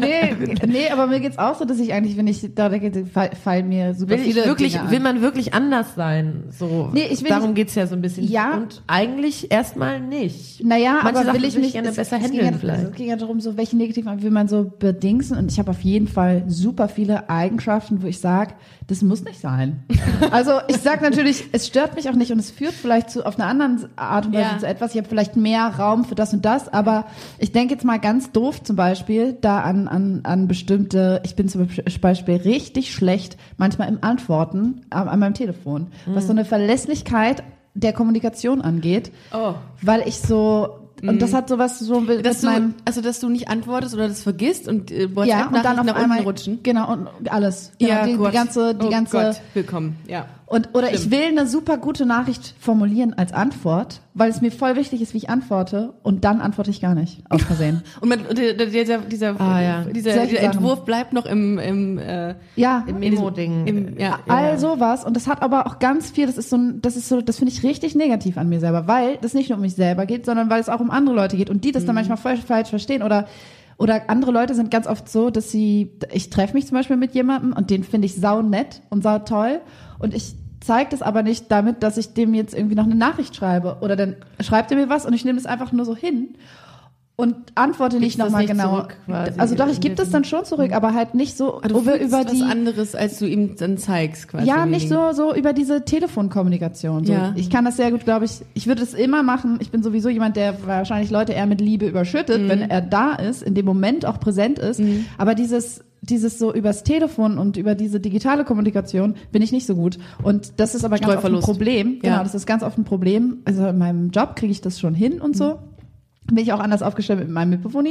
[SPEAKER 3] nee, nee, aber mir geht's auch so, dass ich eigentlich, wenn ich da denke, fall- fallen mir super
[SPEAKER 2] Will ich
[SPEAKER 3] viele
[SPEAKER 2] wirklich,
[SPEAKER 3] Dinge an.
[SPEAKER 2] will man wirklich anders sein? So,
[SPEAKER 3] Nee, ich will
[SPEAKER 2] darum
[SPEAKER 3] nicht-
[SPEAKER 2] geht's ja so ein bisschen.
[SPEAKER 3] Ja.
[SPEAKER 2] Und eigentlich erstmal nicht.
[SPEAKER 3] Naja,
[SPEAKER 2] Manche
[SPEAKER 3] aber
[SPEAKER 2] Sachen
[SPEAKER 3] will ich
[SPEAKER 2] würde ich
[SPEAKER 3] mich
[SPEAKER 2] gerne besser
[SPEAKER 3] ging
[SPEAKER 2] handeln
[SPEAKER 3] ja,
[SPEAKER 2] vielleicht.
[SPEAKER 3] Es ging ja darum, so welche Negativen will man so bedingsen. Und ich habe auf jeden Fall super viele Eigenschaften, wo ich sage, das muss nicht sein. also ich sage natürlich, es stört mich auch nicht und es führt vielleicht zu auf eine andere Art und Weise
[SPEAKER 1] Ja.
[SPEAKER 3] zu etwas. Ich habe vielleicht mehr Raum für das und das, aber ich denke jetzt mal ganz doof zum Beispiel da an, an, an bestimmte, ich bin zum Beispiel richtig schlecht manchmal im Antworten an, an meinem Telefon,
[SPEAKER 2] Mhm.
[SPEAKER 3] was so eine Verlässlichkeit der Kommunikation angeht
[SPEAKER 1] Oh.
[SPEAKER 3] weil ich so Und das hat sowas so mit
[SPEAKER 1] Mhm. Dass
[SPEAKER 3] mit
[SPEAKER 1] du,
[SPEAKER 3] meinem...
[SPEAKER 1] also, dass du nicht antwortest oder das vergisst und äh, WhatsApp
[SPEAKER 3] Ja, und dann auf
[SPEAKER 1] nach unten
[SPEAKER 3] einmal
[SPEAKER 1] rutschen.
[SPEAKER 3] Genau, und alles. Genau, die, die ganze, die
[SPEAKER 1] oh
[SPEAKER 3] ganze
[SPEAKER 1] Gott, willkommen, ja.
[SPEAKER 3] Und, oder ich
[SPEAKER 1] Stimmt.
[SPEAKER 3] will eine super gute Nachricht formulieren als Antwort, weil es mir voll wichtig ist, wie ich antworte. Und dann antworte ich gar nicht. Aus Versehen.
[SPEAKER 1] Und man, und der- der- dieser, dieser,
[SPEAKER 2] Ah, ja.
[SPEAKER 1] dieser,
[SPEAKER 3] Solche
[SPEAKER 1] dieser
[SPEAKER 3] Sachen.
[SPEAKER 1] Entwurf bleibt noch im, im, äh,
[SPEAKER 3] ja.
[SPEAKER 1] im
[SPEAKER 2] Memo- Ding.
[SPEAKER 1] Im, ja.
[SPEAKER 3] All sowas. Und das hat aber auch ganz viel, das ist so ein, das ist so, das finde ich richtig negativ an mir selber, weil das nicht nur um mich selber geht, sondern weil es auch um andere Leute geht und die das dann manchmal voll falsch verstehen oder, oder andere Leute sind ganz oft so, dass sie, ich treffe mich zum Beispiel mit jemandem und den finde ich sau nett und sau toll und ich zeige das aber nicht damit, dass ich dem jetzt irgendwie noch eine Nachricht schreibe oder dann schreibt er mir was und ich nehme es einfach nur so hin und antworte
[SPEAKER 2] Gibst
[SPEAKER 3] nicht
[SPEAKER 2] das
[SPEAKER 3] nochmal
[SPEAKER 2] nicht
[SPEAKER 3] genau.
[SPEAKER 2] zurück quasi.
[SPEAKER 3] also doch, ich gebe das dann schon zurück, aber halt nicht so
[SPEAKER 1] Aber Ah, du
[SPEAKER 3] über,
[SPEAKER 1] fühlst
[SPEAKER 3] über
[SPEAKER 1] was
[SPEAKER 3] die
[SPEAKER 1] anderes, als du ihm dann zeigst, quasi.
[SPEAKER 3] ja, nicht so, so über diese Telefonkommunikation. So.
[SPEAKER 1] Ja.
[SPEAKER 3] Ich kann das sehr gut, glaube ich. Ich würde es immer machen. Ich bin sowieso jemand, der wahrscheinlich Leute eher mit Liebe überschüttet,
[SPEAKER 1] Mhm.
[SPEAKER 3] wenn er da ist, in dem Moment auch präsent ist. Aber dieses, dieses so übers Telefon und über diese digitale Kommunikation bin ich nicht so gut. Und das ist aber ganz oft ein
[SPEAKER 1] Streuverlust.
[SPEAKER 3] Problem.
[SPEAKER 1] Ja.
[SPEAKER 3] Genau, das ist ganz oft ein Problem. Also in meinem Job kriege ich das schon hin und so
[SPEAKER 1] Mhm.
[SPEAKER 3] bin ich auch anders aufgestellt mit meinem Mitbewohner.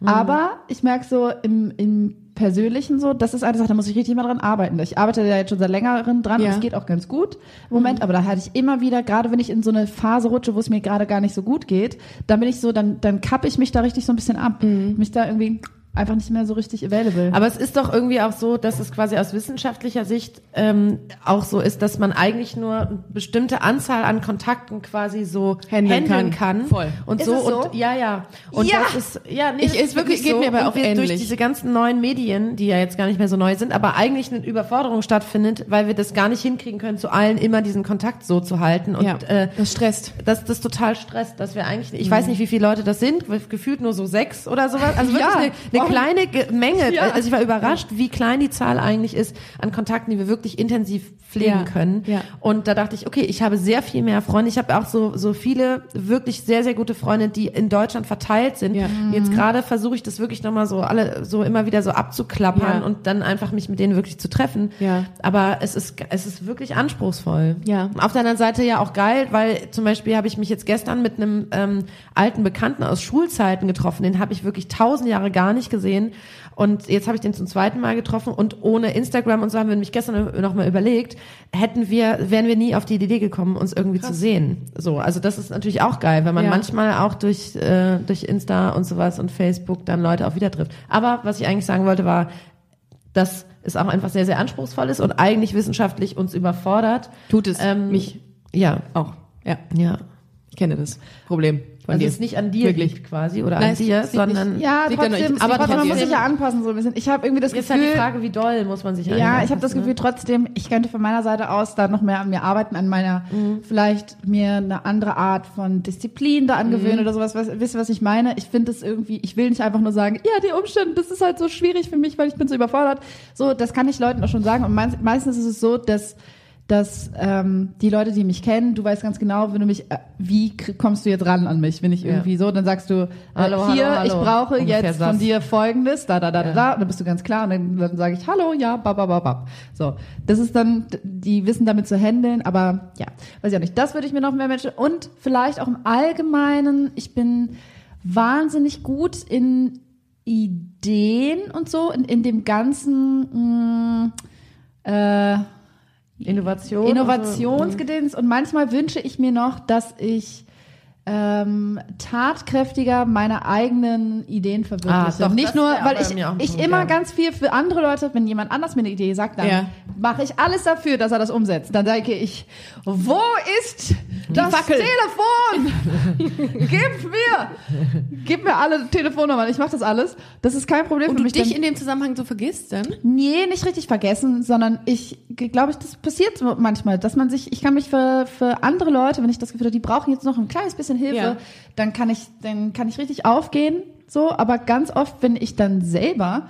[SPEAKER 2] Mhm.
[SPEAKER 3] Aber ich merke so im, im Persönlichen so, das ist eine Sache, da muss ich richtig mal dran arbeiten. Ich arbeite da jetzt schon seit längerem dran
[SPEAKER 1] Ja.
[SPEAKER 3] und es geht auch ganz gut
[SPEAKER 2] Mhm.
[SPEAKER 3] im Moment, aber da hatte ich immer wieder, gerade wenn ich in so eine Phase rutsche, wo es mir gerade gar nicht so gut geht, dann bin ich so, dann, dann kappe ich mich da richtig so ein bisschen ab. Mich da irgendwie einfach nicht mehr so richtig available.
[SPEAKER 2] Mhm. Aber es ist doch irgendwie auch so, dass es quasi aus wissenschaftlicher Sicht ähm, auch so ist, dass man eigentlich nur eine bestimmte Anzahl an Kontakten quasi so
[SPEAKER 1] Handeln
[SPEAKER 2] handeln,
[SPEAKER 1] kann.
[SPEAKER 2] kann.
[SPEAKER 1] Voll.
[SPEAKER 2] Und
[SPEAKER 3] Ist
[SPEAKER 2] so,
[SPEAKER 3] es so?
[SPEAKER 2] und ja, ja. Und
[SPEAKER 1] Ja.
[SPEAKER 2] das ist ja nee,
[SPEAKER 1] Ich-
[SPEAKER 2] das
[SPEAKER 1] es wirklich- geht mir aber
[SPEAKER 2] und
[SPEAKER 1] auch
[SPEAKER 2] wir
[SPEAKER 1] ähnlich.
[SPEAKER 2] durch diese ganzen neuen Medien, die ja jetzt gar nicht mehr so neu sind, aber eigentlich eine Überforderung stattfindet, weil wir das gar nicht hinkriegen können, zu allen immer diesen Kontakt so zu halten und
[SPEAKER 1] ja.
[SPEAKER 2] äh,
[SPEAKER 1] das stresst.
[SPEAKER 2] dass das total stresst, dass wir eigentlich, ich
[SPEAKER 1] Mhm.
[SPEAKER 2] weiß nicht, wie viele Leute das sind, gefühlt nur so sechs oder sowas. Also wirklich
[SPEAKER 3] Ja.
[SPEAKER 2] eine, eine
[SPEAKER 3] Oh.
[SPEAKER 2] kleine Ge- Menge.
[SPEAKER 3] Ja.
[SPEAKER 2] Also ich war überrascht, wie klein die Zahl eigentlich ist an Kontakten, die wir wirklich intensiv pflegen
[SPEAKER 1] Ja.
[SPEAKER 2] können.
[SPEAKER 1] Ja.
[SPEAKER 2] Und da dachte ich, okay, ich habe sehr viel mehr Freunde. Ich habe auch so, so viele wirklich sehr, sehr gute Freunde, die in Deutschland verteilt sind.
[SPEAKER 1] Ja. Mhm.
[SPEAKER 2] Und Jetzt gerade versuche ich das wirklich nochmal so alle, so immer wieder so abzuklappern
[SPEAKER 1] Ja.
[SPEAKER 2] und dann einfach mich mit denen wirklich zu treffen.
[SPEAKER 1] Ja.
[SPEAKER 2] Aber es ist, es ist wirklich anspruchsvoll.
[SPEAKER 1] Ja.
[SPEAKER 2] Auf der anderen Seite ja auch geil, weil zum Beispiel habe ich mich jetzt gestern mit einem ähm, alten Bekannten aus Schulzeiten getroffen. Den habe ich wirklich tausend Jahre gar nicht gesehen. Und jetzt habe ich den zum zweiten Mal getroffen und ohne Instagram und so haben wir nämlich gestern nochmal überlegt, hätten wir, wären wir nie auf die Idee gekommen, uns irgendwie zu sehen. So, also das ist natürlich auch geil, wenn man
[SPEAKER 1] Ja.
[SPEAKER 2] manchmal auch durch, äh, durch Insta und sowas und Facebook dann Leute auch wieder trifft. Aber was ich eigentlich sagen wollte war, dass es auch einfach sehr, sehr anspruchsvoll ist und eigentlich wissenschaftlich uns überfordert.
[SPEAKER 1] Tut es.
[SPEAKER 2] Ähm,
[SPEAKER 1] Mich
[SPEAKER 2] Ja,
[SPEAKER 1] auch. Ja,
[SPEAKER 2] ja.
[SPEAKER 1] ich kenne das Problem von
[SPEAKER 2] Also
[SPEAKER 1] dir.
[SPEAKER 2] es nicht an dir
[SPEAKER 1] Wirklich.
[SPEAKER 2] liegt quasi oder
[SPEAKER 1] Nein,
[SPEAKER 2] an
[SPEAKER 1] es
[SPEAKER 2] dir,
[SPEAKER 1] liegt nicht-
[SPEAKER 2] sondern
[SPEAKER 3] ja,
[SPEAKER 1] Liegt ja noch-
[SPEAKER 3] trotzdem,
[SPEAKER 1] aber
[SPEAKER 3] aber trotzdem, man
[SPEAKER 1] trotzdem-
[SPEAKER 3] muss sich ja anpassen so ein bisschen. Ich habe irgendwie das
[SPEAKER 2] jetzt ist halt
[SPEAKER 3] Gefühl,
[SPEAKER 2] die Frage, wie doll muss man sich
[SPEAKER 3] Ja, ich
[SPEAKER 2] eigentlich
[SPEAKER 3] habe das
[SPEAKER 2] anpassen, ne?
[SPEAKER 3] Gefühl trotzdem, ich könnte von meiner Seite aus da noch mehr an mir arbeiten, an meiner, vielleicht mir eine andere Art von Disziplin da angewöhnen oder sowas. Was, wisst ihr, was ich meine? Ich finde es irgendwie, ich will nicht einfach nur sagen, ja, die Umstände, das ist halt so schwierig für mich, weil ich bin so überfordert. So, das kann ich Leuten auch schon sagen. Und meins- meistens ist es so, dass dass ähm, die Leute, die mich kennen, du weißt ganz genau, wenn du mich, äh, wie k- kommst du jetzt ran an mich, wenn ich
[SPEAKER 2] Ja.
[SPEAKER 3] irgendwie so, dann sagst du, äh,
[SPEAKER 2] Hallo,
[SPEAKER 3] hier,
[SPEAKER 2] hallo,
[SPEAKER 3] ich
[SPEAKER 2] hallo.
[SPEAKER 3] brauche
[SPEAKER 2] Ungefähr
[SPEAKER 3] jetzt von
[SPEAKER 2] das.
[SPEAKER 3] dir dir folgendes, da, da, da, da,
[SPEAKER 2] Ja.
[SPEAKER 3] da, und dann bist du ganz klar und dann, dann sage ich, hallo, ja, bab, bab, bab, bab. So, das ist dann, die wissen damit zu handeln, aber ja, weiß ich auch nicht. Das würde ich mir noch mehr Menschen und vielleicht auch im Allgemeinen, ich bin wahnsinnig gut in Ideen und so, in, in dem ganzen, mm, mh, äh,
[SPEAKER 2] Innovation.
[SPEAKER 3] Innovationsgedöns und manchmal wünsche ich mir noch, dass ich ähm, tatkräftiger meine eigenen Ideen verwirkliche.
[SPEAKER 2] Ah, doch,
[SPEAKER 3] Nicht
[SPEAKER 2] das
[SPEAKER 3] nur,
[SPEAKER 2] wär
[SPEAKER 3] weil
[SPEAKER 2] bei
[SPEAKER 3] ich,
[SPEAKER 2] mir auch ein
[SPEAKER 3] ich
[SPEAKER 2] Punkt,
[SPEAKER 3] immer
[SPEAKER 2] ja.
[SPEAKER 3] ganz viel für andere Leute, wenn jemand anders mir eine Idee sagt, dann
[SPEAKER 1] Ja.
[SPEAKER 3] mache ich alles dafür, dass er das umsetzt. Dann denke ich, wo ist das
[SPEAKER 1] Fackel.
[SPEAKER 3] Telefon? gib mir, gib mir alle Telefonnummern. Ich mache das alles. Das ist kein Problem
[SPEAKER 1] und
[SPEAKER 3] für
[SPEAKER 1] du
[SPEAKER 3] mich.
[SPEAKER 1] dich
[SPEAKER 3] denn-
[SPEAKER 1] in dem Zusammenhang so vergisst dann?
[SPEAKER 3] Nee, nicht richtig vergessen, sondern ich glaube, ich, das passiert so manchmal, dass man sich, ich kann mich für, für andere Leute, wenn ich das Gefühl habe, die brauchen jetzt noch ein kleines bisschen Hilfe,
[SPEAKER 1] Ja.
[SPEAKER 3] dann kann ich, dann kann ich richtig aufgehen, so, aber ganz oft, wenn ich dann selber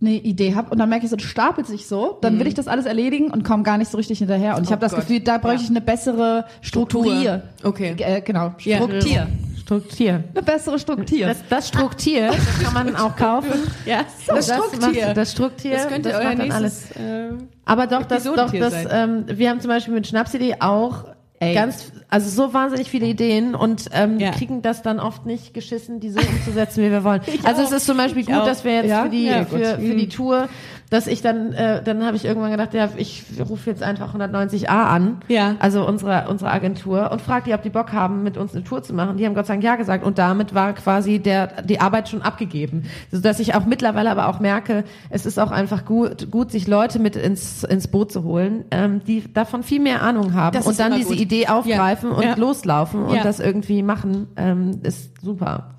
[SPEAKER 3] eine Idee habe und dann merke ich, so, das stapelt sich so, dann will ich das alles erledigen und komme gar nicht so richtig hinterher. Und
[SPEAKER 1] Mhm.
[SPEAKER 3] ich
[SPEAKER 1] Oh
[SPEAKER 3] habe das
[SPEAKER 1] Gott.
[SPEAKER 3] Gefühl, da bräuchte
[SPEAKER 1] Ja.
[SPEAKER 3] ich eine bessere Struktur.
[SPEAKER 1] Struktur. Okay.
[SPEAKER 3] Äh, genau,
[SPEAKER 1] Ja.
[SPEAKER 3] Struktur.
[SPEAKER 2] Struktur.
[SPEAKER 3] Eine bessere Struktur.
[SPEAKER 2] Das, das Struktur das kann man auch kaufen.
[SPEAKER 1] Ja,
[SPEAKER 2] Das macht- Das Struktur.
[SPEAKER 1] Das könnte
[SPEAKER 2] macht
[SPEAKER 1] euer
[SPEAKER 2] dann alles.
[SPEAKER 1] nächstes... Äh,
[SPEAKER 2] Aber doch, das, doch,
[SPEAKER 1] Episodentier
[SPEAKER 2] das,
[SPEAKER 1] sein.
[SPEAKER 2] ähm, wir haben zum Beispiel mit Schnapsidee auch
[SPEAKER 3] Ey.
[SPEAKER 2] Ganz, also so wahnsinnig viele Ideen und ähm,
[SPEAKER 1] Ja.
[SPEAKER 2] kriegen das dann oft nicht geschissen, die so umzusetzen, wie wir wollen. also es ist zum Beispiel gut,
[SPEAKER 1] auch.
[SPEAKER 2] dass wir jetzt
[SPEAKER 3] Ja?
[SPEAKER 2] für, die,
[SPEAKER 3] Ja,
[SPEAKER 2] für,
[SPEAKER 3] gut.
[SPEAKER 2] für die Tour, dass ich dann, äh, dann habe ich irgendwann gedacht, ja, ich rufe jetzt einfach 190a an,
[SPEAKER 1] Ja.
[SPEAKER 2] also unsere, unsere Agentur, und frage die, ob die Bock haben, mit uns eine Tour zu machen. Die haben Gott sei Dank ja gesagt und damit war quasi der, die Arbeit schon abgegeben. Sodass ich auch mittlerweile aber auch merke, es ist auch einfach gut, gut sich Leute mit ins, ins Boot zu holen, ähm, die davon viel mehr Ahnung haben
[SPEAKER 1] Das ist
[SPEAKER 2] und dann
[SPEAKER 1] immer
[SPEAKER 2] diese
[SPEAKER 1] gut.
[SPEAKER 2] Idee aufgreifen
[SPEAKER 1] Ja.
[SPEAKER 2] und
[SPEAKER 1] Ja.
[SPEAKER 2] loslaufen und
[SPEAKER 1] Ja.
[SPEAKER 2] das irgendwie machen, ähm, ist super.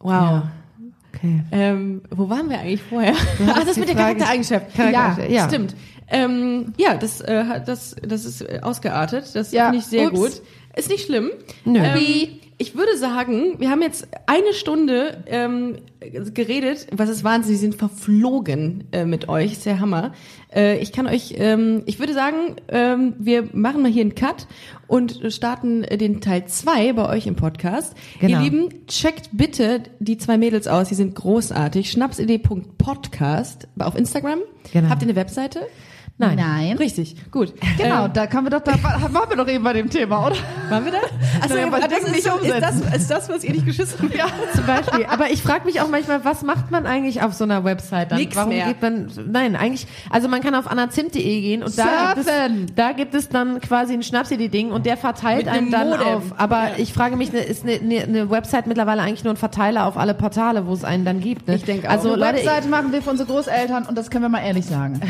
[SPEAKER 1] Wow.
[SPEAKER 2] Okay.
[SPEAKER 1] Ähm, wo waren wir eigentlich vorher?
[SPEAKER 2] hattest
[SPEAKER 1] Ach, das
[SPEAKER 2] die
[SPEAKER 1] mit der
[SPEAKER 2] Frage-
[SPEAKER 1] Charaktereigenschaft.
[SPEAKER 2] Charakter-
[SPEAKER 1] ja,
[SPEAKER 2] ja.
[SPEAKER 1] stimmt. Ähm, ja, das, äh, hat- das, das ist äh, ausgeartet. Das
[SPEAKER 3] Ja.
[SPEAKER 1] finde ich sehr
[SPEAKER 3] Ups.
[SPEAKER 1] gut. Ist nicht schlimm.
[SPEAKER 2] Nö.
[SPEAKER 1] Ähm, ich würde sagen, wir haben jetzt eine Stunde ähm, geredet. Was ist Wahnsinn? Sie sind verflogen äh, mit euch. Ist der Hammer. Äh, ich kann euch, ähm, ich würde sagen, ähm, wir machen mal hier einen Cut und starten äh, den Teil zwei bei euch im Podcast.
[SPEAKER 2] Genau.
[SPEAKER 1] Ihr Lieben, Checkt bitte die zwei Mädels aus, die sind großartig. Schnapsidee.podcast auf Instagram.
[SPEAKER 2] Genau.
[SPEAKER 1] Habt ihr eine Webseite?
[SPEAKER 2] Nein.
[SPEAKER 3] Nein.
[SPEAKER 1] Richtig, gut.
[SPEAKER 3] Genau,
[SPEAKER 1] Ähm,
[SPEAKER 3] da können wir doch, da war- waren wir doch eben bei dem Thema, oder?
[SPEAKER 1] waren wir da? Also,
[SPEAKER 3] Naja, aber
[SPEAKER 1] das
[SPEAKER 3] denken
[SPEAKER 1] ist,
[SPEAKER 3] nicht
[SPEAKER 1] so- ist,
[SPEAKER 3] umsetzen.
[SPEAKER 1] das, ist das, was ihr nicht geschissen habt? Ja.
[SPEAKER 2] Zum Beispiel. Aber ich frage mich auch manchmal, was macht man eigentlich auf so einer Website dann?
[SPEAKER 1] Nix
[SPEAKER 2] Warum
[SPEAKER 1] mehr.
[SPEAKER 2] geht man? Nein, eigentlich. Also man kann auf anazimt.de gehen und da gibt,
[SPEAKER 3] Surfen.
[SPEAKER 2] es, da gibt es dann quasi ein Schnapsidee-Ding und der verteilt
[SPEAKER 1] Mit
[SPEAKER 2] einen
[SPEAKER 1] einem
[SPEAKER 2] dann
[SPEAKER 1] Modem.
[SPEAKER 2] auf. Aber ich frage mich, ne, ist eine ne, ne Website mittlerweile eigentlich nur ein Verteiler auf alle Portale, wo es einen dann gibt? Ne?
[SPEAKER 1] Ich denk auch.
[SPEAKER 2] Also
[SPEAKER 3] Eine
[SPEAKER 2] Leute,
[SPEAKER 3] Webseite machen wir für unsere Großeltern und das können wir mal ehrlich sagen.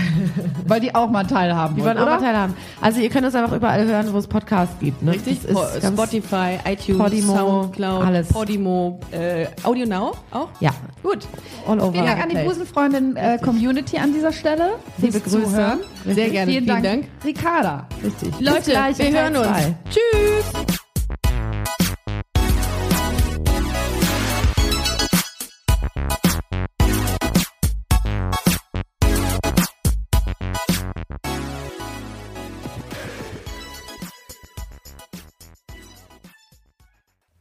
[SPEAKER 3] Weil die auch mal einen Teil haben
[SPEAKER 2] die
[SPEAKER 3] wollen,
[SPEAKER 2] wollen auch
[SPEAKER 3] oder?
[SPEAKER 2] Verteiler haben. Also ihr könnt es einfach überall hören, wo es Podcasts gibt. Ne?
[SPEAKER 1] Richtig,
[SPEAKER 2] Das ist ganz-
[SPEAKER 1] Spotify, iTunes,
[SPEAKER 2] Podimo,
[SPEAKER 1] Soundcloud,
[SPEAKER 2] alles.
[SPEAKER 1] Podimo, äh, Audio Now auch?
[SPEAKER 2] Ja,
[SPEAKER 1] Gut.
[SPEAKER 2] all over.
[SPEAKER 3] Vielen Dank
[SPEAKER 2] the
[SPEAKER 3] an die
[SPEAKER 2] place.
[SPEAKER 3] Busenfreundin-Community an dieser Stelle.
[SPEAKER 2] Liebe
[SPEAKER 3] fürs
[SPEAKER 2] Grüße.
[SPEAKER 3] Zuhören.
[SPEAKER 1] Sehr gerne,
[SPEAKER 3] Vielen, Dank,
[SPEAKER 1] Dank.
[SPEAKER 3] Ricarda.
[SPEAKER 2] Richtig.
[SPEAKER 1] Leute,
[SPEAKER 2] gleich
[SPEAKER 1] wir
[SPEAKER 2] in Teil
[SPEAKER 1] hören uns.
[SPEAKER 2] zwei.
[SPEAKER 1] Tschüss.